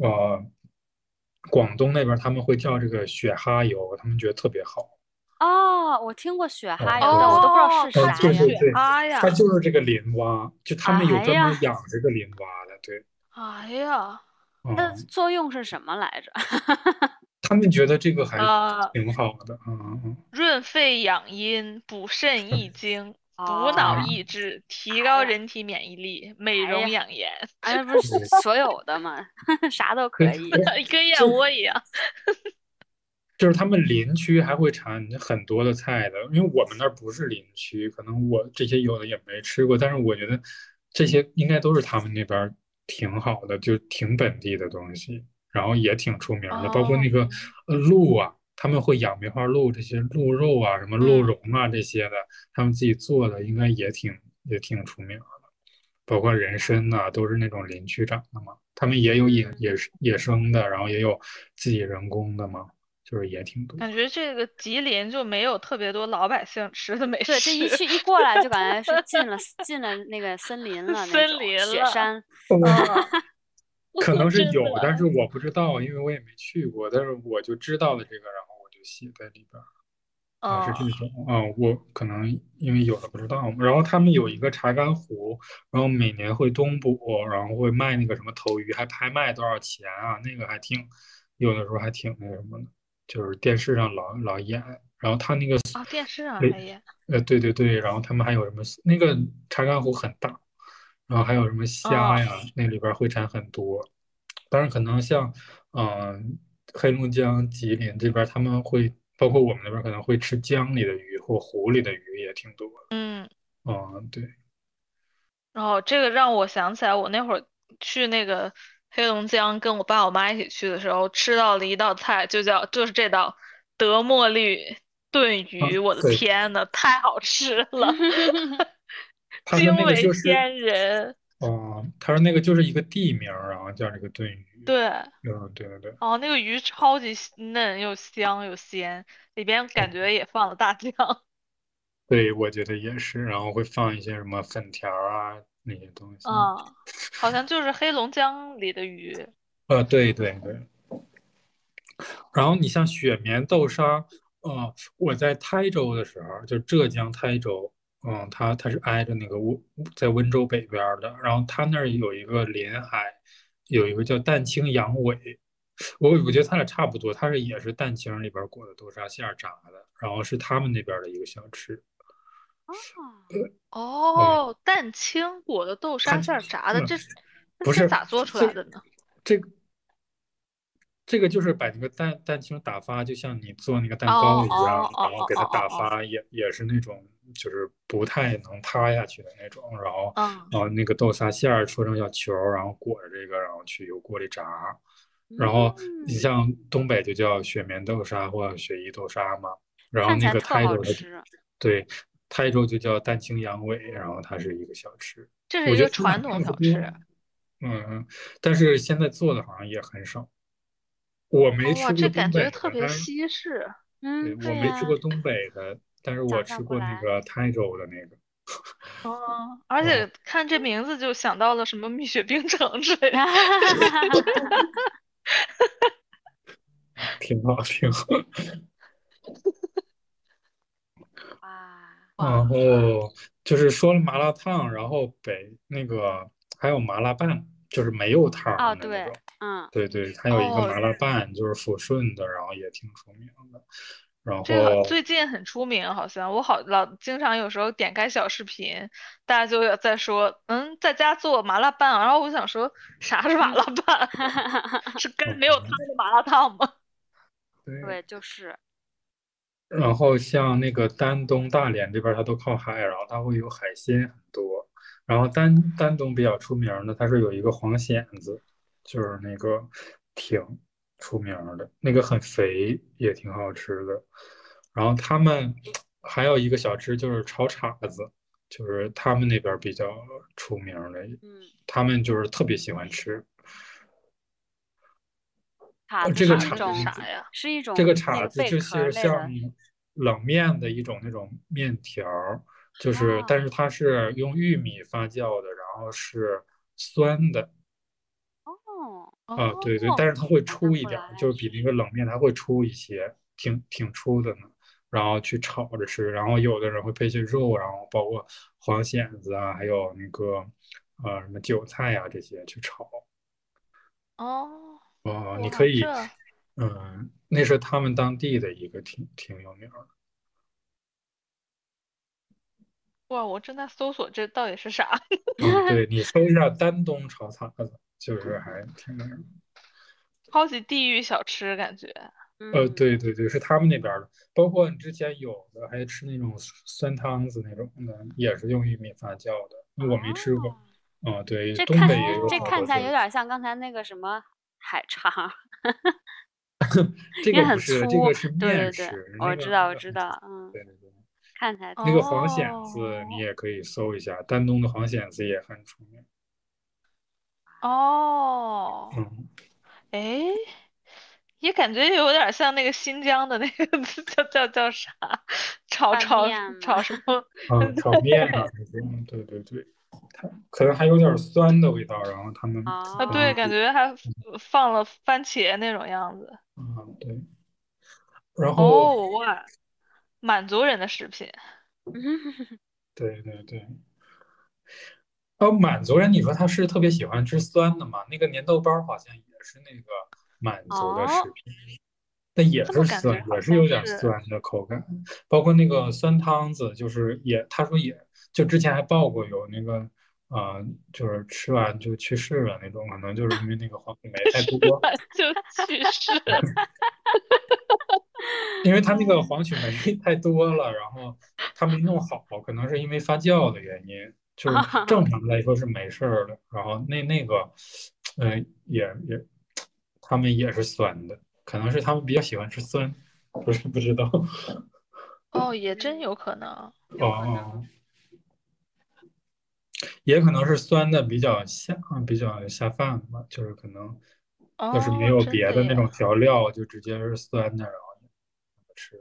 Speaker 4: 呃，广东那边他们会叫这个雪哈油，他们觉得特别好。
Speaker 2: 哦，我听过雪哈油，哎
Speaker 4: 对
Speaker 2: 但我都不知道
Speaker 3: 哦
Speaker 2: 是啥
Speaker 4: 啊，
Speaker 3: 它
Speaker 4: 对
Speaker 2: 呀
Speaker 3: 就。
Speaker 4: 对
Speaker 3: 是
Speaker 4: 对，
Speaker 3: 哎呀
Speaker 4: 它就是这个林蛙，就他们有专
Speaker 2: 哎呀
Speaker 4: 门养这个林蛙的，对，
Speaker 3: 哎呀，
Speaker 2: 它的
Speaker 4: 嗯，
Speaker 2: 作用是什么来着？
Speaker 4: 他们觉得这个还
Speaker 3: 呃，
Speaker 4: 挺好的，嗯嗯
Speaker 3: 润肺养阴，补肾 益精，补
Speaker 2: 哦
Speaker 4: 啊
Speaker 3: 脑益智，提
Speaker 2: 哎
Speaker 3: 高
Speaker 2: 呀
Speaker 3: 人体免疫力，美
Speaker 2: 哎呀
Speaker 3: 容养颜，
Speaker 2: 哎，那不是
Speaker 4: 对
Speaker 2: 所有的吗？ 啥都可
Speaker 4: 对
Speaker 2: 以。
Speaker 3: 跟燕窝一样。
Speaker 4: 就是他们林区还会产很多的菜的，因为我们那儿不是林区，可能我这些有的也没吃过，但是我觉得这些应该都是他们那边儿挺好的，就挺本地的东西，然后也挺出名的，包括
Speaker 3: 哦
Speaker 4: 那个呃鹿啊，他们会养梅花鹿这些鹿肉啊，什么鹿
Speaker 2: 嗯
Speaker 4: 茸啊这些的，他们自己做的应该也挺也挺出名的，包括人参呐、都是那种林区长的嘛，他们也有野
Speaker 2: 嗯
Speaker 4: 野野生的，然后也有自己人工的嘛。就是也挺多。
Speaker 3: 感觉这个吉林就没有特别多老百姓吃的美食。
Speaker 2: 对，这一去一过来就感觉是进了进了那个森林了，那
Speaker 3: 森
Speaker 2: 种
Speaker 3: 林
Speaker 2: 雪
Speaker 3: 了
Speaker 2: 山。
Speaker 3: 啊
Speaker 4: 嗯
Speaker 2: 嗯
Speaker 4: 可 能是
Speaker 3: 真
Speaker 4: 有
Speaker 3: 的，哎
Speaker 4: 但是我不知道，因为我也没去过。但是我就知道了这个，然后我就写在里边儿啊，是
Speaker 3: 嗯
Speaker 4: 这种啊。我可能因为有的不知道嘛。然后他们有一个查干湖，然后每年会冬捕，然后会卖那个什么头鱼，还拍卖多少钱啊？那个还挺，有的时候还挺那什么的，就是电视上老老演。然后他那个
Speaker 3: 啊，电视上
Speaker 4: 对
Speaker 3: 还演。
Speaker 4: 呃，对对对，然后他们还有什么那个查干湖很大，然后还有什么虾
Speaker 3: 哦
Speaker 4: 呀，那里边儿会产很多。当然，可能像嗯、呃黑龙江、吉林这边儿，他们会包括我们那边儿可能会吃江里的鱼或湖里的鱼也挺多的。
Speaker 3: 嗯，
Speaker 4: 嗯，对，
Speaker 3: 然后这个让我想起来，我那会儿去那个黑龙江，跟我爸我妈一起去的时候，吃到了一道菜，就叫就是这道德墨绿炖鱼，我的
Speaker 4: 啊对
Speaker 3: 天呐，太好 吃了，
Speaker 4: 他说
Speaker 3: 惊
Speaker 4: 那个
Speaker 3: 为
Speaker 4: 就是
Speaker 3: 天人。
Speaker 4: 哦，他说那个就是一个地名儿，然后叫这个炖鱼。，
Speaker 3: 对，
Speaker 4: 嗯，对对对，
Speaker 3: 哦，那个鱼超级嫩又香又鲜，里边感觉也放了大 酱。
Speaker 4: 对，我觉得也是。然后会放一些什么粉条儿啊那些东西。
Speaker 3: 嗯，好像就是黑龙江里的鱼。
Speaker 4: 呃，对对对。然后你像雪棉豆沙，呃，我在台州的时候，就浙江台州，嗯，它它是挨着那个温，在温州北边儿的，然后它那儿有一个临海，有一个叫蛋清羊尾，我我觉得它俩差不多，它是也是蛋清里边儿裹的豆沙馅儿炸的，然后是他们那边儿的一个小吃，
Speaker 3: 哦，蛋清裹的豆沙
Speaker 4: 它
Speaker 3: 馅儿炸的，
Speaker 4: 嗯
Speaker 3: 这这
Speaker 4: 不
Speaker 3: 是
Speaker 4: 是
Speaker 3: 咋做出
Speaker 4: 这
Speaker 3: 来的呢？
Speaker 4: 这个。这个就是把那个蛋蛋清打发，就像你做那个蛋糕一
Speaker 3: 哦
Speaker 4: 样，
Speaker 3: 哦
Speaker 4: 然后给它
Speaker 3: 哦哦
Speaker 4: 打
Speaker 3: 哦
Speaker 4: 发，也也是那种就是不太能塌下去的那种，然后
Speaker 3: 嗯，
Speaker 4: 然后那个豆沙馅儿搓成小球儿，然后裹着这个，然后去油锅里炸。 然后
Speaker 2: 嗯
Speaker 4: 你像东北就叫雪棉豆沙或雪衣豆沙嘛，然后
Speaker 2: 看起
Speaker 4: 那
Speaker 2: 来
Speaker 4: 个
Speaker 2: 特
Speaker 4: 台
Speaker 2: 好
Speaker 4: 州它
Speaker 2: 吃。
Speaker 4: 对台州就叫蛋清羊尾，然后它是一个小吃。
Speaker 3: 这是
Speaker 4: 我
Speaker 3: 一
Speaker 4: 觉
Speaker 3: 个
Speaker 4: 得现在
Speaker 3: 传统
Speaker 4: 差
Speaker 3: 小
Speaker 4: 不多
Speaker 3: 吃。
Speaker 4: 嗯，嗯，但是现在做的好像也很少。我没吃
Speaker 3: 哇，
Speaker 4: 过
Speaker 3: 哦这
Speaker 4: 东
Speaker 3: 感
Speaker 4: 北
Speaker 3: 觉
Speaker 4: 的，
Speaker 3: 特别
Speaker 4: 但是
Speaker 3: 西式。
Speaker 4: 对
Speaker 2: 嗯，
Speaker 4: 我
Speaker 2: 对
Speaker 4: 没
Speaker 2: 呀、
Speaker 4: 吃过东北的，但是我
Speaker 2: 想象
Speaker 4: 吃
Speaker 2: 不
Speaker 4: 过那
Speaker 2: 来
Speaker 4: 个台州的那个。
Speaker 3: 嗯，而
Speaker 4: 嗯
Speaker 3: 且看这名字就想到了什么蜜雪冰城之类的。
Speaker 4: 挺好，挺好。
Speaker 2: 哇，
Speaker 4: 然后就是说了麻辣烫，然后北那个还有麻辣拌，就是没有汤
Speaker 2: 哦
Speaker 4: 儿的
Speaker 2: 对
Speaker 4: 那种。
Speaker 2: 嗯，
Speaker 4: 对对，还有一个
Speaker 3: 哦
Speaker 4: 麻辣拌，就是抚顺的，然后也挺出名的。然
Speaker 3: 这个
Speaker 4: 后
Speaker 3: 最近很出名，好像我好老经常有时候点开小视频，大家就有在说，嗯，在家做麻辣拌，啊然后我想说，啥是麻辣
Speaker 4: 嗯
Speaker 3: 拌？ 是跟没有汤的麻辣烫吗？
Speaker 4: 对
Speaker 2: 对，就是
Speaker 4: 然后像那个丹东、大连这边儿，它都靠海，然后它会有海鲜很多。然后丹丹东比较出名儿的，它是有一个黄蚬子，就是那个挺出名儿的，那个很肥，也挺好吃的。然后他们还有一个小吃就是炒叉子，就是他们那边儿比较出名儿的，
Speaker 2: 嗯，
Speaker 4: 他们就是特别喜欢吃。
Speaker 2: 塔
Speaker 4: 呃
Speaker 2: 子
Speaker 4: 这个
Speaker 2: 是一
Speaker 4: 叉
Speaker 2: 种
Speaker 4: 子
Speaker 3: 啥呀？
Speaker 2: 是一种
Speaker 4: 这个
Speaker 2: 那
Speaker 4: 叉子
Speaker 2: 贝
Speaker 4: 就
Speaker 2: 壳
Speaker 4: 是
Speaker 2: 类的
Speaker 4: 像冷面的一种那种面条儿，就是
Speaker 2: 啊
Speaker 4: 但是它是用玉米发酵的，然后是酸的
Speaker 2: 哦，
Speaker 4: 啊，对对
Speaker 3: 哦，
Speaker 4: 但是它会
Speaker 2: 想
Speaker 4: 粗
Speaker 2: 象
Speaker 4: 一
Speaker 2: 不
Speaker 4: 点儿，
Speaker 2: 来
Speaker 4: 就是比呃那个冷面它会粗一些，挺挺粗的呢。然后去炒着吃，然后有的人会配些肉，然后包括黄蚬子啊，还有那个呃什么韭菜啊这些去炒。
Speaker 3: 哦，
Speaker 4: 哦，你
Speaker 3: 哇
Speaker 4: 可以，
Speaker 3: 这
Speaker 4: 嗯，那是他们当地的一个挺挺有名儿的。
Speaker 3: 哇，我正在搜索这到底是啥。
Speaker 4: 嗯，对你搜一下丹东炒菜，就是还挺那个。
Speaker 3: 超级地域小吃感觉，
Speaker 4: 呃，
Speaker 2: 嗯，
Speaker 4: 对对对，是他们那边儿的，包括你之前有的还吃那种酸汤子那种的，也是用玉米发酵的，那我没吃过。
Speaker 2: 哦
Speaker 4: 啊、对，
Speaker 2: 这
Speaker 4: 东
Speaker 2: 看
Speaker 4: 北也有
Speaker 2: 这
Speaker 4: 好
Speaker 2: 看
Speaker 4: 多
Speaker 2: 起来
Speaker 4: 这
Speaker 2: 有
Speaker 4: 个
Speaker 2: 点像刚才那个什么海肠，
Speaker 4: 这
Speaker 2: 因为
Speaker 4: 个
Speaker 2: 很
Speaker 4: 不是，这
Speaker 2: 粗
Speaker 4: 个是
Speaker 2: 对对
Speaker 4: 面
Speaker 2: 对
Speaker 4: 食，那
Speaker 2: 我
Speaker 4: 个
Speaker 2: 知道
Speaker 4: 那
Speaker 2: 我
Speaker 4: 个
Speaker 2: 知
Speaker 4: 很
Speaker 2: 道
Speaker 4: 粗，
Speaker 2: 嗯，
Speaker 4: 对对对，
Speaker 2: 看起来
Speaker 4: 那个黄蚬子你
Speaker 3: 哦
Speaker 4: 也可以搜一下，丹东的黄蚬子也很出 名。
Speaker 3: 哦，
Speaker 4: 嗯，
Speaker 3: 诶，哎也感觉有点像那个新疆的那个叫叫叫啥，炒
Speaker 2: 拌
Speaker 3: 炒
Speaker 2: 面
Speaker 3: 炒
Speaker 2: 吗
Speaker 3: 什么？
Speaker 4: 啊，炒面 啊，这种，对对对，它可能还有点酸的味道，然后他们
Speaker 3: 啊，
Speaker 2: 啊
Speaker 3: 对，感觉还放了番茄那种样子。
Speaker 4: 啊，对。然后，
Speaker 3: 哦，哇，满族人的食品， 嗯
Speaker 4: 对对对，然后满族人，你说他是特别喜欢吃酸的嘛？那个粘豆包好像也是那个满族的食品，那也
Speaker 3: 哦这么
Speaker 4: 是
Speaker 3: 感
Speaker 4: 酸
Speaker 3: 觉，好
Speaker 4: 也是有
Speaker 3: 像
Speaker 4: 点
Speaker 3: 是嗯
Speaker 4: 酸的口感。包括那个酸汤子，就是也他说也就之前还报过有那个呃，就是吃完就去世了那种，可能就是因为那个黄没太多。
Speaker 3: 就去世了。
Speaker 4: 因为它那个黄曲霉 太多了，然后它没弄好，可能是因为发酵的原因，就是正常来说是没事儿的。然后那那个，呃，也也，他们也是酸的，可能是他们比较喜欢吃酸，不是不知道。
Speaker 3: 哦，也真有可能。
Speaker 2: 有可能
Speaker 4: 哦，也可能是酸的比较下，啊比较下饭吧，就是可能要是没
Speaker 3: 哦
Speaker 4: 有
Speaker 3: 真
Speaker 4: 别
Speaker 3: 的
Speaker 4: 的那
Speaker 3: 呀
Speaker 4: 种调料，就直接是酸的，然后吃。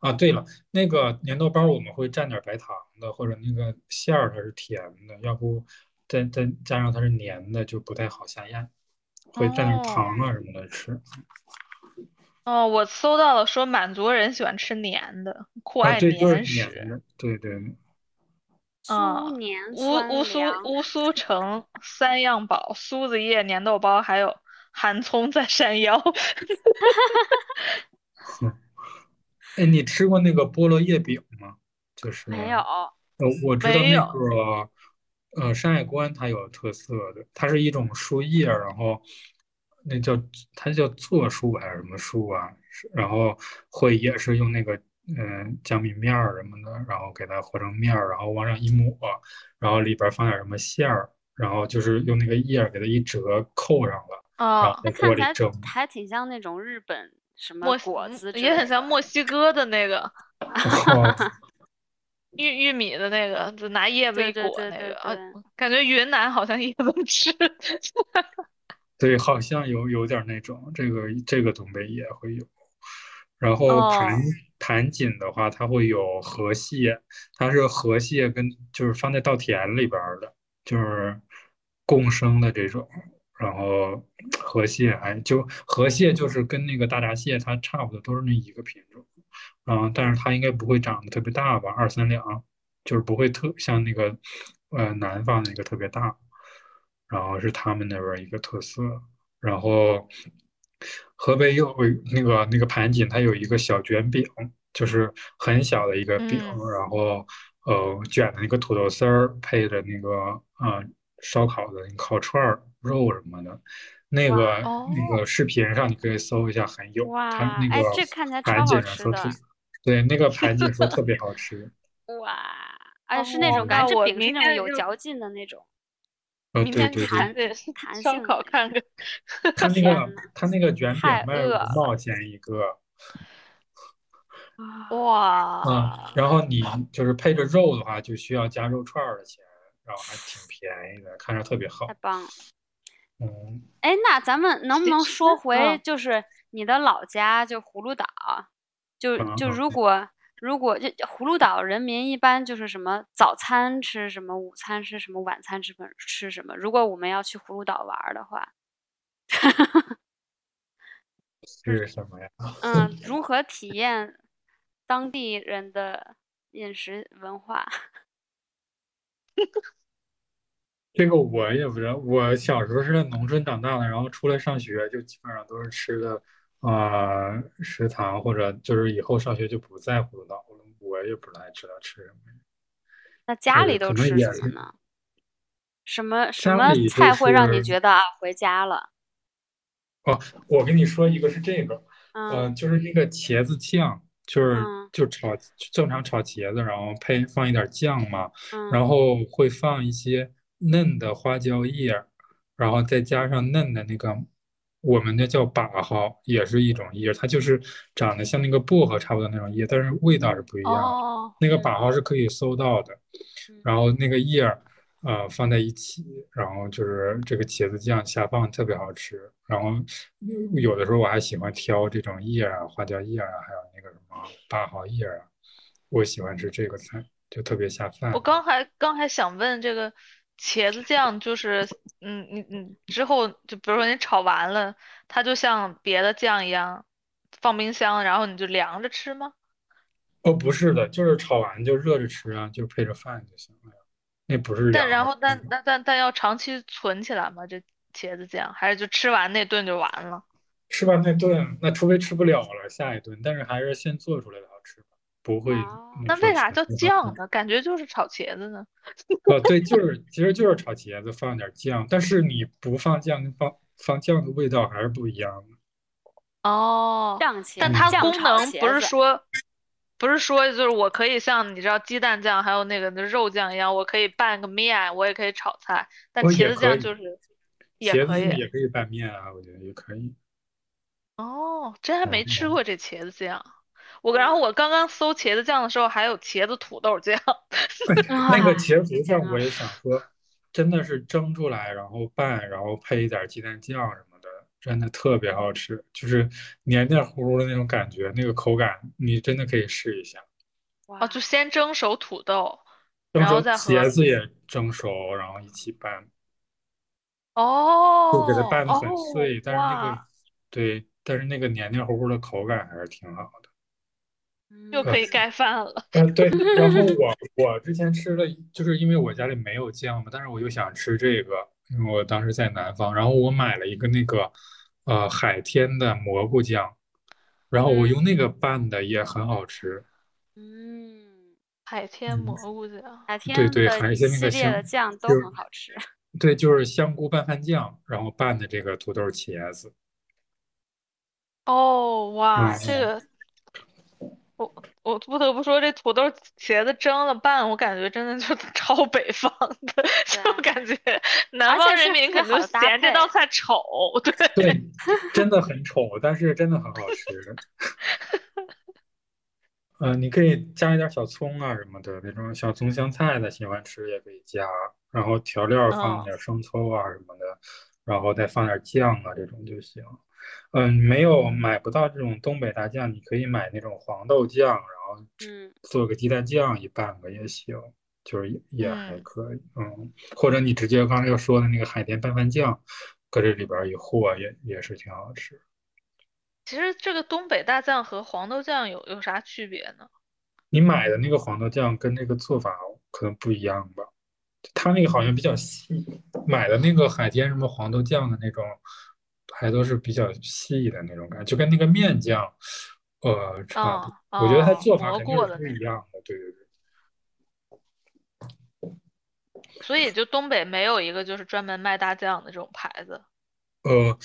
Speaker 4: 啊，对了，那个粘豆包我们会蘸点白糖的，或者那个馅儿它是甜的，要不再再加上它是粘的，就不太好下咽，会蘸点
Speaker 3: 哦
Speaker 4: 糖啊什么的吃。
Speaker 3: 哦，我搜到了，说满族人喜欢吃黏的，酷
Speaker 4: 啊，
Speaker 3: 爱
Speaker 4: 对，就是
Speaker 3: 黏
Speaker 4: 粘
Speaker 3: 食。
Speaker 4: 的，对对对。
Speaker 3: 啊
Speaker 2: 苏年
Speaker 3: 乌乌苏乌苏城三样宝：苏子叶、粘豆包，还有韩葱在山腰。
Speaker 4: 哎，你吃过那个菠萝叶饼吗？就是
Speaker 2: 没有，
Speaker 4: 呃，我知道
Speaker 3: 没
Speaker 4: 那
Speaker 3: 有
Speaker 4: 个，呃，山海关它有特色的，它是一种树叶，然后那叫它叫柞树还是什么树啊？是然后会也是用那个嗯江米面儿什么的，然后给它和成面儿，然后往上一抹，然后里边儿放点什么馅儿，然后就是用那个叶儿给它一折扣上了，然
Speaker 3: 啊
Speaker 4: 后，在
Speaker 2: 那
Speaker 4: 锅
Speaker 2: 看
Speaker 4: 里
Speaker 2: 起来
Speaker 4: 蒸。
Speaker 2: 还挺像那种日本什么
Speaker 3: 墨西
Speaker 2: 果
Speaker 3: 嗯
Speaker 2: 子之
Speaker 3: 也
Speaker 2: 类
Speaker 3: 很像
Speaker 2: 的
Speaker 3: 墨西哥的那个
Speaker 4: 哦
Speaker 3: 玉玉米的那个，就拿叶子
Speaker 2: 对
Speaker 3: 一
Speaker 2: 对
Speaker 3: 裹
Speaker 2: 对
Speaker 3: 那
Speaker 2: 对
Speaker 3: 个。啊
Speaker 2: 对
Speaker 3: 感觉云南好像也能 吃。
Speaker 4: 对，好像有有点儿那种，这个这个东北也会有。然后
Speaker 3: 哦
Speaker 4: 盘盘锦的话，它会有河蟹，它是河蟹跟就是放在稻田里边儿的，就是共生的这种。然后河蟹，哎，就河蟹就是跟那个大闸蟹它差不多，都是那一个品种。嗯，但是它应该不会长得特别大吧，二三两，就是不会特像那个呃南方那个特别大。然后是他们那边儿一个特色。然后河北有那个那个盘锦，它有一个小卷饼，就是很小的一个饼，
Speaker 3: 嗯
Speaker 4: 然后呃卷的那个土豆丝儿配着那个呃烧烤的那个烤串儿肉什么的。那
Speaker 2: 哇
Speaker 4: 个、那个
Speaker 3: 哦
Speaker 4: 视频上你可以搜一下，很有。它
Speaker 2: 哇，
Speaker 4: 那
Speaker 2: 哎
Speaker 4: 个，
Speaker 2: 这看起来超
Speaker 4: 盘
Speaker 2: 好
Speaker 4: 锦上
Speaker 2: 吃
Speaker 4: 说
Speaker 2: 的
Speaker 4: 特，对，那个盘锦说特别好吃。
Speaker 2: 哇，而且是那种
Speaker 4: 哦
Speaker 2: 感觉
Speaker 3: 那我
Speaker 2: 这饼是
Speaker 3: 明
Speaker 2: 那种
Speaker 3: 天
Speaker 2: 有
Speaker 3: 就
Speaker 2: 嚼劲的那种，
Speaker 4: 呃，
Speaker 3: 明
Speaker 4: 对
Speaker 3: 天
Speaker 4: 对对，
Speaker 3: 看这
Speaker 2: 弹
Speaker 3: 烧
Speaker 2: 性
Speaker 3: 烤
Speaker 2: 的
Speaker 3: 看看。
Speaker 4: 他那
Speaker 2: 天
Speaker 4: 个
Speaker 2: 呐
Speaker 4: 他那个卷饼
Speaker 2: 太
Speaker 4: 卖
Speaker 2: 饿
Speaker 4: 五
Speaker 2: 了
Speaker 4: 毛钱一个，
Speaker 2: 啊
Speaker 4: 嗯，
Speaker 3: 哇，
Speaker 4: 然后你就是配着肉的话，就需要加肉串儿的钱，然后还挺便宜的，看着特别好
Speaker 2: 太。棒了。
Speaker 4: 嗯，
Speaker 2: 哎，那咱们能不
Speaker 3: 其
Speaker 2: 能
Speaker 3: 实
Speaker 2: 说回
Speaker 3: 嗯
Speaker 2: 就是你的老家，就葫芦岛，就
Speaker 4: 嗯
Speaker 2: 就
Speaker 4: 嗯
Speaker 2: 如果如果就葫芦岛人民一般就是什么早餐吃什么，午餐吃什么，晚餐吃什么吃什么。如果我们要去葫芦岛玩儿的话，
Speaker 4: 是什么呀？
Speaker 2: 嗯，如何体验当地人的饮食文化？
Speaker 4: 这个我也不知道。我小时候是在农村长大的，然后出来上学就基本上都是吃的啊、呃食堂，或者就是以后上学就不在葫芦岛了。我也不太知道吃什么。
Speaker 2: 那家
Speaker 4: 是
Speaker 2: 里
Speaker 4: 呃可
Speaker 2: 都
Speaker 4: 能
Speaker 2: 吃
Speaker 4: 也
Speaker 2: 什么
Speaker 4: 是
Speaker 2: 呢？什么什
Speaker 4: 家
Speaker 2: 么
Speaker 4: 里就
Speaker 2: 菜会让你
Speaker 4: 是
Speaker 2: 觉得啊回家了？
Speaker 4: 我跟你说，一个是这个，呃，
Speaker 2: 嗯
Speaker 4: 就是那个茄子酱，就是
Speaker 2: 嗯
Speaker 4: 就炒正常炒茄子，然后配放一点酱嘛，然
Speaker 2: 嗯，
Speaker 4: 后会放一些嫩的花椒叶，然后再加上嫩的那个我们那叫把蒿，也是一种叶，它就是长得像那个薄荷差不多那种叶，但是味道是不一样的。
Speaker 3: 哦，
Speaker 4: 那个
Speaker 2: 嗯
Speaker 4: 把蒿是可以搜到的，
Speaker 2: 嗯
Speaker 4: 然后那个叶儿，呃，放在一起，然后就是这个茄子酱下饭特别好吃。然后有的时候我还喜欢挑这种叶儿啊，花椒叶儿啊，还有那个什么八号叶儿啊，我喜欢吃这个菜，就特别下饭。
Speaker 3: 我刚还刚还想问这个茄子酱，就是嗯，你你之后就比如说你炒完了，它就像别的酱一样放冰箱，然后你就凉着吃吗？
Speaker 4: 哦，不是的，就是炒完就热着吃啊，就配着饭就行了呀。那不是
Speaker 3: 但
Speaker 4: 凉
Speaker 3: 然
Speaker 4: 的
Speaker 3: 后但但但但要长期存起来吗？这茄子酱还是就吃完那顿就完了？
Speaker 4: 吃完那顿，那除非吃不了了，下一顿，但是还是先做出来的好吃吧，不会
Speaker 2: 哦
Speaker 4: 你
Speaker 3: 啊那为
Speaker 4: 说吃
Speaker 3: 啥叫
Speaker 4: 不好
Speaker 3: 酱呢？感觉就是炒茄子呢。
Speaker 4: 哦，对，就是其实就是炒茄子，放点儿酱，但是你不放酱跟放放酱的味道还是不一样的。
Speaker 3: 哦，
Speaker 2: 酱茄
Speaker 3: 但
Speaker 4: 嗯
Speaker 2: 子
Speaker 3: 它
Speaker 2: 酱
Speaker 3: 功
Speaker 2: 炒
Speaker 3: 能不
Speaker 2: 茄
Speaker 3: 是
Speaker 2: 子。
Speaker 3: 说，不是说就是我可以像你知道鸡蛋酱还有那个那肉酱一样，我可以拌个面，我也可以炒菜，但
Speaker 4: 哦，
Speaker 3: 茄子
Speaker 4: 也可
Speaker 3: 酱
Speaker 4: 以，
Speaker 3: 就是也
Speaker 4: 茄子
Speaker 3: 可
Speaker 4: 酱
Speaker 3: 以。
Speaker 4: 也可以拌面啊，我觉得也可以。
Speaker 3: 哦，真还没吃
Speaker 4: 哦，
Speaker 3: 过这茄子酱，我然后我刚刚搜茄子酱的时候，还有茄子土豆酱，
Speaker 4: 那个
Speaker 2: 啊
Speaker 4: 茄子酱
Speaker 2: 天呐
Speaker 4: 我也想喝，真的是蒸出来，然后拌，然后配一点鸡蛋酱什么的，真的特别好吃，就是黏黏糊糊的那种感觉，那个口感你真的可以试一下。
Speaker 2: 哇
Speaker 3: 哦，就先蒸熟土豆，
Speaker 4: 蒸
Speaker 3: 然后
Speaker 4: 熟
Speaker 3: 再喝
Speaker 4: 茄子也蒸熟，然后一起拌，
Speaker 3: 哦，
Speaker 4: 就给它拌的很
Speaker 3: 哦
Speaker 4: 碎，但是那个
Speaker 3: 哇
Speaker 4: 对，但是那个黏黏糊糊的口感还是挺好的。
Speaker 2: 嗯
Speaker 3: 又
Speaker 4: 呃
Speaker 3: 可以盖饭了。
Speaker 4: 啊，对，然后我我之前吃了一，就是因为我家里没有酱嘛，但是我又想吃这个，因为我当时在南方，然后我买了一个那个呃海天的蘑菇酱，然后我用那个拌的也很好吃，
Speaker 2: 嗯，
Speaker 3: 海天
Speaker 4: 嗯
Speaker 3: 蘑菇酱，
Speaker 2: 海天
Speaker 4: 对
Speaker 2: 的
Speaker 4: 海
Speaker 2: 一
Speaker 4: 鲜那
Speaker 2: 系
Speaker 4: 个
Speaker 2: 列的
Speaker 4: 香
Speaker 2: 酱都
Speaker 4: 就是
Speaker 2: 很好 吃。
Speaker 4: 对，就是香菇拌饭酱，然后拌的这个土豆茄子，
Speaker 3: 哦，哇，
Speaker 4: 嗯
Speaker 3: 这个我我不得不说，这土豆茄子蒸了拌，我感觉真的就是超北方的， 就
Speaker 2: 对
Speaker 3: 感觉南
Speaker 2: 而
Speaker 3: 方
Speaker 2: 且
Speaker 3: 人
Speaker 2: 是
Speaker 3: 民
Speaker 2: 特别好
Speaker 3: 肯定
Speaker 2: 的搭
Speaker 3: 嫌这道
Speaker 2: 配
Speaker 3: 菜丑，对，
Speaker 4: 对，真的很丑，但是真的很好吃。嗯、你可以加一点小葱啊什么的，那种小葱香菜的，喜欢吃也可以加。然后调料放
Speaker 3: 哦
Speaker 4: 点生抽啊什么的，然后再放点酱啊这种就行。嗯，没有买不到这种东北大酱，你可以买那种黄豆酱，然后
Speaker 2: 嗯
Speaker 4: 做个鸡蛋酱一拌个也行，就是也也还
Speaker 3: 嗯
Speaker 4: 可以。嗯，或者你直接刚才要说的那个海淀拌饭酱，搁这里边儿一和也也是挺好吃。
Speaker 3: 其实这个东北大酱和黄豆酱有有啥区别呢？
Speaker 4: 你买的那个黄豆酱跟那个做法可能不一样吧？它那个好像比较细，买的那个海天什么黄豆酱的那种，还都是比较细的那种感觉，就跟那个面酱，呃，差不
Speaker 3: 哦
Speaker 4: 多。我觉得它
Speaker 3: 哦，
Speaker 4: 做法
Speaker 3: 蘑
Speaker 4: 肯定
Speaker 3: 菇
Speaker 4: 是
Speaker 3: 的
Speaker 4: 不
Speaker 3: 那
Speaker 4: 一样的，对对对。
Speaker 3: 种，所以就东北没有一个就是专门卖大酱的这种牌子。
Speaker 4: 呃，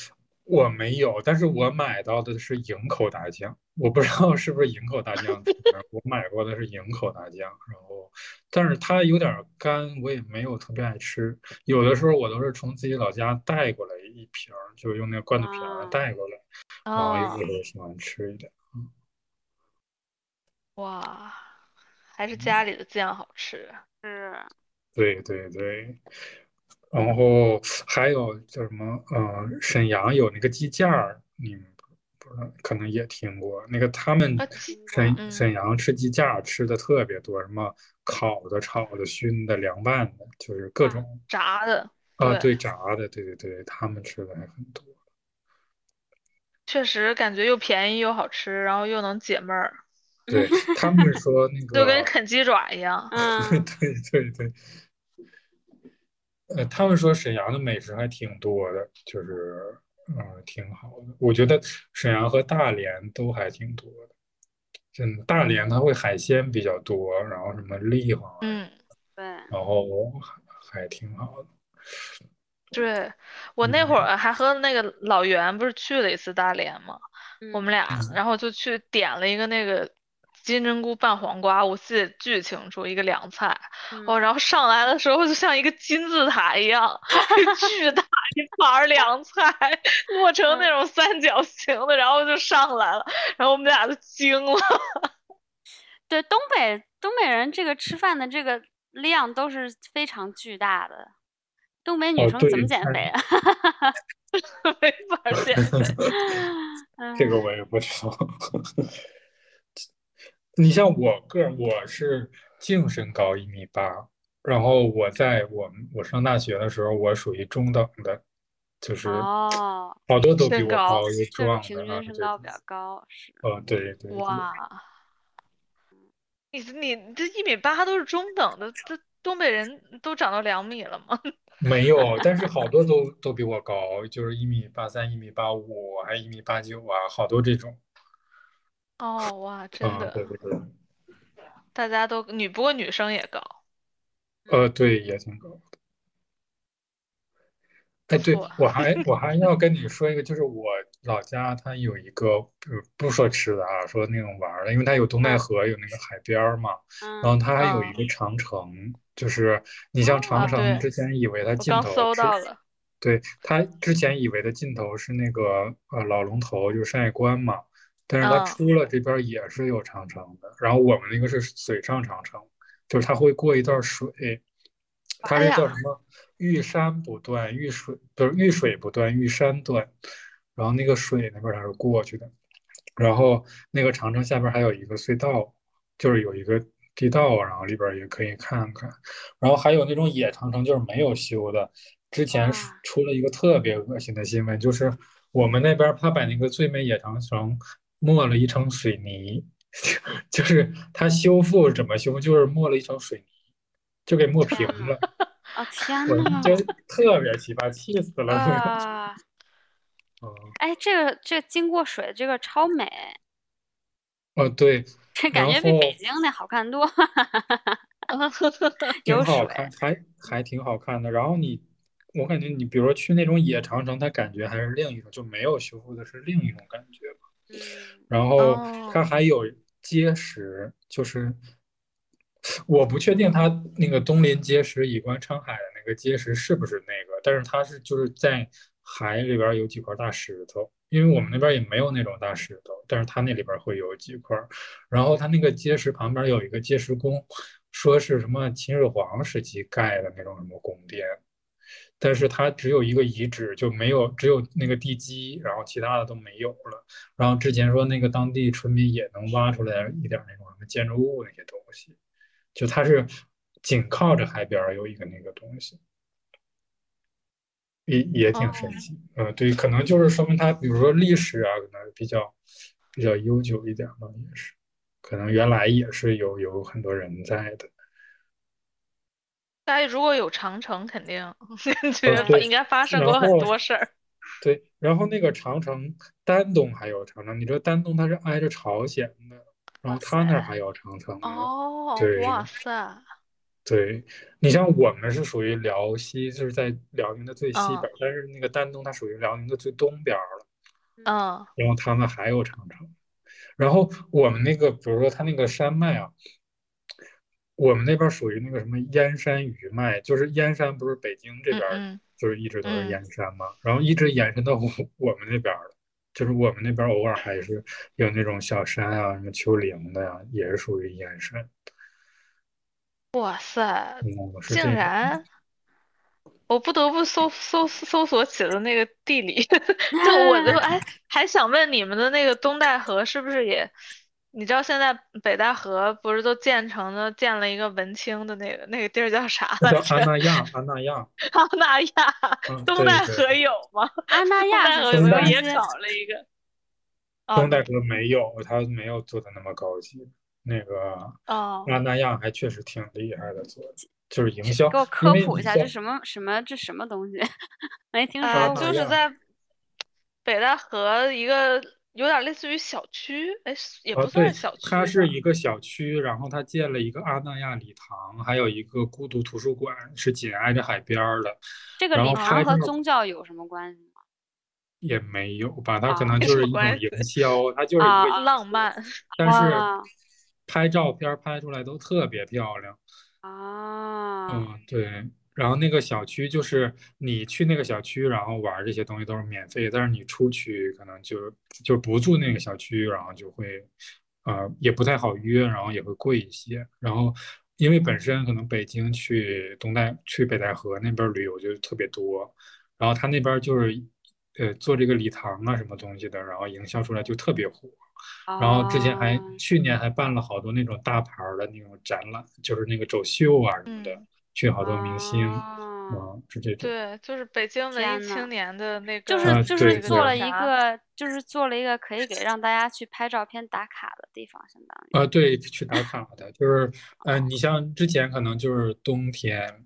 Speaker 4: 我没有，但是我买到的是营口大酱，我不知道是不是营口大酱出名儿，我买过的是 营口大酱，然后，但是它有点儿干，我也没有特别爱吃，有的时候我都是从自己老家带过来一瓶儿，就用那个罐头瓶儿
Speaker 2: 啊
Speaker 4: 带过来，然后有
Speaker 3: 哦，
Speaker 4: 时候喜欢吃一点。
Speaker 3: 哇，还是家里的酱好吃。啊
Speaker 2: 是，
Speaker 4: 对对对，然后还有叫什么？呃，沈阳有那个鸡架儿，你们不不知道，可能也听过。那个他们
Speaker 3: 啊，鸡
Speaker 4: 沈
Speaker 3: 嗯
Speaker 4: 沈阳吃鸡架儿吃的特别多，什么烤的、炒的、熏的、凉拌的，就是各
Speaker 2: 啊
Speaker 4: 种
Speaker 3: 炸的，
Speaker 4: 啊，
Speaker 3: 对，
Speaker 4: 对，炸的，对对对，他们吃的还很 多。
Speaker 3: 确实感觉又便宜又好吃，然后又能解闷儿，
Speaker 4: 对，他们是说那
Speaker 3: 就跟
Speaker 4: 个，
Speaker 3: 啃啊鸡爪一样。
Speaker 4: 对
Speaker 2: 嗯，
Speaker 4: 对对对，呃，他们说沈阳的美食还挺多的，就是呃挺好的。我觉得沈阳和大连都还挺多的，真的。大连它会海鲜比较多，然后什么栗黄啊，
Speaker 3: 嗯，
Speaker 2: 对，
Speaker 4: 然后还还挺好的。
Speaker 3: 对，我那会
Speaker 4: 嗯
Speaker 3: 儿还和那个老袁不是去了一次大连吗？ 我们
Speaker 2: 嗯
Speaker 3: 俩，然后就去点了一个那个金针菇拌黄瓜，我记得巨清楚，一个凉菜。哦，
Speaker 2: 嗯
Speaker 3: 然后上来的时候就像一个金字塔一样，巨大一盘儿凉菜，剁成那种三角形的，然后就上来了，然后我们俩都惊了。
Speaker 2: 对，东北东北人这个吃饭的这个量都是非常巨大的。东北女
Speaker 4: 哦
Speaker 2: 生怎么
Speaker 4: 对
Speaker 2: 减
Speaker 4: 看
Speaker 2: 肥啊？
Speaker 3: 没法儿减肥。
Speaker 2: 嗯
Speaker 4: 这个我也不知道。你像我个儿，我是净身高一米八，然后我在我们我上大学的时候，我属于中等的，就是
Speaker 2: 哦，
Speaker 4: 好多都比
Speaker 3: 身
Speaker 4: 我
Speaker 3: 高
Speaker 4: 高又
Speaker 2: 就是
Speaker 4: 壮
Speaker 2: 平
Speaker 4: 的啊，
Speaker 2: 均身
Speaker 4: 对，
Speaker 2: 高比较高，是
Speaker 4: 呃，对对对，
Speaker 3: 哇，你这你你这一米八都是中等的，这东北人都长到两米了吗？
Speaker 4: 没有，但是好多都都比我高，就是一米八三、一米八五，还一米八九啊，好多这种，
Speaker 3: 哦哇，真
Speaker 4: 啊，对
Speaker 3: 的，
Speaker 4: 对对，
Speaker 3: 大家都女，不过女生也高，
Speaker 4: 呃，对，也挺高。哎，
Speaker 3: 不
Speaker 4: 对，
Speaker 3: 错。
Speaker 4: 我还我还要跟你说一个，就是我老家它有一个，呃不说吃的啊，说那种玩儿的，因为它有东戴
Speaker 2: 嗯
Speaker 4: 河，有那个海边儿嘛，然后
Speaker 2: 嗯
Speaker 4: 它还有一
Speaker 3: 嗯
Speaker 4: 个长城，就是你像长
Speaker 3: 啊，
Speaker 4: 城
Speaker 3: 对，
Speaker 4: 之前以为它
Speaker 3: 我
Speaker 4: 尽
Speaker 3: 刚
Speaker 4: 头
Speaker 3: 搜
Speaker 4: 是，
Speaker 3: 到了，
Speaker 4: 对，它之前以为的尽头是那个呃老龙头，就是山海关嘛，但是它
Speaker 3: 嗯
Speaker 4: 出了这边也是有长城的，然后我们那个是水上长城，就是它会过一段水，它
Speaker 3: 哎
Speaker 4: 是
Speaker 3: 呀
Speaker 4: 叫什么？遇山不断，遇水不是遇水不断，遇山断。然后那个水那边它是过去的，然后那个长城下边还有一个隧道，就是有一个地道，然后里边也可以看看。然后还有那种野长城，就是没有修的。之前是
Speaker 2: 哇
Speaker 4: 出了一个特别恶心的新闻，就是我们那边儿他把那个最美野长城抹了一层水泥， 就是他修复怎么修复，就是抹了一层水泥，就给抹平了。
Speaker 2: 哦天
Speaker 4: 我
Speaker 2: 呐！
Speaker 4: 就特别奇葩，气死了。
Speaker 2: 啊，
Speaker 4: 嗯，
Speaker 2: 哎，这个这经过水这个超美，
Speaker 4: 哦，对，
Speaker 2: 这感
Speaker 4: 然
Speaker 2: 觉比北
Speaker 4: 后
Speaker 2: 京那好看多。
Speaker 4: 挺
Speaker 2: 有
Speaker 4: 好
Speaker 2: 水
Speaker 4: 看，还还挺好看的。然后你，我感觉你，比如说去那种野长城，它感觉还是另一种，就没有修复的是另一种感觉。
Speaker 2: 嗯，
Speaker 4: 然后它
Speaker 3: 哦
Speaker 4: 还有碣石，就是我不确定它那个东临碣石以观沧海的那个碣石是不是那个，但是它是就是在海里边儿有几块大石头，因为我们那边儿也没有那种大石头，但是它那里边儿会有几块儿。然后它那个碣石旁边儿有一个碣石宫，说是什么秦始皇时期盖的那种什么宫殿。但是它只有一个遗址，就没有，只有那个地基，然后其他的都没有了。然后之前说那个当地村民也能挖出来一点儿那种什么建筑物那些东西，就它是紧靠着海边儿有一个那个东西，也也挺神
Speaker 3: 哦
Speaker 4: 奇。呃，对，可能就是说明它，比如说历史啊，可能比较比较悠久一点吧，也是，可能原来也是有有很多人在的。
Speaker 3: 大家如果有长城，肯定感觉
Speaker 4: 嗯对
Speaker 3: 应该发生
Speaker 4: 然
Speaker 3: 过很
Speaker 4: 后
Speaker 3: 多事儿。
Speaker 4: 对，然后那个长城，丹东还有长城，你知道丹东它是挨着朝鲜的，然
Speaker 2: 哇
Speaker 4: 后它那
Speaker 2: 塞
Speaker 4: 儿还有长城呢。
Speaker 3: 哦
Speaker 4: 嗯对，
Speaker 3: 哇塞，
Speaker 4: 对，你像我们是属于辽西，就是在辽宁的最西
Speaker 3: 嗯
Speaker 4: 边儿，但是那个丹东它属于辽宁的最东边儿了。
Speaker 3: 嗯
Speaker 4: 然后他们还有长城，然后我们那个，比如说它那个山脉啊，我们那边儿属于那个什么燕山余脉，就是燕山不是北京这
Speaker 3: 嗯
Speaker 4: 边儿
Speaker 3: 嗯，
Speaker 4: 就是一直都是
Speaker 3: 嗯
Speaker 4: 燕山嘛，然后一直延伸到我我们那边儿了，就是我们那边儿偶尔还是有那种小山啊，什么丘陵的呀、也是属于燕山。
Speaker 3: 哇塞，
Speaker 4: 嗯，是
Speaker 3: 竟
Speaker 4: 这样。
Speaker 3: 然。我不得不搜搜搜索起了那个地理， 就我 就哎，还想问你们的那个东戴河是不是也？你知道现在北戴河不是都建成了建了一个文青的那个那个地儿叫啥来
Speaker 4: 叫
Speaker 3: 着？
Speaker 4: 安那亚，安那亚，
Speaker 3: 阿那亚，
Speaker 4: 嗯，
Speaker 3: 啊东
Speaker 4: 对
Speaker 3: 戴
Speaker 4: 对
Speaker 3: 河有吗？
Speaker 2: 安那
Speaker 3: 东
Speaker 2: 亚
Speaker 3: 戴
Speaker 2: 是
Speaker 3: 河
Speaker 2: 什
Speaker 3: 有
Speaker 4: 东
Speaker 2: 么
Speaker 3: 没有
Speaker 4: 戴
Speaker 2: 东
Speaker 3: 也
Speaker 2: 西
Speaker 3: 搞了一个？
Speaker 4: 东
Speaker 3: 哦
Speaker 4: 戴河没有，它没有做的那么高级。那个
Speaker 3: 哦，
Speaker 4: 阿那亚还确实挺厉害的，做的就是营销
Speaker 2: 给我，
Speaker 4: 因
Speaker 2: 科
Speaker 4: 为
Speaker 2: 普
Speaker 4: 你
Speaker 2: 一下，
Speaker 4: 像
Speaker 2: 这什么什么这什么东西？ 没听
Speaker 3: 呃，
Speaker 2: 说
Speaker 4: 那
Speaker 2: 过。
Speaker 3: 就是
Speaker 4: 亚
Speaker 3: 在北戴河一个有点类似于小区，哎，也
Speaker 4: 啊，
Speaker 3: 不算
Speaker 4: 对
Speaker 3: 是小，区
Speaker 4: 它是
Speaker 3: 吧
Speaker 4: 一个小区，然后它建了一个阿那亚礼堂，还有一个孤独图书馆，是紧挨着海边儿的，
Speaker 2: 这个
Speaker 4: 然
Speaker 2: 礼
Speaker 4: 后
Speaker 2: 堂
Speaker 4: 拍
Speaker 2: 和
Speaker 4: 照
Speaker 2: 宗教有什么关系吗？
Speaker 4: 也没有吧，它可
Speaker 2: 啊
Speaker 4: 能
Speaker 3: 没
Speaker 4: 就
Speaker 3: 什
Speaker 4: 是
Speaker 3: 么
Speaker 4: 一种
Speaker 3: 关系
Speaker 4: 营销，它就是一个
Speaker 2: 啊
Speaker 4: 营
Speaker 3: 浪
Speaker 4: 销
Speaker 3: 漫。
Speaker 4: 但是
Speaker 2: 哇
Speaker 4: 拍照片儿拍出来都特别漂亮。
Speaker 2: 啊，
Speaker 4: 嗯，对。然后那个小区就是你去那个小区，然后玩儿这些东西都是免费，但是你出去可能就就不住那个小区，然后就会，呃，也不太好约，然后也会贵一些。然后因为本身可能北京去东戴去北戴河那边儿旅游就特别多，然后他那边儿就是，呃，做这个礼堂啊什么东西的，然后营销出来就特别火。然后之前
Speaker 3: 哦
Speaker 4: 还
Speaker 2: 啊
Speaker 4: 去年还办了好多那种大牌儿的那种展览，就是那个走秀啊什么的，
Speaker 3: 嗯哦
Speaker 4: 去好多明星，
Speaker 2: 啊
Speaker 4: 嗯，是这种。
Speaker 3: 对，就是北京文
Speaker 2: 天
Speaker 3: 艺
Speaker 2: 呐
Speaker 3: 青年的那
Speaker 2: 就
Speaker 3: 个
Speaker 2: 是
Speaker 4: 啊
Speaker 2: 就
Speaker 4: 对
Speaker 2: 是
Speaker 3: 那个
Speaker 2: 做
Speaker 3: 叫
Speaker 2: 了一
Speaker 3: 啥
Speaker 2: 个，就是做了一个可以给让大家去拍照片打卡的地方，相当于。
Speaker 4: 啊，对，去打卡的，就是，呃，你像之前可能就是冬天，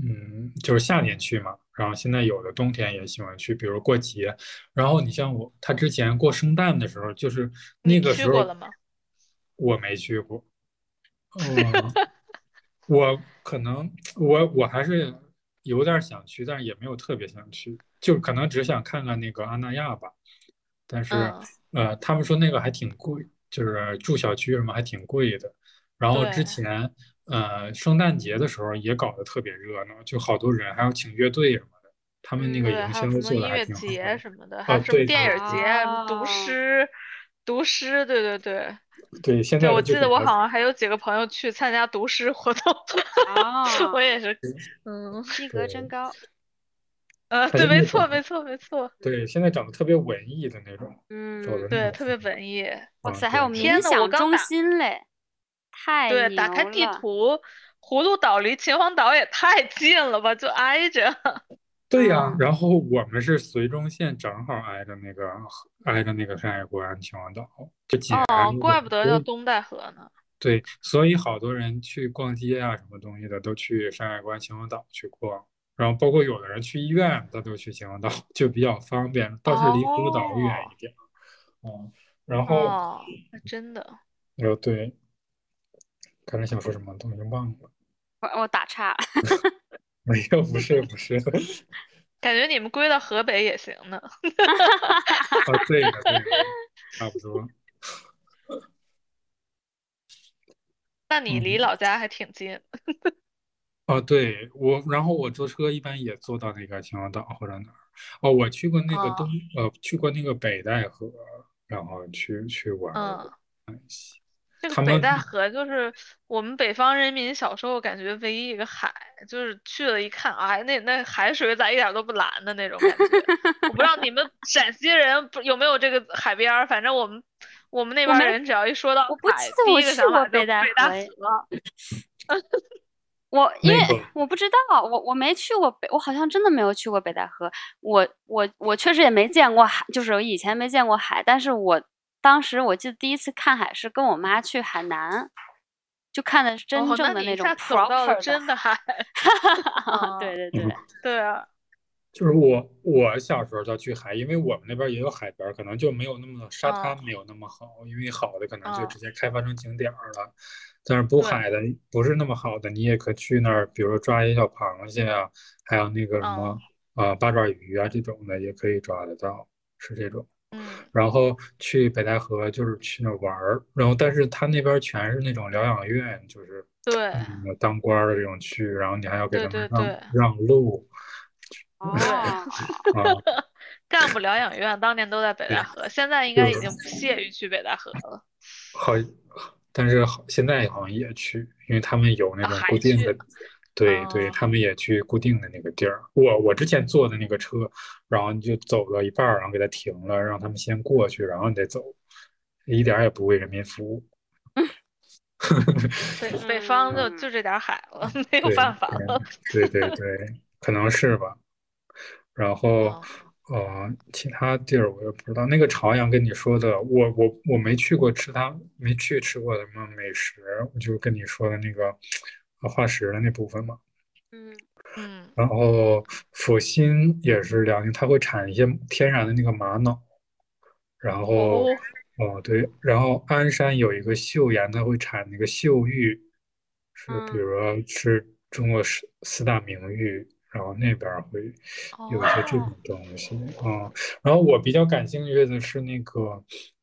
Speaker 4: 嗯，就是夏天去嘛，然后现在有的冬天也喜欢去，比如过节，然后你像我，他之前过圣诞的时候，就是
Speaker 3: 你
Speaker 4: 那个
Speaker 3: 去
Speaker 4: 时
Speaker 3: 过
Speaker 4: 候
Speaker 3: 了吗？
Speaker 4: 我没去过，嗯， 我可能我我还是有点儿想去，但是也没有特别想去，就可能只想看看那个阿那亚吧。但是，
Speaker 3: 嗯
Speaker 4: 呃，他们说那个还挺贵，就是住小区什么还挺贵的。然后之
Speaker 3: 对
Speaker 4: 前，呃，圣诞节的时候也搞得特别热闹，就好多人，还有请乐队什么的，他们那
Speaker 2: 嗯
Speaker 4: 个
Speaker 3: 对，
Speaker 4: 营
Speaker 3: 还
Speaker 4: 销
Speaker 3: 有什么
Speaker 4: 做
Speaker 3: 音
Speaker 4: 的还
Speaker 3: 乐
Speaker 4: 挺好
Speaker 3: 节
Speaker 4: 的。
Speaker 3: 什么的，还有
Speaker 4: 啊
Speaker 3: 什么
Speaker 4: 对
Speaker 3: 电
Speaker 4: 对
Speaker 3: 影节、什么
Speaker 2: 哦
Speaker 3: 读诗，读诗，对对对，
Speaker 4: 对，现在
Speaker 3: 对
Speaker 4: 的
Speaker 3: 我
Speaker 4: 就
Speaker 3: 记
Speaker 4: 是
Speaker 3: 得我
Speaker 4: 比较
Speaker 3: 好像还有几个朋友去参加读诗活动，
Speaker 2: 哦，
Speaker 3: 我也是，嗯，
Speaker 2: 及格真
Speaker 4: 呃对
Speaker 2: 高，
Speaker 3: 呃，
Speaker 4: 他
Speaker 3: 对，
Speaker 4: 是那
Speaker 3: 没错，
Speaker 4: 种
Speaker 3: 没错，没错，
Speaker 4: 对，现在整的特别文艺的那种，
Speaker 2: 嗯，
Speaker 4: 走的那
Speaker 3: 对，
Speaker 4: 种
Speaker 3: 特别
Speaker 4: 风
Speaker 3: 文艺，
Speaker 2: 哇
Speaker 4: 啊
Speaker 2: 塞，还有
Speaker 4: 对
Speaker 2: 冥
Speaker 3: 天呐我
Speaker 2: 想
Speaker 3: 刚
Speaker 2: 中
Speaker 3: 打
Speaker 2: 心嘞，太
Speaker 3: 对，打开
Speaker 2: 牛
Speaker 3: 地
Speaker 2: 了
Speaker 3: 图，葫芦岛离秦皇岛也太近了吧，就挨着，
Speaker 4: 对呀、
Speaker 2: 嗯
Speaker 4: 然后我们是绥中县正好挨着那个挨着那个山海关秦皇岛，就紧挨
Speaker 3: 哦，
Speaker 4: 着
Speaker 3: 怪
Speaker 4: 的
Speaker 3: 不得叫东戴河呢，
Speaker 4: 对，所以好多人去逛街啊，什么东西的都去山海关、秦皇岛去逛，然后包括有的人去医院，他都去秦皇岛，就比较方便，倒是离葫芦岛远一点。嗯，然后
Speaker 3: 哦，还真的，
Speaker 4: 呃，对，刚才想说什么东西忘了，
Speaker 2: 我我打岔，
Speaker 4: 没有，不是 不是，
Speaker 3: 感觉你们归到河北也行呢，
Speaker 4: 啊，对的对的，差不多。
Speaker 3: 那你离
Speaker 4: 嗯
Speaker 3: 老家还挺近，
Speaker 4: 哦，对，我，然后我坐车一般也坐到那个秦皇岛或者哪儿。哦，我去过那个
Speaker 3: 哦
Speaker 4: 东，呃，去过那个北戴河，然后去去玩儿过。
Speaker 3: 嗯。这个
Speaker 4: 他
Speaker 3: 北
Speaker 4: 们
Speaker 3: 戴河就是我们北方人民小时候感觉唯一一个海，就是去了一看，哎，那那海水咋一点都不蓝的那种感觉。我不知道你 们陕西人不有没有这个海边儿，反正我们我们
Speaker 2: 我
Speaker 3: 那边
Speaker 2: 们
Speaker 3: 儿人只要一说到
Speaker 2: 我不
Speaker 3: 海，
Speaker 2: 记得
Speaker 3: 第
Speaker 2: 我
Speaker 3: 一个
Speaker 2: 去
Speaker 3: 想
Speaker 2: 过
Speaker 3: 法就是
Speaker 2: 北戴
Speaker 3: 北戴
Speaker 2: 河哎
Speaker 3: 河。
Speaker 2: 我因为
Speaker 4: 那个
Speaker 2: 我不知道，我我没去过北，我好像真的没有去过北戴河。我我我确实也没见过海，就是我以前没见过海，但是我当时我记得第一次看海是跟我妈去海南，就看的是真
Speaker 3: 哦，那
Speaker 2: 正的
Speaker 3: 你一
Speaker 2: 种
Speaker 3: 下走到
Speaker 2: proper
Speaker 3: 了
Speaker 2: 的
Speaker 3: 真 的海，
Speaker 2: 海对对对
Speaker 4: 嗯，
Speaker 3: 对啊，
Speaker 4: 就是我我小时候要去海，因为我们那边也有海边儿，可能就没有那么沙滩
Speaker 3: 哦
Speaker 4: 没有那么好，因为好的可能就
Speaker 3: 哦
Speaker 4: 直接开发成景点儿了。但是不
Speaker 3: 对
Speaker 4: 海的不是那么好的，你也可去那儿，比如说抓一些小螃蟹啊，还有那个什么
Speaker 3: 哦
Speaker 4: 啊、呃八爪鱼啊这种的也可以抓得到，是这种。
Speaker 3: 嗯，
Speaker 4: 然后去北戴河就是去那儿玩儿，然后但是他那边全是那种疗养院，就是
Speaker 3: 对
Speaker 4: 嗯当官儿的这种去，然后你还要给
Speaker 3: 对
Speaker 4: 他
Speaker 3: 对
Speaker 4: 们让
Speaker 3: 对
Speaker 4: 让路
Speaker 2: 哦，
Speaker 4: 啊。
Speaker 3: 干部疗养院当年都在北戴
Speaker 4: 对
Speaker 3: 河，现在应该已
Speaker 4: 是
Speaker 3: 经不屑于去北戴河了。
Speaker 4: 好，但是好，现在好像也去，因为他们有那
Speaker 3: 啊
Speaker 4: 种
Speaker 3: 还
Speaker 4: 固定
Speaker 3: 去
Speaker 4: 的，对对，
Speaker 3: 哦
Speaker 4: 他们也去固定的那个地儿。我我之前坐的那个车，然后你就走到一半儿，然后给他停了，让他们先过去，然后你再走，一点儿也不为人民服务。
Speaker 3: 北北方就就这点儿海了， 没有
Speaker 4: 对
Speaker 3: 办法 了。
Speaker 4: 对对对对，可能是吧。然后
Speaker 3: 哦，
Speaker 4: 呃，其他地儿我也不知道。那个朝阳跟你说的，我我我没去过吃它，没去吃过什么美食，我就跟你说的那个呃化石的那部分嘛。
Speaker 2: 嗯，
Speaker 3: 嗯，
Speaker 4: 然后阜新也是辽宁，它会产一些天然的那个玛瑙，然
Speaker 3: 哦，
Speaker 4: 后。哦，对，然后鞍山有一个岫岩，它会产那个岫玉，是比
Speaker 2: 嗯
Speaker 4: 如说是中国十四大名玉，然后那边儿会有一些这
Speaker 3: 哦
Speaker 4: 种东西啊、然后我比较感兴趣的是那个，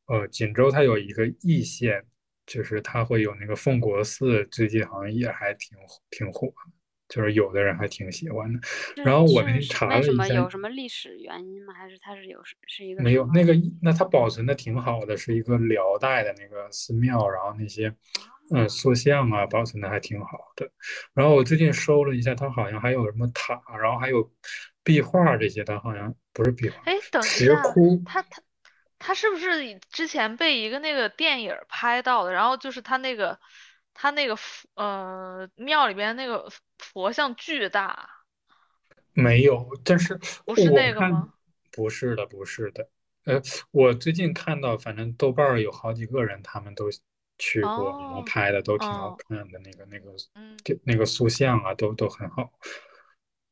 Speaker 4: 呃，锦州它有一个义县，就是它会有那个奉国寺，最近好像也还挺挺火的，就是有的人还挺喜欢的。
Speaker 2: 是
Speaker 4: 然后我那
Speaker 2: 是
Speaker 4: 天
Speaker 2: 是
Speaker 4: 查
Speaker 2: 为
Speaker 4: 了
Speaker 2: 什
Speaker 4: 一
Speaker 2: 么
Speaker 4: 下
Speaker 2: 有什么历史原因吗？还是它是有是是一个
Speaker 4: 没
Speaker 2: 什
Speaker 4: 有
Speaker 2: 么
Speaker 4: 那个，那它保存的挺好的，是一个辽代的那个寺庙，然后那些，呃，塑像啊，保存的还挺好的。然后我最近搜了一下，它好像还有什么塔，然后还有壁画这些，它好像不是壁画，
Speaker 3: 哎，等一
Speaker 4: 石
Speaker 3: 下，
Speaker 4: 窟。
Speaker 3: 他他他是不是以之前被一个那个电影儿拍到的？然后就是他那个他那个佛呃庙里边那个佛像巨大，
Speaker 4: 没有，但是
Speaker 3: 不是
Speaker 4: 我
Speaker 3: 那个
Speaker 4: 看
Speaker 3: 吗？
Speaker 4: 不是的，不是的。呃，我最近看到，反正豆瓣儿有好几个人，他们都去过，然后
Speaker 3: 哦
Speaker 4: 拍的都挺好
Speaker 3: 哦
Speaker 4: 看的，那个那个
Speaker 3: 嗯，
Speaker 4: 就那个塑像啊，都都很好，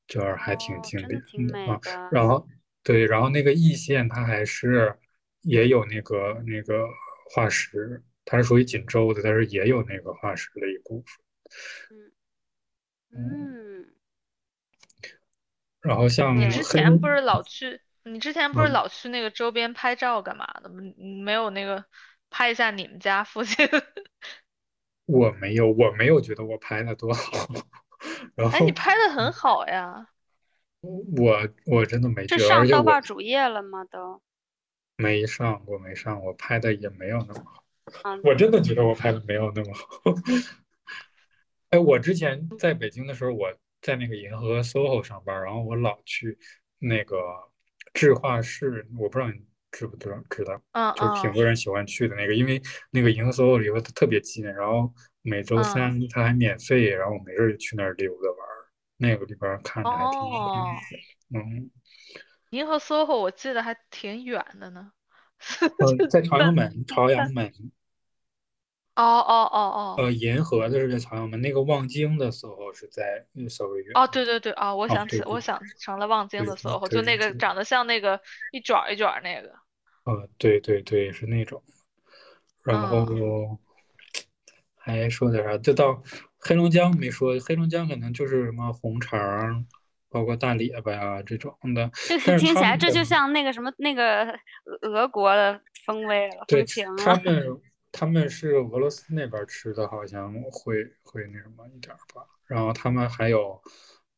Speaker 4: 就是还挺
Speaker 2: 哦
Speaker 4: 经
Speaker 2: 真的
Speaker 4: 典
Speaker 2: 挺
Speaker 4: 的
Speaker 2: 美
Speaker 4: 啊。
Speaker 2: 的，
Speaker 4: 然后对，然后那个易县它还是也有那个那个化石，它是属于锦州的，但是也有那个化石的一部分。嗯，
Speaker 2: 嗯，
Speaker 4: 然后像
Speaker 3: 你
Speaker 2: 对
Speaker 3: 之
Speaker 4: 黑
Speaker 3: 前不是老去，你之前不是
Speaker 4: 嗯
Speaker 3: 老去那个周边拍照干嘛的吗？你没有那个拍一下你们家附近？
Speaker 4: 我没有，我没有觉得我拍的多好， 然
Speaker 3: 哎，
Speaker 4: 后
Speaker 3: 你拍的很好呀。
Speaker 4: 我我真的没
Speaker 2: 这
Speaker 4: 觉得，而
Speaker 2: 上
Speaker 4: 且
Speaker 2: 豆
Speaker 4: 我
Speaker 2: 瓣主页了吗？都
Speaker 4: 没上过，没上过，拍的也没有那么好。
Speaker 2: 啊，
Speaker 4: 我真的觉得我拍的没有那么好。哎，我之前在北京的时候，我在那个银河 SOHO 上班，然后我老去那个制画室，我不知道你知不知道知道，
Speaker 3: 嗯
Speaker 4: 就是挺
Speaker 3: 嗯，
Speaker 4: 多人喜欢去的那个，因为那个银河 SOHO 离我特别近，然后每周
Speaker 3: 嗯
Speaker 4: 三它还免费，然后我没事儿就去那儿溜达玩儿，那个地方看着还挺好
Speaker 3: 哦，
Speaker 4: 的。嗯，
Speaker 3: 银河 SOHO 我记得还挺远的呢。
Speaker 4: 呃，在朝阳门，朝阳门，
Speaker 3: 哦哦哦哦
Speaker 4: 呃，银河的是在朝阳门，那个望京的 SOHO 是在嗯稍微远。
Speaker 3: 哦，对对对，哦，我
Speaker 4: 哦
Speaker 3: 想
Speaker 4: 对
Speaker 3: 起，我
Speaker 4: 对
Speaker 3: 想成了望京
Speaker 4: 对
Speaker 3: 的
Speaker 4: 对
Speaker 3: SOHO，
Speaker 4: 对
Speaker 3: 就
Speaker 4: 对
Speaker 3: 那个
Speaker 4: 对
Speaker 3: 长得像那个一卷儿一卷儿那个。
Speaker 4: 呃，对对对，是那种。然后
Speaker 3: 嗯
Speaker 4: 还说点啥？就到黑龙江没说，黑龙江可能就是什么红肠儿，包括大列巴呀这种的。
Speaker 2: 这
Speaker 4: 但是
Speaker 2: 听起
Speaker 4: 他
Speaker 2: 来
Speaker 4: 们
Speaker 2: 这就
Speaker 4: 的
Speaker 2: 像那个什么那个俄俄国的风味了，
Speaker 4: 对
Speaker 2: 风情
Speaker 4: 他
Speaker 2: 了。
Speaker 4: 们，他们是俄罗斯那边吃的，好像会会那什么一点儿吧。然后他们还有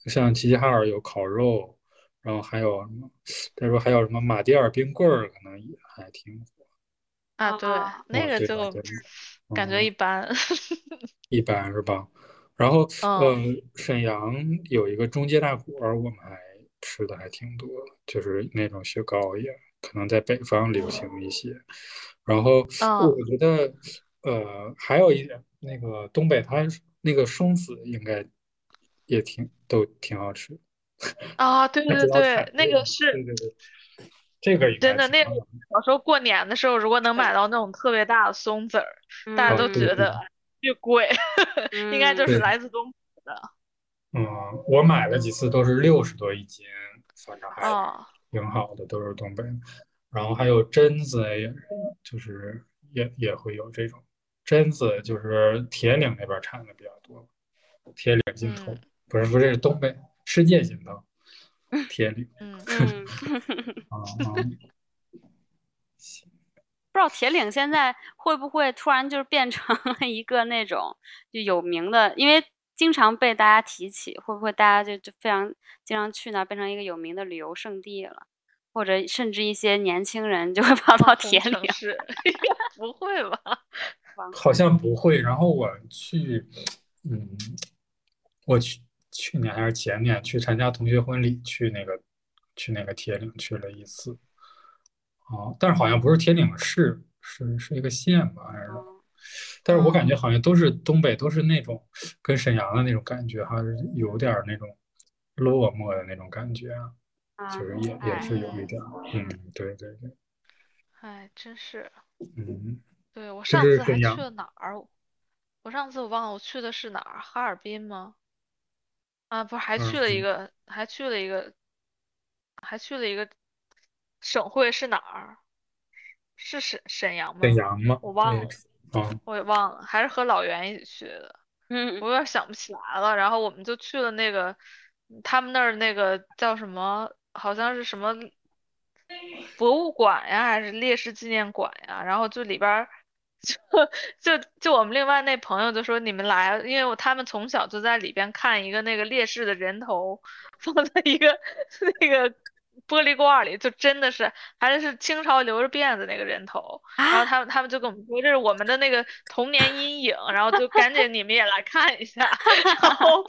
Speaker 4: 像齐齐哈尔有烤肉，然后还有什么，再说还有什么马迭尔冰棍儿，可能也还挺火。
Speaker 3: 啊，对，
Speaker 2: 啊
Speaker 3: 那
Speaker 4: 哦
Speaker 3: 个
Speaker 4: 对
Speaker 3: 就
Speaker 4: 吧对
Speaker 3: 感觉
Speaker 4: 嗯
Speaker 3: 一般。
Speaker 4: 一般是吧？然后，呃
Speaker 3: 嗯，，
Speaker 4: 沈阳有一个中街大骨儿，我们还吃的还挺多，就是那种雪糕也可能在北方流行一些。然后
Speaker 3: 嗯，
Speaker 4: 我觉得，呃，还有一点，那个东北它是那个松子应该也挺都挺好吃，
Speaker 3: 啊，对
Speaker 4: 它只
Speaker 3: 对
Speaker 4: 要产
Speaker 3: 对，那
Speaker 4: 地
Speaker 3: 个
Speaker 4: 嘛，对
Speaker 3: 是
Speaker 4: 对对，这个应
Speaker 3: 真
Speaker 4: 该
Speaker 3: 的。
Speaker 4: 挺
Speaker 3: 那个
Speaker 4: 好的。
Speaker 3: 小时候过年的时候，如果能
Speaker 2: 对
Speaker 3: 买到那种特别大的松子儿，大家
Speaker 4: 哦，
Speaker 3: 都
Speaker 4: 对
Speaker 3: 觉
Speaker 2: 嗯
Speaker 4: 对，
Speaker 3: 得 巨贵，应该就
Speaker 2: 嗯，
Speaker 3: 是
Speaker 4: 对
Speaker 3: 来自东北的。
Speaker 4: 嗯，我买了几次都是六十多一斤，反正还。
Speaker 3: 哦，
Speaker 4: 挺好的，都是东北的。然后还有榛子也，就是也也会有这种榛子，就是铁岭那边产的比较多，铁岭进口，
Speaker 3: 嗯
Speaker 4: 不是不是是东北，世界进 口，铁岭
Speaker 3: 嗯，
Speaker 2: 嗯，
Speaker 4: 啊啊，行
Speaker 2: 不知道铁岭现在会不会突然就是变成了一个那种就有名的，因为经常被大家提起，会不会大家就就非常经常去那儿，变成一个有名的旅游胜地了？或者甚至一些年轻人就会跑
Speaker 3: 网
Speaker 2: 到
Speaker 3: 红
Speaker 2: 铁岭
Speaker 3: 城市， 不会吧？
Speaker 2: 网
Speaker 4: 好像不会。然后我去，嗯，我去去年还是前年去参加同学婚礼，去那个去那个铁岭去了一次。哦，但是好像不是铁岭市，是是一个县吧，还是？
Speaker 3: 嗯
Speaker 2: 红。
Speaker 4: 但是我感觉好像都是东北，都是那种跟沈阳的那种感觉，还是有点儿那种落寞的那种感觉啊，
Speaker 2: 啊，
Speaker 4: 就是也也
Speaker 2: 哎，
Speaker 4: 是有一
Speaker 3: 嗯，
Speaker 4: 点儿，嗯，对对对，
Speaker 3: 哎，真是。
Speaker 4: 嗯，
Speaker 3: 对，我
Speaker 4: 这
Speaker 3: 上
Speaker 4: 是
Speaker 3: 次还
Speaker 4: 沈
Speaker 3: 去
Speaker 4: 阳，
Speaker 3: 了哪儿？我上次我忘了我去的是哪儿，哈尔滨吗？啊，不是，还
Speaker 4: 哈尔
Speaker 3: 去了一
Speaker 4: 滨，
Speaker 3: 个，还去了一个，还去了一个省会是哪儿？是沈沈阳
Speaker 4: 沈
Speaker 3: 吗？
Speaker 4: 阳吗？
Speaker 3: 我
Speaker 4: 那
Speaker 3: 忘
Speaker 4: 个
Speaker 3: 了，
Speaker 4: 啊，
Speaker 3: 我也忘了，还是和老袁一起去的，
Speaker 2: 嗯
Speaker 3: 我有点想不起来了。然后我们就去了那个他们那儿那个叫什么，好像是什么博物馆呀，还是烈士纪念馆呀，然后就里边儿 就就就我们另外那朋友就说你们来，啊因为我他们从小就在里边看一个那个烈士的人头 放在一个那个玻璃罐儿里，就真的是还是清朝留着辫子那个人头，然后
Speaker 2: 啊，
Speaker 3: 他们他们就跟我们说这是我们的那个童年阴影，然后就赶紧你们也来看一下， 然后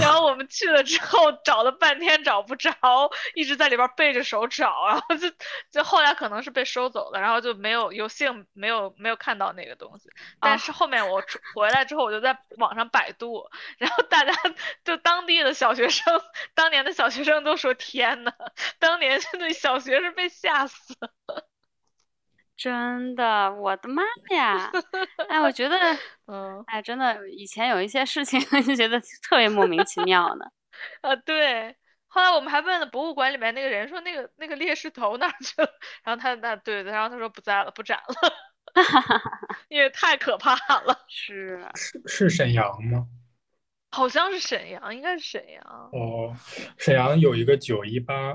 Speaker 3: 然后我们去了之后找了半天找不着，一直在里边儿背着手找，然后就就后来可能是被收走了，然后就没有有幸没有没有看到那个东西。但
Speaker 2: 哦，
Speaker 3: 是后面我出回来之后，我就在网上百度，然后大家就当地的小学生，当年的小学生都说：“天呐，当年 真的小学是被吓死了。”
Speaker 2: 真的，我的妈 呀！哎，我觉得，
Speaker 3: 嗯
Speaker 2: 哎，真的，以前有一些事情 就觉得特别莫名其妙的。
Speaker 3: 啊，对。后来我们还问了博物馆里面那个人，说那个那个烈士头哪儿去了？ 然后他那对，然后他说不在了，不展了，因为太可怕了。
Speaker 2: 是，
Speaker 4: 是是沈阳吗？
Speaker 3: 好像是沈阳，应该是沈阳。
Speaker 4: 哦，沈阳有一个九一八，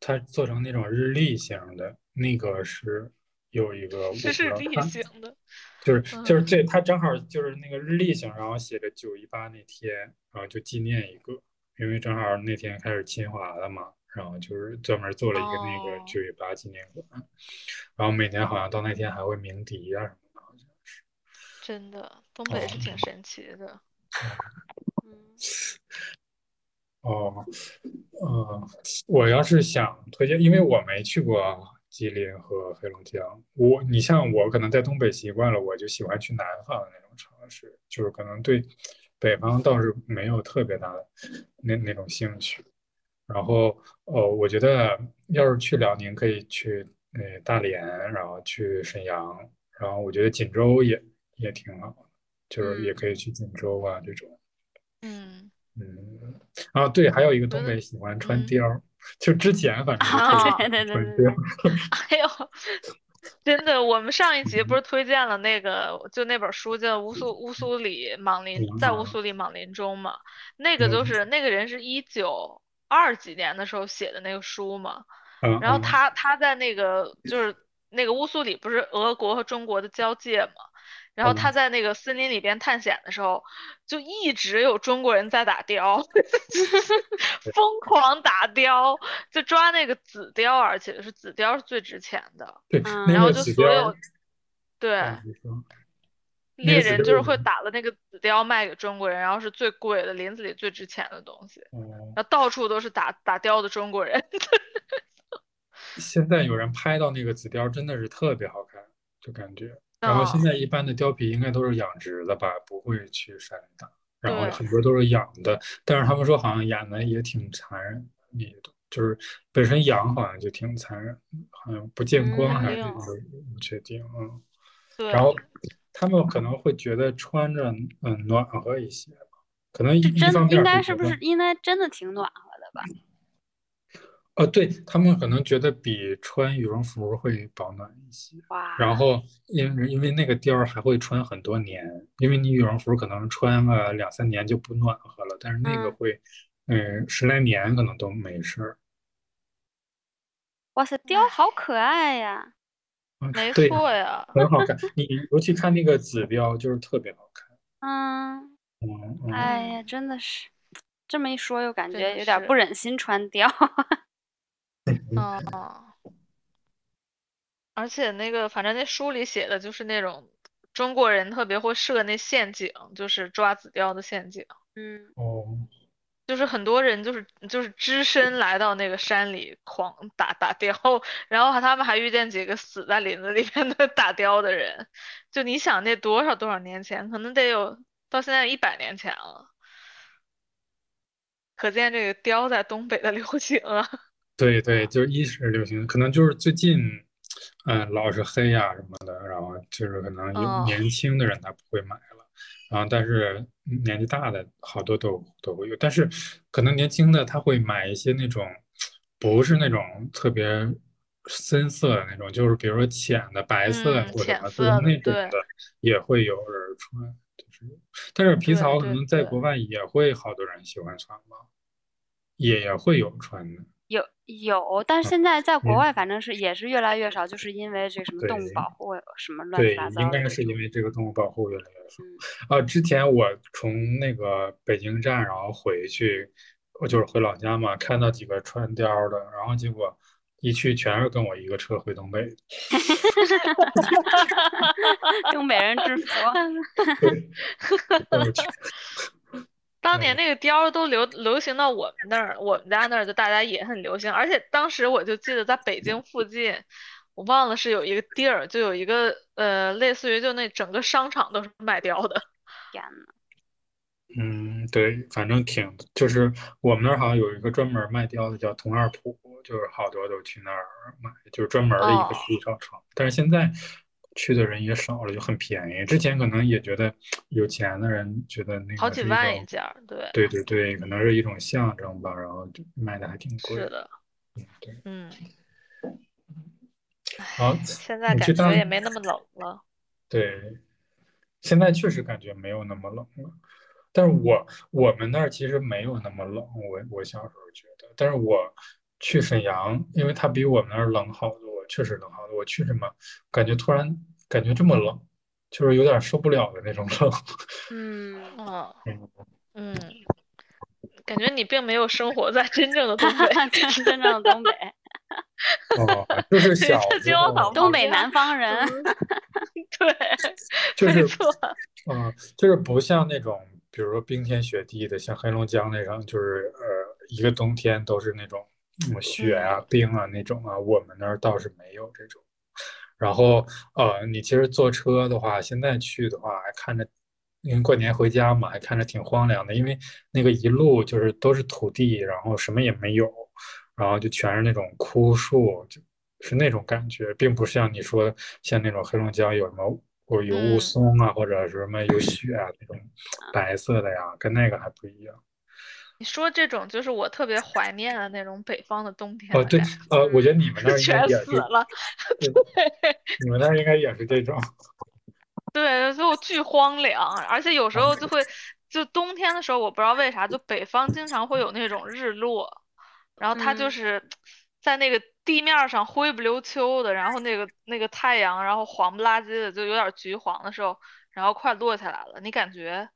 Speaker 4: 它做成那种日历型的，那个是有一个
Speaker 3: 是
Speaker 4: 我不知
Speaker 3: 是
Speaker 4: 道
Speaker 3: 例
Speaker 4: 它。
Speaker 3: 行的，
Speaker 4: 就是就是
Speaker 3: 嗯，
Speaker 4: 这，它正好就是那个日历上，然后写着九一八那天，然后就纪念一个，因为正好那天开始侵华了嘛，然后就是专门做了一个那个
Speaker 3: 哦
Speaker 4: 九一八纪念馆，然后每年好像到那天还会鸣笛啊什么的，好像是。
Speaker 3: 真的，东北是挺神奇的。
Speaker 2: 嗯，
Speaker 4: 哦，呃，我要是想推荐，因为我没去过吉林和黑龙江，我你像我可能在东北习惯了，我就喜欢去南方的那种城市，就是可能对北方倒是没有特别大的那那种兴趣。然后，呃，我觉得要是去辽宁，可以去呃大连，然后去沈阳，然后我觉得锦州也也挺好的，就是也
Speaker 3: 嗯
Speaker 4: 可以去锦州啊这种。
Speaker 3: 嗯，
Speaker 4: 嗯，啊，对，还有一个东
Speaker 3: 觉得
Speaker 4: 北喜欢穿
Speaker 3: 嗯
Speaker 4: 貂儿，就之前反正就
Speaker 3: 啊
Speaker 4: 特别喜欢
Speaker 2: 对对对
Speaker 4: 穿
Speaker 2: 对
Speaker 4: 貂
Speaker 2: 对
Speaker 4: 儿，
Speaker 3: 哎呦，真的，我们上一集不是推荐了那个，就那本书叫《乌苏乌苏里莽林
Speaker 4: 嗯
Speaker 3: 在乌苏里莽林中》嘛，那个就
Speaker 4: 嗯
Speaker 3: 是那个人是一九二几年的时候写的那个书嘛。
Speaker 4: 嗯
Speaker 3: 然后
Speaker 4: 嗯
Speaker 3: 他他在那个就是那个乌苏里不是俄国和中国的交界嘛，然后
Speaker 4: 嗯
Speaker 3: 他在那个森林里边探险的时候，就一直有中国人在打雕， 疯狂打雕，就抓那个紫貂，而且是紫貂是最值钱的，
Speaker 4: 对，
Speaker 2: 嗯
Speaker 4: 那
Speaker 3: 然后
Speaker 4: 个
Speaker 3: 就
Speaker 4: 紫
Speaker 3: 所
Speaker 4: 貂
Speaker 3: 有
Speaker 4: 儿，
Speaker 3: 对。
Speaker 4: 啊你说那
Speaker 3: 猎
Speaker 4: 个紫
Speaker 3: 人
Speaker 4: 貂
Speaker 3: 就是
Speaker 4: 有
Speaker 3: 会
Speaker 4: 吗
Speaker 3: 打了那个紫貂卖给中国人，然后是最贵的，林子里最值钱的东西，
Speaker 4: 哦，
Speaker 3: 然后到处都是打打雕的中国人。
Speaker 4: 现在有人拍到那个紫貂儿，真的是特别好看，就感觉。然
Speaker 3: 嗯
Speaker 4: 后现
Speaker 3: 啊
Speaker 4: 在一般的貂皮应该都是养殖的吧，不会去山里打，然后
Speaker 3: 对
Speaker 4: 很多都是养的，但是他们说好像养的也挺残忍，也就是本身养好像就挺残忍，好像不见
Speaker 2: 嗯
Speaker 4: 光
Speaker 2: 肯
Speaker 4: 还是
Speaker 2: 定
Speaker 4: 不确定，嗯。
Speaker 3: 对，
Speaker 4: 然后他们可能会觉得穿着嗯暖和一些吧，可能一
Speaker 2: 是
Speaker 4: 一
Speaker 2: 真
Speaker 4: 方面
Speaker 2: 应该
Speaker 4: 会
Speaker 2: 是
Speaker 4: 觉
Speaker 2: 不
Speaker 4: 得
Speaker 2: 是应该真的挺暖和的吧？
Speaker 4: 呃，对，他们可能觉得比穿羽绒服会保暖一些。
Speaker 2: 哇，
Speaker 4: 然后因为因为那个貂儿还会穿很多年，因为你羽绒服可能穿了两三年就不暖和了，但是那个
Speaker 2: 嗯
Speaker 4: 会，嗯，十来年可能都没事儿。
Speaker 2: 哇塞，貂好可爱呀！
Speaker 4: 嗯，
Speaker 3: 没
Speaker 4: 对，
Speaker 3: 错呀，
Speaker 4: 很好看。你尤其看那个紫貂，就是特别好看。
Speaker 2: 嗯，
Speaker 4: 嗯嗯。
Speaker 2: 哎呀，真的是，这么一说又感
Speaker 3: 真
Speaker 2: 觉
Speaker 3: 的
Speaker 2: 有点
Speaker 3: 是
Speaker 2: 不忍心穿 貂。
Speaker 3: 哦，而且那个，反正那书里写的就是那种中国人特别会设那陷阱，就是抓紫貂的陷阱，
Speaker 2: 嗯，
Speaker 4: 哦，
Speaker 3: 就是很多人就是就是只身来到那个山里狂打打貂，然后他们还遇见几个死在林子里面的打貂的人，就你想那多少多少年前，可能得有到现在一百年前了，可见这个貂在东北的流行啊，
Speaker 4: 对对，就是一是流行，可能就是最近，嗯，老是黑呀、什么的，然后就是可能有
Speaker 3: 哦
Speaker 4: 年轻的人他不会买了，然后但是年纪大的好多都都会有，但是可能年轻的他会买一些那种不是那种特别深色的那种，就是比如说浅的白色
Speaker 3: 嗯
Speaker 4: 或者
Speaker 3: 浅
Speaker 4: 什么，就是
Speaker 3: 色的
Speaker 4: 那种
Speaker 3: 对
Speaker 4: 的也会有人穿，就是但是皮
Speaker 3: 对
Speaker 4: 草可
Speaker 3: 对
Speaker 4: 能在
Speaker 3: 对
Speaker 4: 国外也会好多人喜欢穿吧，也也会有穿的。
Speaker 2: 有有，但是现在在国
Speaker 4: 嗯
Speaker 2: 外反正是也是越来越少，就是因为这个什么动物
Speaker 4: 对
Speaker 2: 保护什么乱七
Speaker 4: 对
Speaker 2: 八，糟
Speaker 4: 应
Speaker 2: 的
Speaker 4: 该
Speaker 2: 这
Speaker 4: 是
Speaker 2: 种
Speaker 4: 因为这个动物保护越来越少。
Speaker 2: 嗯
Speaker 4: 啊，之前我从那个北京站，然后回去，我就是回老家嘛，看到几个穿貂儿的，然后结果一去全是跟我一个车回东北的。
Speaker 2: 东北人制服，
Speaker 4: 我 去，嗯
Speaker 3: 当年那个貂儿都流流行到我们那儿，我们家那儿就大家也很流行，而且当时我就记得在北京附近，我忘了是有一个地儿，就有一个呃，类似于就那整个商场都是卖貂的。
Speaker 2: 天呐，
Speaker 4: 嗯，对，反正挺，就是我们那儿好像有一个专门卖貂的叫同二铺，就是好多都去那儿买，就是专门的一个
Speaker 3: 哦
Speaker 4: 实体商场。但是现在去的人也少了，就很便宜。之前可能也觉得有钱的人觉得那
Speaker 3: 好
Speaker 4: 个
Speaker 3: 几
Speaker 4: 嗯是一
Speaker 3: 万
Speaker 4: 种
Speaker 3: 一件儿，对，
Speaker 4: 对对对，可能是一种象征吧，然后就卖的还挺贵
Speaker 3: 是
Speaker 4: 的。
Speaker 3: 的，
Speaker 4: 嗯，对。
Speaker 3: 嗯，
Speaker 4: 好，
Speaker 3: 现在
Speaker 4: 你
Speaker 3: 感
Speaker 4: 去
Speaker 3: 觉也
Speaker 4: 当
Speaker 3: 没那么冷了。
Speaker 4: 对，现在确实感觉没有那么冷了，但是我我们那儿其实没有那么冷，我我小时候觉得，但是我去沈阳，因为它比我们那儿冷好多，确实冷好多。我去什么，感觉突然感觉这么冷，就是 有点受不了的那种冷。
Speaker 2: 嗯，，
Speaker 3: 嗯
Speaker 4: 嗯
Speaker 3: 嗯，感觉你并没有生活在真正的东北
Speaker 2: 真真正的东北，
Speaker 4: 哦，就是
Speaker 3: 这
Speaker 4: 小时
Speaker 3: 教导
Speaker 4: 候
Speaker 3: 吗
Speaker 2: 东北南方人，
Speaker 3: 对，
Speaker 4: 就
Speaker 3: 没
Speaker 4: 是
Speaker 3: 错，
Speaker 4: 嗯，就是不像那种，比如说冰天雪地的，像黑龙江那种，就是呃，一个冬天都是那种嗯雪啊、冰啊那种啊，我们那儿倒是没有这种。然后呃，你其实坐车的话，现在去的话，还看着，因为过年回家嘛，还看着挺荒凉的，因为那个一路就是都是土地，然后什么也没有，然后就全是那种枯树，就是那种感觉，并不像你说像那种黑龙江有什么或有雾
Speaker 3: 嗯
Speaker 4: 凇啊，或者是什么有雪啊那种白色的呀，跟那个还不一样。
Speaker 3: 你说这种就是我特别怀念的那种北方的冬天
Speaker 4: 哦，
Speaker 3: 了
Speaker 4: 对
Speaker 3: 呀，
Speaker 4: 呃，我觉得你们那儿应该
Speaker 3: 全
Speaker 4: 也
Speaker 3: 死
Speaker 4: 是，
Speaker 3: 了，
Speaker 4: 你们那儿应该也是这种。
Speaker 3: 对，就巨荒凉，而且有时候就会，就冬天的时候，我不知道为啥，就北方经常会有那种日落，然后它就
Speaker 2: 嗯
Speaker 3: 是在那个地面儿上灰不溜秋的，然后那个那个太阳，然后黄不拉几的，就有点橘黄的时候，然后快落下来了，你感觉，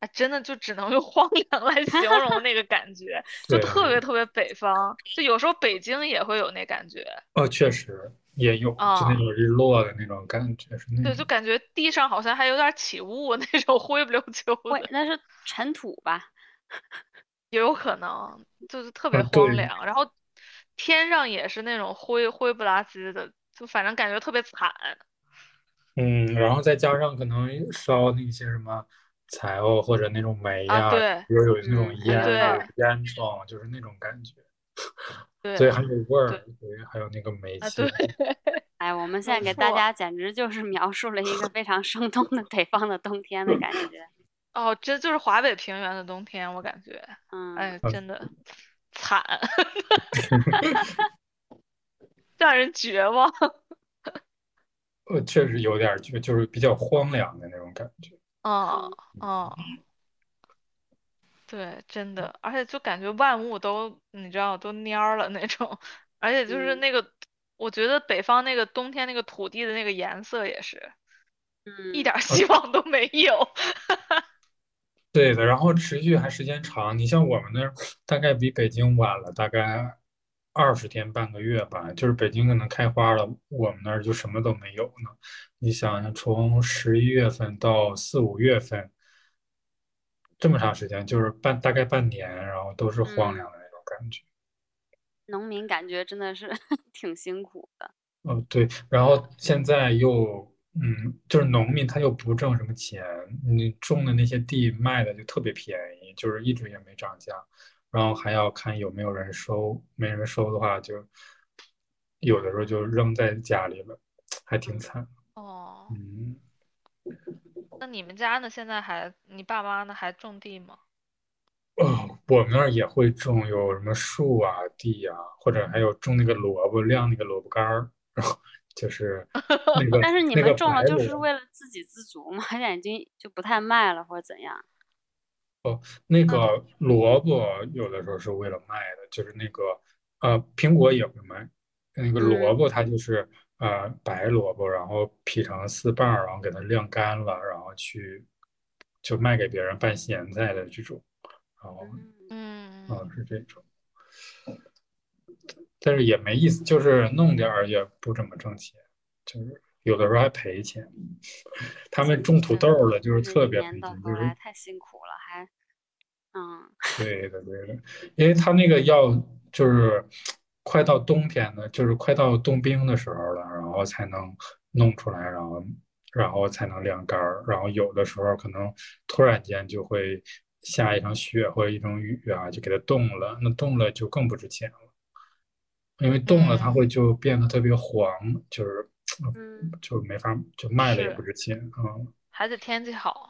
Speaker 3: 哎，真的就只能用荒凉来形容那个感觉， 就
Speaker 4: 对
Speaker 3: 特别特别北方，就有时候北京也会有那感觉。
Speaker 4: 哦，确实也有，就那
Speaker 3: 啊
Speaker 4: 种日落的那种感觉，是那
Speaker 3: 对，就
Speaker 4: 种。
Speaker 3: 感觉地上好像还有点儿起雾那种灰不溜秋
Speaker 2: 喂
Speaker 3: 的，
Speaker 2: 那是尘土吧？
Speaker 3: 也有可能就是特别
Speaker 4: 啊
Speaker 3: 荒
Speaker 4: 对
Speaker 3: 凉。然后天上也是那种灰灰不拉几的，就反正感觉特别惨。
Speaker 4: 哎嗯，然后再加上可能烧那些什么柴火或者那种煤
Speaker 3: 啊
Speaker 4: 呀，
Speaker 3: 对
Speaker 4: 比如有那种
Speaker 2: 嗯
Speaker 4: 烟啊、
Speaker 3: 对
Speaker 4: 烟囱，就是那种感觉，
Speaker 3: 对，
Speaker 4: 所以还有味儿
Speaker 3: 对，
Speaker 4: 所以还有那个煤
Speaker 3: 啊
Speaker 4: 气。
Speaker 2: 哎，我们现在
Speaker 3: 没
Speaker 2: 给大
Speaker 3: 错
Speaker 2: 家简直就是描述了 一个非常生动的北方的冬天的感觉。
Speaker 3: 哦，这就是华北平原的冬天，我感觉，
Speaker 2: 嗯，
Speaker 3: 哎，
Speaker 4: 嗯
Speaker 3: 真的 惨， 让人绝望。
Speaker 4: 呃，确实有点儿就就是比较荒凉的那种感觉。
Speaker 3: 嗯嗯，对，真的，而且就感觉万物都，你知道，都蔫儿了那种，而且就是
Speaker 2: 嗯
Speaker 3: 那个，我觉得北方那个冬天那个土地的那个颜色也是
Speaker 2: 嗯，
Speaker 3: 一点儿希望都没有。
Speaker 4: 对的，然后持续还时间长。你像我们那儿，大概比北京晚了大概二十天半个月吧，就是北京可能开花了，我们那儿就什么都没有呢。你想想，从十一月份到四五月份，这么长时间，就是半大概半年，然后都是荒
Speaker 2: 嗯
Speaker 4: 凉的那种感觉。
Speaker 2: 农民感觉真的是 挺辛苦的。
Speaker 4: 哦，对，然后现在又，嗯，就是农民他又不挣什么钱，你种的那些地卖的就特别便宜，就是一直也没涨价，然后还要看有没有人收，没人收的话就，有的时候就扔在家里了，还挺惨。
Speaker 3: 哦，
Speaker 4: 嗯，
Speaker 3: 那你们家呢？现在还，你爸妈呢？还种地吗？
Speaker 4: 哦，我们那儿也会种，有什么树啊、地啊，或者还有种那个萝卜，晾那个萝卜干儿，然后就是那个
Speaker 2: 但是你
Speaker 4: 那
Speaker 2: 们
Speaker 4: 个
Speaker 2: 种了
Speaker 4: 白
Speaker 2: 就
Speaker 4: 萝
Speaker 2: 是
Speaker 4: 卜。
Speaker 2: 为了自给自足嘛，现在已经就不太卖了或者怎样？嗯
Speaker 4: 那个萝卜有的时候是为了卖的，就是那个呃苹果也会卖，那个萝
Speaker 2: 嗯
Speaker 4: 卜它就是呃白萝卜，然后劈成丝瓣儿，然后给它晾干了，然后去就卖给别人拌咸菜的这种，然后
Speaker 2: 嗯，
Speaker 3: 嗯，
Speaker 4: 嗯是这种，但是也没意思，就是弄点儿也不怎么挣钱，就是有的时候还赔钱。 他们种土豆儿的，就是
Speaker 2: 这
Speaker 4: 特
Speaker 2: 一
Speaker 4: 别
Speaker 2: 嗯年
Speaker 4: 赔
Speaker 2: 到
Speaker 4: 钱，
Speaker 2: 头
Speaker 4: 就是
Speaker 2: 来太辛苦了，还嗯
Speaker 4: 对的，对的，因为他那个要就是快到冬天了，就是快到冻冰的时候了，然后才能弄出来，然后然后才能晾干儿。然后有的时候可能突然间就会下一场雪或者一场雨啊，就给它冻了，那冻了就更不值钱了，因为冻了它
Speaker 3: 嗯
Speaker 4: 会就变得特别黄，就是
Speaker 2: 嗯，
Speaker 4: 就没法就卖了也
Speaker 3: 是
Speaker 4: 不值钱啊。嗯
Speaker 3: 还得天气好。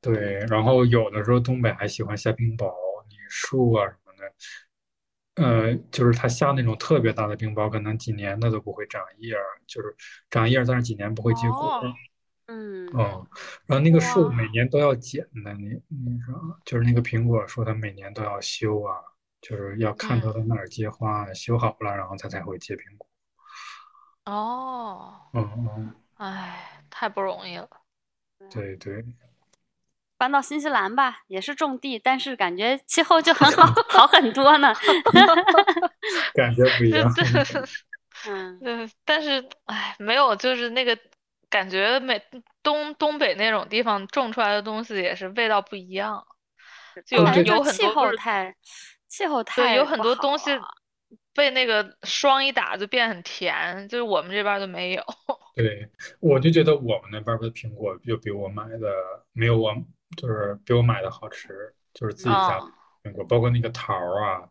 Speaker 4: 对，然后有的时候东北还喜欢下冰雹、泥树啊什么的，呃，就是它下那种特别大的冰雹，可能几年它都不会长叶儿，就是长叶儿，但是几年不会结果。
Speaker 3: 哦
Speaker 2: 嗯
Speaker 4: 嗯，然后那个树
Speaker 3: 哇
Speaker 4: 每年都要剪的，你你知道吗，就是那个苹果树，它每年都要修啊，就是要
Speaker 3: 嗯
Speaker 4: 看到它哪儿结花，啊修好了，然后它才会结苹果。
Speaker 3: 哦，
Speaker 4: 嗯嗯，
Speaker 3: 哎，太不容易了。
Speaker 4: 对对。
Speaker 2: 搬到新西兰吧，也是种地，但是感觉气候就 很好，好很多呢。
Speaker 4: 感觉不一
Speaker 3: 这
Speaker 4: 样。
Speaker 3: 这
Speaker 2: 嗯，
Speaker 3: 对，但是哎，没有，就是那个感觉美东东北那种地方种出来的东西也是味道不一样，就有
Speaker 2: 本来
Speaker 4: 对
Speaker 3: 有
Speaker 2: 就
Speaker 3: 很
Speaker 2: 气
Speaker 3: 多
Speaker 2: 候
Speaker 3: 就是
Speaker 2: 太，气候太
Speaker 3: 对，有
Speaker 2: 不
Speaker 3: 很多
Speaker 2: 好
Speaker 3: 东西
Speaker 2: 了
Speaker 3: 被那个霜一打就变很甜，就是我们这边儿就没 有。
Speaker 4: 对，我就觉得我们那边儿的苹果就比我买的没有我就是比我买的好吃，就是自己家
Speaker 3: 啊
Speaker 4: 苹果，包括那个桃儿啊，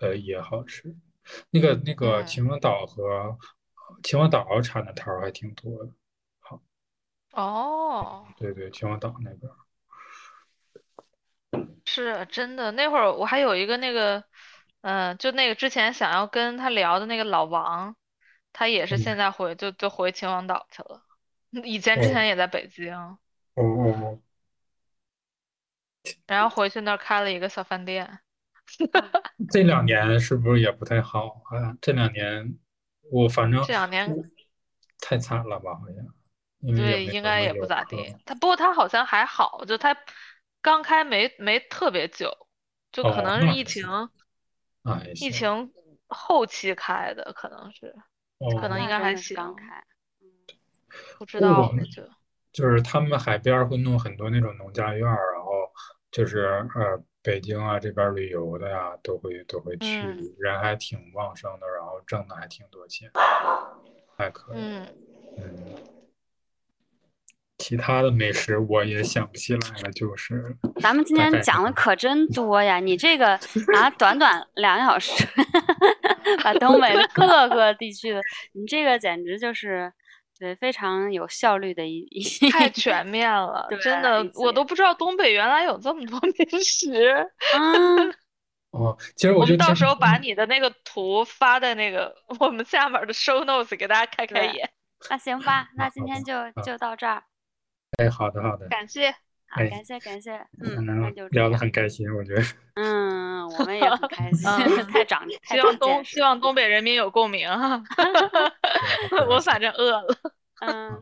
Speaker 4: 呃也好吃。那个那个
Speaker 3: 嗯
Speaker 4: 秦皇岛和秦皇岛产的桃儿还挺多的。
Speaker 3: 哦，
Speaker 4: 对对，秦皇岛那边儿。
Speaker 3: 是真的。那会儿我还有一个那个，嗯、就那个之前想要跟他聊的那个老王，他也是
Speaker 4: 嗯
Speaker 3: 现在回就就回秦皇岛去了， 以前之
Speaker 4: 哦
Speaker 3: 前也在北京。
Speaker 4: 哦哦哦，
Speaker 3: 然后回去那儿开了一个小饭店，
Speaker 4: 这两年是不是也不太好啊？这两年我反正
Speaker 3: 这两年
Speaker 4: 我太惨了吧，好像，因为
Speaker 3: 对
Speaker 4: 也没
Speaker 3: 应
Speaker 4: 有嗯
Speaker 3: 该
Speaker 4: 那
Speaker 3: 也不
Speaker 4: 种
Speaker 3: 咋
Speaker 4: 课
Speaker 3: 地。他不过他好像还好，就他刚开没没特别久，就可
Speaker 4: 哦
Speaker 3: 能
Speaker 4: 那
Speaker 3: 是
Speaker 4: 还
Speaker 3: 疫
Speaker 4: 行
Speaker 3: 情
Speaker 4: 啊，也
Speaker 3: 疫
Speaker 4: 行
Speaker 3: 情后期开的，可能是
Speaker 4: 哦，
Speaker 3: 可能应
Speaker 2: 那
Speaker 3: 该
Speaker 2: 真
Speaker 3: 还
Speaker 2: 的是刚
Speaker 3: 行
Speaker 2: 开，
Speaker 3: 不知
Speaker 4: 我
Speaker 3: 道
Speaker 4: 们
Speaker 3: 就
Speaker 4: 就是他们海边儿会弄很多那种农家院儿，然后就是呃北京啊这边儿旅游的呀、都会都会去，
Speaker 3: 嗯
Speaker 4: 人还挺旺盛的，然后挣的还挺多钱，还可以。
Speaker 3: 嗯
Speaker 4: 嗯，其他的美食我也想不起来了，就是
Speaker 2: 咱们今
Speaker 4: 大
Speaker 2: 天
Speaker 4: 概
Speaker 2: 讲的
Speaker 4: 是
Speaker 2: 可真多呀！你这 个啊，短短两个小时， 把东北的 各个地区的，你这个简直就是对非常有效率的一一
Speaker 3: 太全面了，
Speaker 2: 对
Speaker 3: 真
Speaker 2: 一
Speaker 3: 的我
Speaker 2: 起
Speaker 3: 都不知道东北原来有这么多 美食。
Speaker 2: 嗯，
Speaker 4: 哦，其实
Speaker 3: 我
Speaker 4: 我就
Speaker 3: 们到
Speaker 4: 挺
Speaker 3: 时候把你的那个图发在那个我们下面的 show notes 给大家开开
Speaker 2: 对
Speaker 3: 眼。
Speaker 2: 那行 吧，那
Speaker 4: 好
Speaker 2: 今天就
Speaker 4: 好
Speaker 2: 就到这儿，
Speaker 4: 哎，好的好的，
Speaker 3: 感谢，
Speaker 2: 好，
Speaker 4: 哎
Speaker 2: 感谢感谢，嗯，那
Speaker 4: 嗯，
Speaker 2: 就这
Speaker 4: 聊得
Speaker 2: 样，
Speaker 4: 很开心，我觉得。
Speaker 2: 嗯，我们也很开心，
Speaker 3: 嗯
Speaker 2: 太 长太
Speaker 3: 希望
Speaker 2: 长
Speaker 3: 东
Speaker 2: 见识
Speaker 3: 希，望东北人民有共鸣 哈。 我反正饿了，
Speaker 2: 嗯，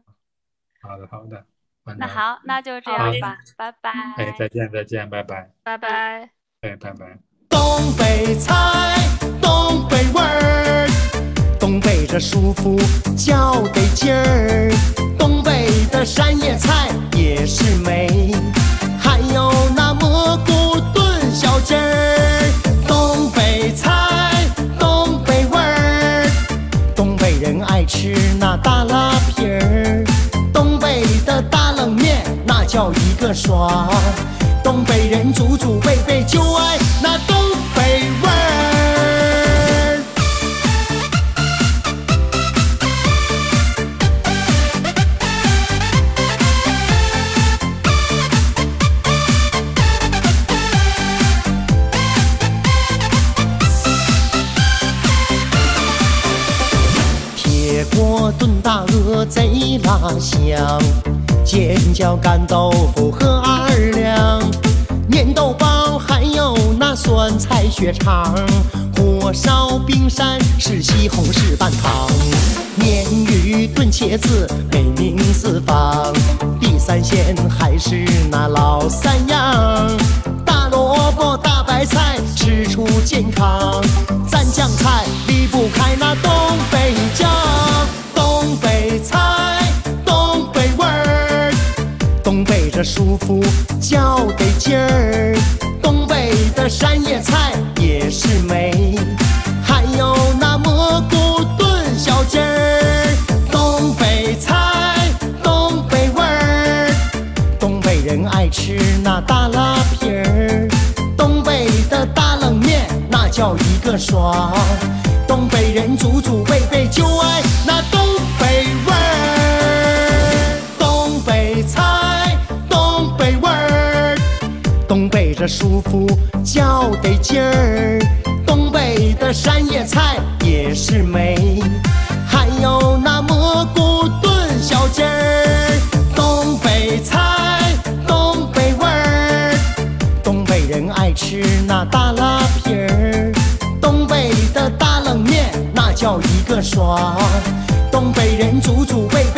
Speaker 4: 好的好的，晚
Speaker 2: 那
Speaker 4: 上，
Speaker 2: 好，那就这
Speaker 3: 好
Speaker 2: 样
Speaker 4: 的
Speaker 2: 吧，拜拜，
Speaker 4: 哎，再见再见，拜拜，
Speaker 3: 拜拜。
Speaker 4: 哎，拜拜。
Speaker 1: 东北菜，东北味儿，东北这舒服叫得劲儿。东北的山野菜也是美，还有那蘑菇炖小鸡儿。东北菜，东北味儿，东北人爱吃那大拉皮儿。东北的大冷面那叫一个爽，东北人祖祖辈辈就爱那东北味儿。铁锅炖大鹅贼拉香，尖椒干豆腐和二两，粘豆包还有那酸菜血肠，火烧冰山是西红柿拌糖，鲶鱼炖茄子美名四方，地三鲜还是那老三样。大萝卜、大白菜吃出健康，蘸酱菜离不开那东北酱。东北菜，东北味儿，东北这舒服叫得劲儿。东北的山野菜也是美，还有那蘑菇炖小鸡儿。东北菜，东北味儿。东北人爱吃那大拉皮儿，东北的大冷面那叫一个爽，东北人祖祖辈辈就爱那东北味儿，东北菜，东北味儿。东北这舒服叫得劲儿，东北的山野菜也是美，还有那蘑菇炖小鸡儿，东北菜，东北味儿，东北人爱吃那大拉皮儿，东北的大冷面那叫一个爽，东北人祖祖辈辈。